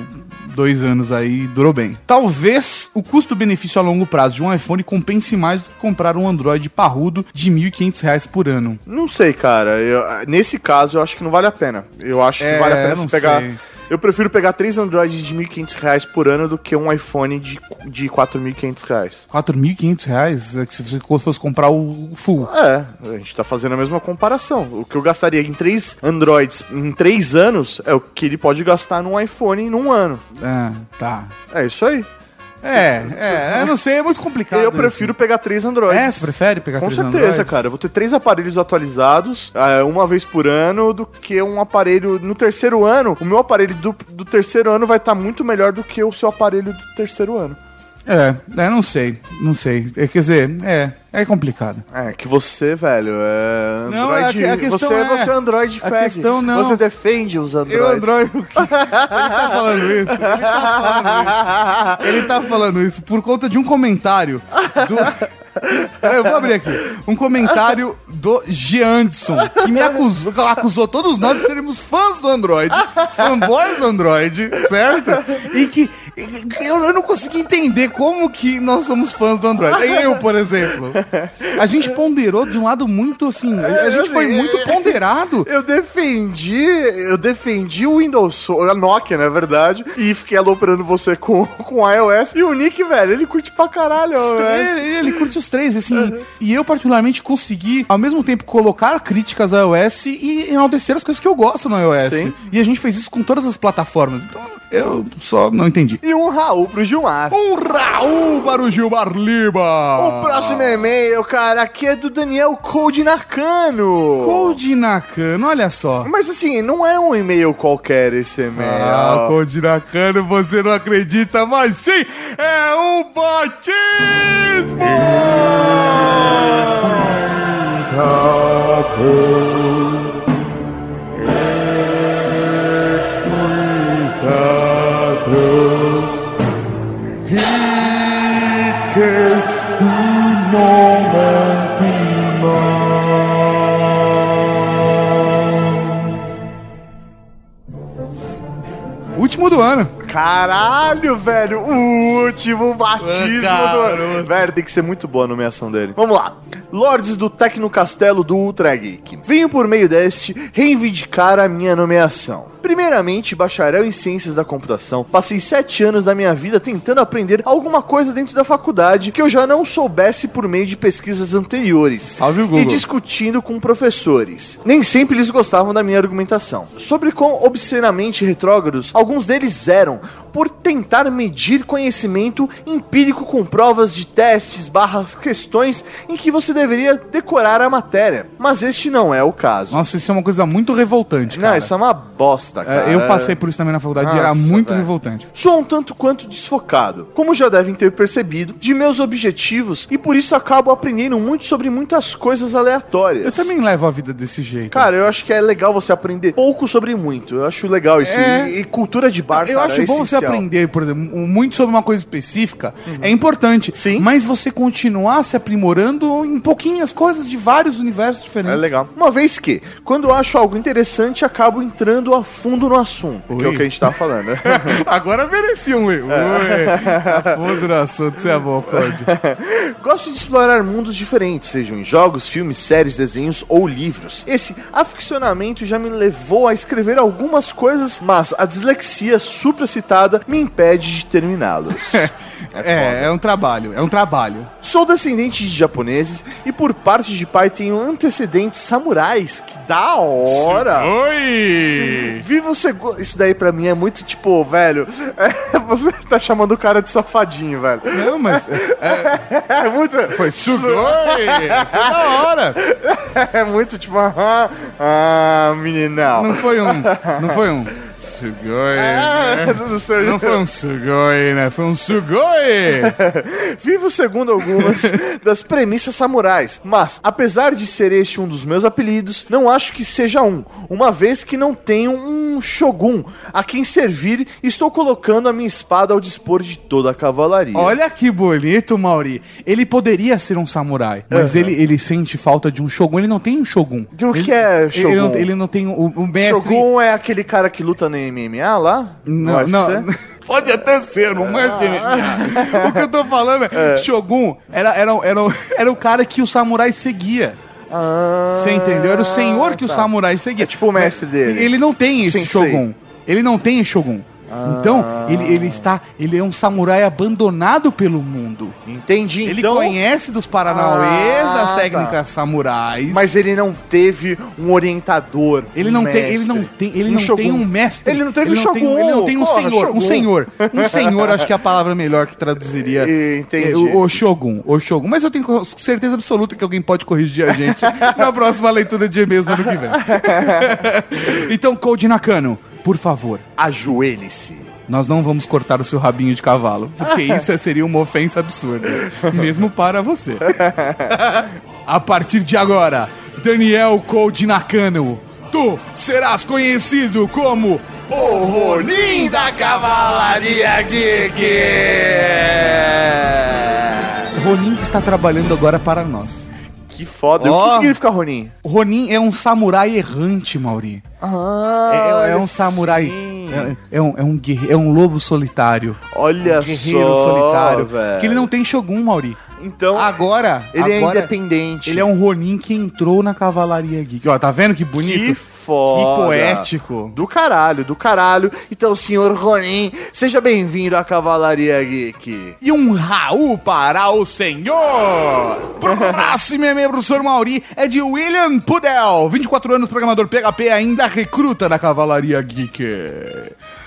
Speaker 9: Dois anos aí, durou bem. Talvez o custo-benefício a longo prazo de um iPhone compense mais do que comprar um Android parrudo de R$ 1.500 reais por ano.
Speaker 2: Não sei, cara. Eu- nesse caso, eu acho que não vale a pena. Eu acho
Speaker 9: É,
Speaker 2: que vale a pena
Speaker 9: eu
Speaker 2: você
Speaker 9: não
Speaker 2: pegar.
Speaker 9: sei.
Speaker 2: Eu prefiro pegar três Androids de R$ 1.500 reais por ano do que um iPhone de, de R$ 4.500 reais.
Speaker 9: R$ 4.500 reais é que se você fosse comprar o o full.
Speaker 2: É, a gente tá fazendo a mesma comparação. O que eu gastaria em três Androids em três anos é o que ele pode gastar num iPhone num ano.
Speaker 9: Ah, tá.
Speaker 2: É isso aí.
Speaker 9: É, é, eu não sei, é muito complicado.
Speaker 2: Eu prefiro pegar três Androids.
Speaker 9: É, você prefere pegar
Speaker 2: Com
Speaker 9: três
Speaker 2: certeza,
Speaker 9: Androids?
Speaker 2: cara. Eu vou ter três aparelhos atualizados ah, uma vez por ano do que um aparelho. No terceiro ano, o meu aparelho do, do terceiro ano vai estar muito melhor do que o seu aparelho do terceiro ano.
Speaker 9: É, é, não sei, não sei. É, quer dizer, é, é complicado.
Speaker 2: É, que você, velho, é.
Speaker 9: Não,
Speaker 2: Android-
Speaker 9: é que- a questão
Speaker 2: você,
Speaker 9: é-
Speaker 2: você é Android
Speaker 9: a
Speaker 2: fag.
Speaker 9: questão não-
Speaker 2: Você defende os Androids.
Speaker 9: Eu, Android, o quê? ele tá falando isso. Ele tá falando isso. Ele tá falando isso por conta de um comentário do. Peraí, Eu vou abrir aqui. Um comentário do Geandson, que me acusou, que acusou todos nós de sermos fãs do Android, fanboys do Android, certo? E que e que eu, eu não consegui entender como que nós somos fãs do Android. Eu, por exemplo. A gente ponderou de um lado muito assim. A gente foi muito ponderado.
Speaker 2: Eu defendi, eu defendi o Windows, a Nokia, na verdade, e fiquei aloprando você com com o iOS. E o Nick, velho, ele curte pra caralho o iOS.
Speaker 9: Ele, ele curte os três, assim. E eu, particularmente, consegui, ao mesmo tempo, colocar críticas ao iOS e enaltecer as coisas que eu gosto no iOS.
Speaker 2: Sim.
Speaker 9: E a gente fez isso com todas as plataformas. Então, eu só não entendi.
Speaker 2: E um Raul pro Gilmar.
Speaker 9: Um Raul para o Gilmar Lima.
Speaker 2: O próximo e-mail, cara, aqui é do Daniel Code Nakano.
Speaker 9: Code Nakano, olha só.
Speaker 2: Mas assim, não é um e-mail qualquer esse e-mail.
Speaker 9: Ah, Code Nakano, você não acredita, mas sim, é um batismo! Último do ano.
Speaker 2: Caralho, velho, o último batismo
Speaker 9: Ah,
Speaker 2: do... Velho, tem que ser muito boa a nomeação dele. Vamos lá. Lordes do Tecnocastelo do Ultra Geek. Venho por meio deste reivindicar a minha nomeação. Primeiramente, bacharel em ciências da computação, passei sete anos da minha vida tentando aprender alguma coisa dentro da faculdade que eu já não soubesse por meio de pesquisas anteriores.
Speaker 9: Salve o Google.
Speaker 2: E discutindo com professores. Nem sempre eles gostavam da minha argumentação. Sobre quão obscenamente retrógrados alguns deles eram por tentar medir conhecimento empírico com provas de testes, barras, questões em que você deveria decorar a matéria. Mas este não é o caso.
Speaker 1: Nossa, isso é uma coisa muito revoltante, cara.
Speaker 2: Não, isso é uma bosta, cara.
Speaker 1: É, eu passei por isso também na faculdade e era
Speaker 2: Nossa,
Speaker 1: muito
Speaker 2: velho.
Speaker 1: revoltante.
Speaker 2: Sou um tanto quanto desfocado, como já devem ter percebido, de meus objetivos e por isso acabo aprendendo muito sobre muitas coisas aleatórias.
Speaker 1: Eu também levo a vida desse jeito.
Speaker 2: Cara, eu acho que é legal você aprender pouco sobre muito. Eu acho legal isso.
Speaker 1: É.
Speaker 2: E, e cultura de bar,
Speaker 1: Eu
Speaker 2: cara,
Speaker 1: acho
Speaker 2: é
Speaker 1: bom você
Speaker 2: essencial.
Speaker 1: aprender, por exemplo, um- muito sobre uma coisa específica é importante. Sim. Mas você continuar se aprimorando em pouquinhas coisas de vários universos diferentes.
Speaker 2: É legal. Uma vez que, quando eu acho algo interessante, acabo entrando a fundo no assunto, que é o que a gente tá falando. né?
Speaker 1: Agora merecia um eu. Fundo no assunto, você é bom, Cláudio.
Speaker 2: Gosto de explorar mundos diferentes, sejam em jogos, filmes, séries, desenhos ou livros. Esse aficionamento já me levou a escrever algumas coisas, mas a dislexia supracitada me impede de terminá-los.
Speaker 1: É, é um trabalho, é um trabalho.
Speaker 2: Sou descendente de japoneses e por parte de pai tenho antecedentes samurais. Que da hora!
Speaker 9: Oi!
Speaker 2: Vivo seguro. Isso daí pra mim é muito tipo, velho. é, você tá chamando o cara de safadinho, velho.
Speaker 1: Não, mas.
Speaker 2: É, muito.
Speaker 1: Foi
Speaker 2: sugoi!
Speaker 1: Foi da hora!
Speaker 2: É muito tipo, aham, ah, meninão.
Speaker 1: Não foi um. Não foi um. Sugoi.
Speaker 2: Ah,
Speaker 1: né?
Speaker 2: não sei.
Speaker 1: Não foi um sugoi, né? Foi um sugoi!
Speaker 2: Vivo segundo algumas das premissas samurais, mas apesar de ser este um dos meus apelidos, não acho que seja um, uma vez que não tenho um shogun a quem servir, estou colocando a minha espada ao dispor de toda a cavalaria.
Speaker 1: Olha que bonito, Mauri. Ele poderia ser um samurai, mas
Speaker 2: Aham.
Speaker 1: ele, ele sente falta de um shogun. Ele não tem um shogun.
Speaker 2: E o
Speaker 1: Ele-
Speaker 2: que é shogun?
Speaker 1: Ele não, ele não tem o, o mestre.
Speaker 2: Shogun é aquele cara que luta no MMA lá? é
Speaker 1: Não,
Speaker 2: No
Speaker 1: não.
Speaker 2: UFC?
Speaker 1: Pode até ser, não
Speaker 2: Ah.
Speaker 1: é gerenciado. O que eu tô falando é, Shogun era, era, era, o- era o cara que o samurai seguia. Você entendeu? Era o senhor que o
Speaker 2: Ah, tá.
Speaker 1: samurai seguia. tipo
Speaker 2: o mestre dele.
Speaker 1: Ele não tem esse
Speaker 2: Sensei. Ah.
Speaker 1: Shogun. Ele não tem esse Shogun. Então, ele, ele está. Ele é um samurai abandonado pelo mundo.
Speaker 2: Entendi.
Speaker 1: Ele
Speaker 2: então-
Speaker 1: conhece dos paranauês,
Speaker 2: Ah,
Speaker 1: as
Speaker 2: tá.
Speaker 1: técnicas samurais.
Speaker 2: Mas ele não teve um orientador.
Speaker 1: Ele
Speaker 2: um
Speaker 1: não tem,
Speaker 2: mestre.
Speaker 1: ele não tem, ele
Speaker 2: Um
Speaker 1: não tem
Speaker 2: shogun.
Speaker 1: um mestre.
Speaker 2: Ele não teve
Speaker 1: ele não
Speaker 2: shogun.
Speaker 1: tem, um- ele não tem um
Speaker 2: Porra,
Speaker 1: senhor,
Speaker 2: shogun.
Speaker 1: um senhor. Um senhor, acho que é a palavra melhor que traduziria.
Speaker 2: Entendi.
Speaker 1: É, O, o shogun, o shogun. Mas eu tenho co- certeza absoluta que alguém pode corrigir a gente na próxima leitura de e-mails do ano que vem. então, Code Nakano, por favor,
Speaker 2: ajoelhe-se.
Speaker 1: Nós não vamos cortar o seu rabinho de cavalo, porque isso seria uma ofensa absurda, mesmo para você. A partir de agora, Daniel Code Nakano, tu serás conhecido como o Ronin da Cavalaria Geek! Ronin que está trabalhando agora para nós.
Speaker 2: Que foda. O
Speaker 1: Ó.
Speaker 2: que significa Ronin?
Speaker 1: Ronin é um samurai errante, Mauri.
Speaker 2: Ah,
Speaker 1: É, é um samurai. É, é um, é, um guerre- é um lobo solitário.
Speaker 2: Olha
Speaker 1: um guerreiro
Speaker 2: só,
Speaker 1: solitário.
Speaker 2: velho.
Speaker 1: Que ele não tem Shogun, Mauri.
Speaker 2: Então,
Speaker 1: Agora.
Speaker 2: ele
Speaker 1: agora,
Speaker 2: é independente.
Speaker 1: Ele é um Ronin que entrou na Cavalaria Geek. Ó, tá vendo que bonito?
Speaker 2: Que foda.
Speaker 1: Que poético.
Speaker 2: Do caralho, do caralho. Então, senhor Ronin, seja bem-vindo à Cavalaria Geek.
Speaker 1: E um Raul para o senhor! Próximo membro, o senhor Mauri, é de William Pudel, 24 anos, programador PHP, ainda recruta da Cavalaria Geek.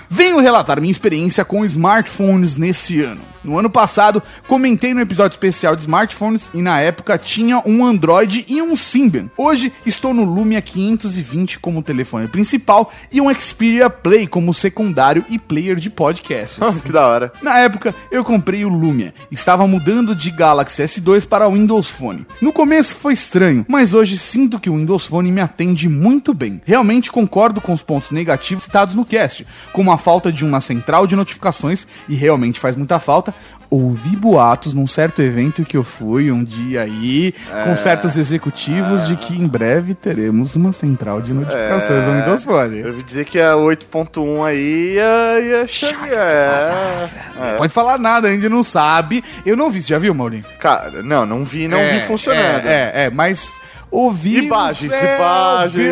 Speaker 1: Venho relatar minha experiência com smartphones nesse ano. No ano passado, comentei no episódio especial de smartphones e na época tinha um Android e um Symbian. Hoje estou no Lumia 520 como telefone principal e um Xperia Play como secundário e player de podcasts.
Speaker 2: que da hora.
Speaker 1: Na época, eu comprei o Lumia. Estava mudando de Galaxy S2 para o Windows Phone. No começo foi estranho, mas hoje sinto que o Windows Phone me atende muito bem. Realmente concordo com os pontos negativos citados no cast, como a falta de uma central de notificações, e realmente faz muita falta. Ouvi boatos num certo evento que eu fui um dia aí, com certos executivos, de que em breve teremos uma central de notificações no Windows Phone.
Speaker 2: Eu ouvi dizer que é a 8.1 aí ia, ia chegar.
Speaker 1: Não Pode falar nada, ainda não sabe. Eu não vi, você já viu, Maurinho?
Speaker 2: Cara, não, não vi, não
Speaker 1: É,
Speaker 2: vi funcionando.
Speaker 1: É, é, é, mas ouvimos...
Speaker 2: Imagens,
Speaker 1: é,
Speaker 2: imagens.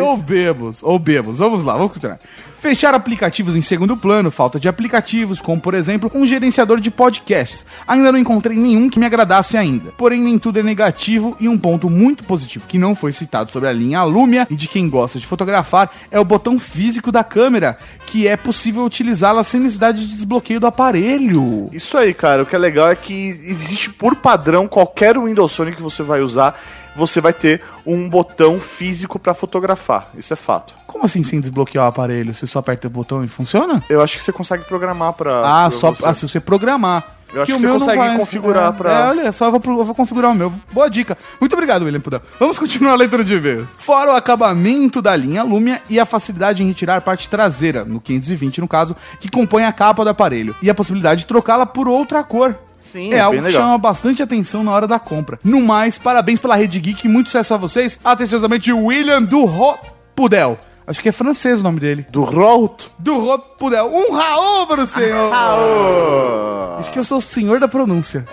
Speaker 1: ouvi- Ouvimos, ouvimos. Vamos lá, vamos continuar. Fechar aplicativos em segundo plano, falta de aplicativos, como por exemplo um gerenciador de podcasts. Ainda não encontrei nenhum que me agradasse ainda. Porém, nem tudo é negativo e um ponto muito positivo que não foi citado sobre a linha Lumia e de quem gosta de fotografar é o botão físico da câmera, que é possível utilizá-la sem necessidade de desbloqueio do aparelho.
Speaker 2: Isso aí, cara. O que é legal é que existe por padrão qualquer Windows Phone que você vai usar. você vai ter um botão físico pra fotografar. Isso é fato.
Speaker 9: Como assim sem desbloquear o aparelho? Você só aperta o botão e funciona?
Speaker 2: Eu acho que você consegue programar pra.
Speaker 9: Ah,
Speaker 2: pra
Speaker 9: só
Speaker 2: você.
Speaker 9: ah, se você programar.
Speaker 2: Eu acho que
Speaker 9: o
Speaker 2: você
Speaker 9: meu não
Speaker 2: consegue
Speaker 9: vai-
Speaker 2: configurar
Speaker 9: é,
Speaker 2: pra-
Speaker 9: É, olha só, eu vou, pro- eu vou configurar o meu. Boa dica. Muito obrigado, William Pudão. Vamos continuar a leitura de vez. Fora o acabamento da linha Lumia e a facilidade em retirar a parte traseira, no 520 no caso, que compõe a capa do aparelho, e a possibilidade de trocá-la por outra cor.
Speaker 2: Sim,
Speaker 9: é,
Speaker 2: é
Speaker 9: algo
Speaker 2: bem
Speaker 9: que
Speaker 2: legal.
Speaker 9: chama bastante atenção na hora da compra. No mais, parabéns pela Rede Geek, muito sucesso a vocês. Atenciosamente, William do Ro Pudel. Acho que é francês o nome dele.
Speaker 2: Do Rout?
Speaker 9: Do Ro Pudel. Um Raul para o senhor!
Speaker 2: Raul!
Speaker 9: Acho que eu sou o senhor da pronúncia.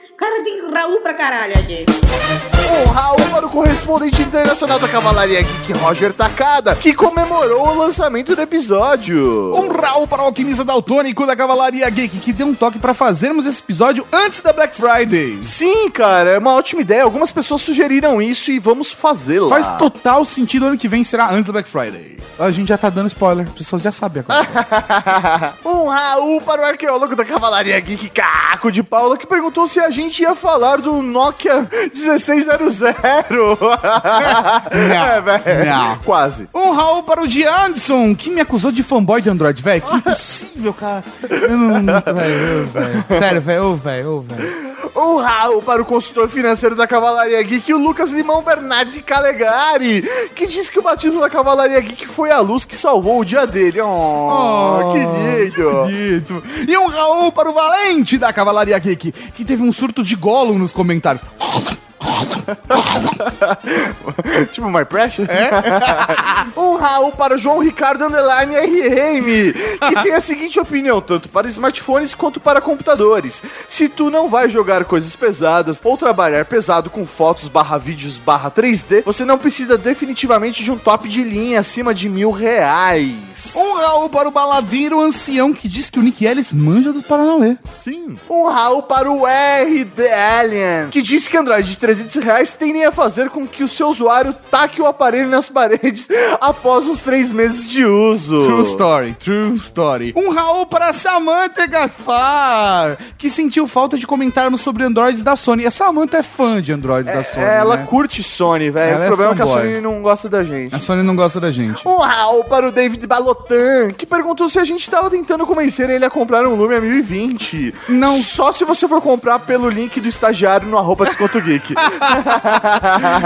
Speaker 20: Cara, tem Raul pra caralho aqui.
Speaker 2: Um Raul para o correspondente internacional da Cavalaria Geek, Roger Takada, que comemorou o lançamento do episódio.
Speaker 9: Um Raul para o alquimista daltônico da Cavalaria Geek, que deu um toque pra fazermos esse episódio antes da Black Friday.
Speaker 2: Sim, cara, é uma ótima ideia. Algumas pessoas sugeriram isso e vamos fazê-la.
Speaker 9: Faz total sentido ano que vem será antes da Black Friday. A gente já tá dando spoiler, as pessoas já sabem agora.
Speaker 2: um Raul para o arqueólogo da Cavalaria Geek, Caco de Paula, que perguntou se a gente ia falar do Nokia 1600. é,
Speaker 9: não.
Speaker 2: velho. Quase.
Speaker 9: Um Raul para o Gianson, que me acusou de fanboy de Android, velho. Que impossível, cara. Eu não. Velho, velho. Sério, velho, ô, velho, ô, velho.
Speaker 2: Um Raul para o consultor financeiro da Cavalaria Geek, o Lucas Limão Bernardi Calegari, que diz que o batismo da Cavalaria Geek foi a luz que salvou o dia dele. Oh, querido.
Speaker 9: querido. E um Raul para o Valente da Cavalaria Geek, que teve um surto de Gollum nos comentários.
Speaker 2: tipo My Precious? um Raul para o João Ricardo Underline RM, que tem a seguinte opinião, tanto para smartphones quanto para computadores. Se tu não vai jogar coisas pesadas ou trabalhar pesado com fotos barra vídeos barra 3D, você não precisa definitivamente de um top de linha acima de mil reais.
Speaker 9: Um Raul para o baladeiro ancião, que diz que o Nick Ellis manja dos Paranauê.
Speaker 2: Sim. Um Raul para o R The Alien, que diz que Android de 300 reais tendem a fazer com que o seu usuário taque o aparelho nas paredes após uns três meses de uso.
Speaker 9: True story, true story. Um Raul para Samantha Gaspar, que sentiu falta de comentarmos sobre androids da Sony. A Samantha é fã de androids da Sony.
Speaker 2: ela
Speaker 9: né?
Speaker 2: curte Sony, velho.
Speaker 9: Ela
Speaker 2: O
Speaker 9: é
Speaker 2: problema é que a
Speaker 9: fanboy. é
Speaker 2: Sony não gosta da gente.
Speaker 9: A Sony não gosta da gente.
Speaker 2: Um Raul para o David Balotan, que perguntou se a gente tava tentando convencer ele a comprar um Lumia 1020. Não. Só se você for comprar pelo link do estagiário no arroba desconto geek.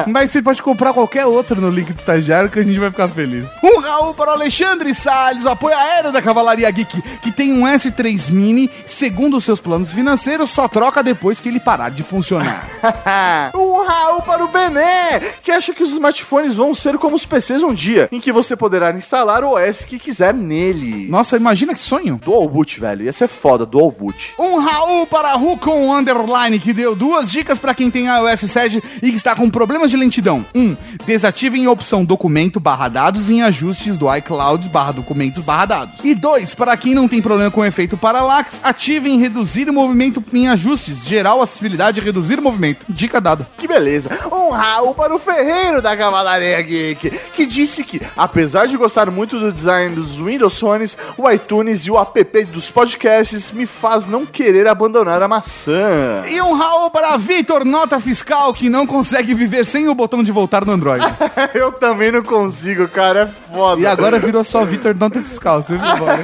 Speaker 9: Mas você pode comprar qualquer outro no link do estagiário que a gente vai ficar feliz. Um Raul para o Alexandre Salles, o apoio aéreo da Cavalaria Geek, que tem um S3 Mini, segundo os seus planos financeiros, só troca depois que ele parar de funcionar. Ah.
Speaker 2: um Raul para o Bené, que acha que os smartphones vão ser como os PCs um dia, em que você poderá instalar o OS que quiser nele.
Speaker 9: Nossa, imagina que sonho.
Speaker 2: Dual boot, velho. Ia ser foda, dual boot.
Speaker 9: Um Raul para a Rucon Underline, que deu duas dicas para quem tem iOS 7 e que está com problemas de lentidão. 1. Um, desativem a opção documento barra dados em ajustes do iCloud barra documentos barra dados. E 2. Para quem não tem problema com o efeito parallax, ativem reduzir o movimento em ajustes, geral acessibilidade e reduzir o movimento. Dica dada.
Speaker 2: Que beleza. Um Raul para o Ferreiro da Cavalaria Geek, que disse que, apesar de gostar muito do design dos Windows Phones, o iTunes e o app dos podcasts me faz não querer abandonar a maçã.
Speaker 9: E um Raul para Vitor Nota Fiscal, que não consegue viver sem o botão de voltar no Android.
Speaker 2: Eu também não consigo, cara, é foda.
Speaker 9: E agora virou só Vitor Nota Fiscal, você viu? Bob?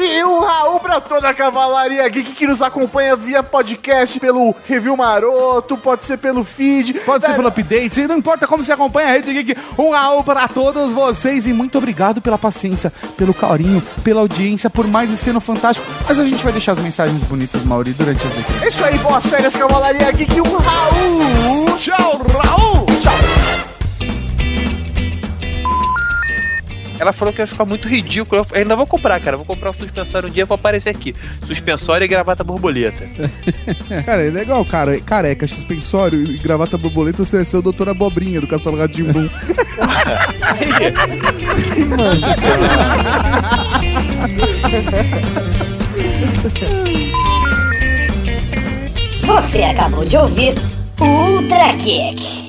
Speaker 2: E um Raul pra toda a Cavalaria Geek que nos acompanha via podcast, pelo Review Maroto, pode ser pelo feed.
Speaker 9: Pode ser pelo update, não importa como você acompanha a Rede Geek. Um Raul para todos vocês e muito obrigado pela paciência, pelo carinho, pela audiência, por mais esse ano fantástico. Mas a gente vai deixar as mensagens bonitas, Mauri, durante a leitura.
Speaker 2: É isso aí, boas férias, Cavalaria Geek. Um Raul. Tchau, Raul. Tchau.
Speaker 4: Ela falou que vai ficar muito ridículo. Eu ainda vou comprar, cara. Vou comprar o suspensório um dia, vou aparecer aqui. Suspensório e gravata borboleta.
Speaker 1: Cara, é legal, cara. Careca, suspensório e gravata borboleta, você vai ser o doutor Abobrinha do Castelo Ratimbum.
Speaker 20: Que manda, cara.
Speaker 8: Você acabou de ouvir o Ultra Kick.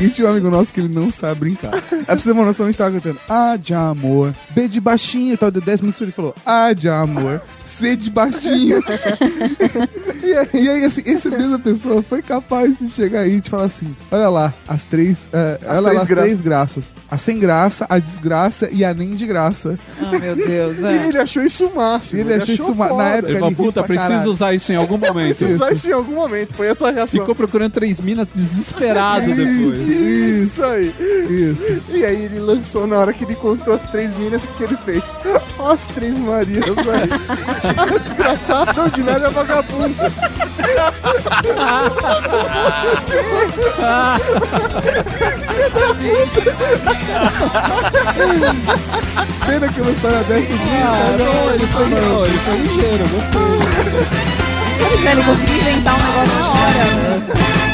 Speaker 1: E tinha um amigo nosso que ele não sabe brincar. Aí pra você ter uma noção, a gente tava cantando A de amor, B de baixinho e tal. Deu 10 minutos ele falou A de amor, C de baixinho. e, aí- e aí, assim, essa mesma pessoa foi capaz de chegar aí e te falar assim: Olha lá, as três, eh, olha
Speaker 2: As três
Speaker 1: lá, as
Speaker 2: graças.
Speaker 1: três graças: a sem graça, a desgraça e a nem de graça.
Speaker 21: Ah, meu Deus,
Speaker 5: é.
Speaker 2: E ele achou isso o máximo.
Speaker 1: Ele achou isso ma- na época
Speaker 9: Ele falou,
Speaker 1: ele riu
Speaker 9: puta,
Speaker 1: pra
Speaker 9: preciso
Speaker 1: caralho."
Speaker 9: usar isso em algum momento.
Speaker 2: Preciso usar isso em algum momento, foi essa a reação.
Speaker 9: Ficou procurando três minas desesperado depois.
Speaker 2: Isso aí. Isso. E aí ele lançou na hora que ele contou as três minas o que ele fez. Ó as três Marias aí. Desgraçado,
Speaker 9: é
Speaker 2: ordinária vagabunda.
Speaker 1: Pena que eu não estava dessa de
Speaker 9: Ah, né? não, ele foi não, ele foi ligeiro, gostei.
Speaker 5: Pois é, ele conseguiu inventar um negócio na hora. né?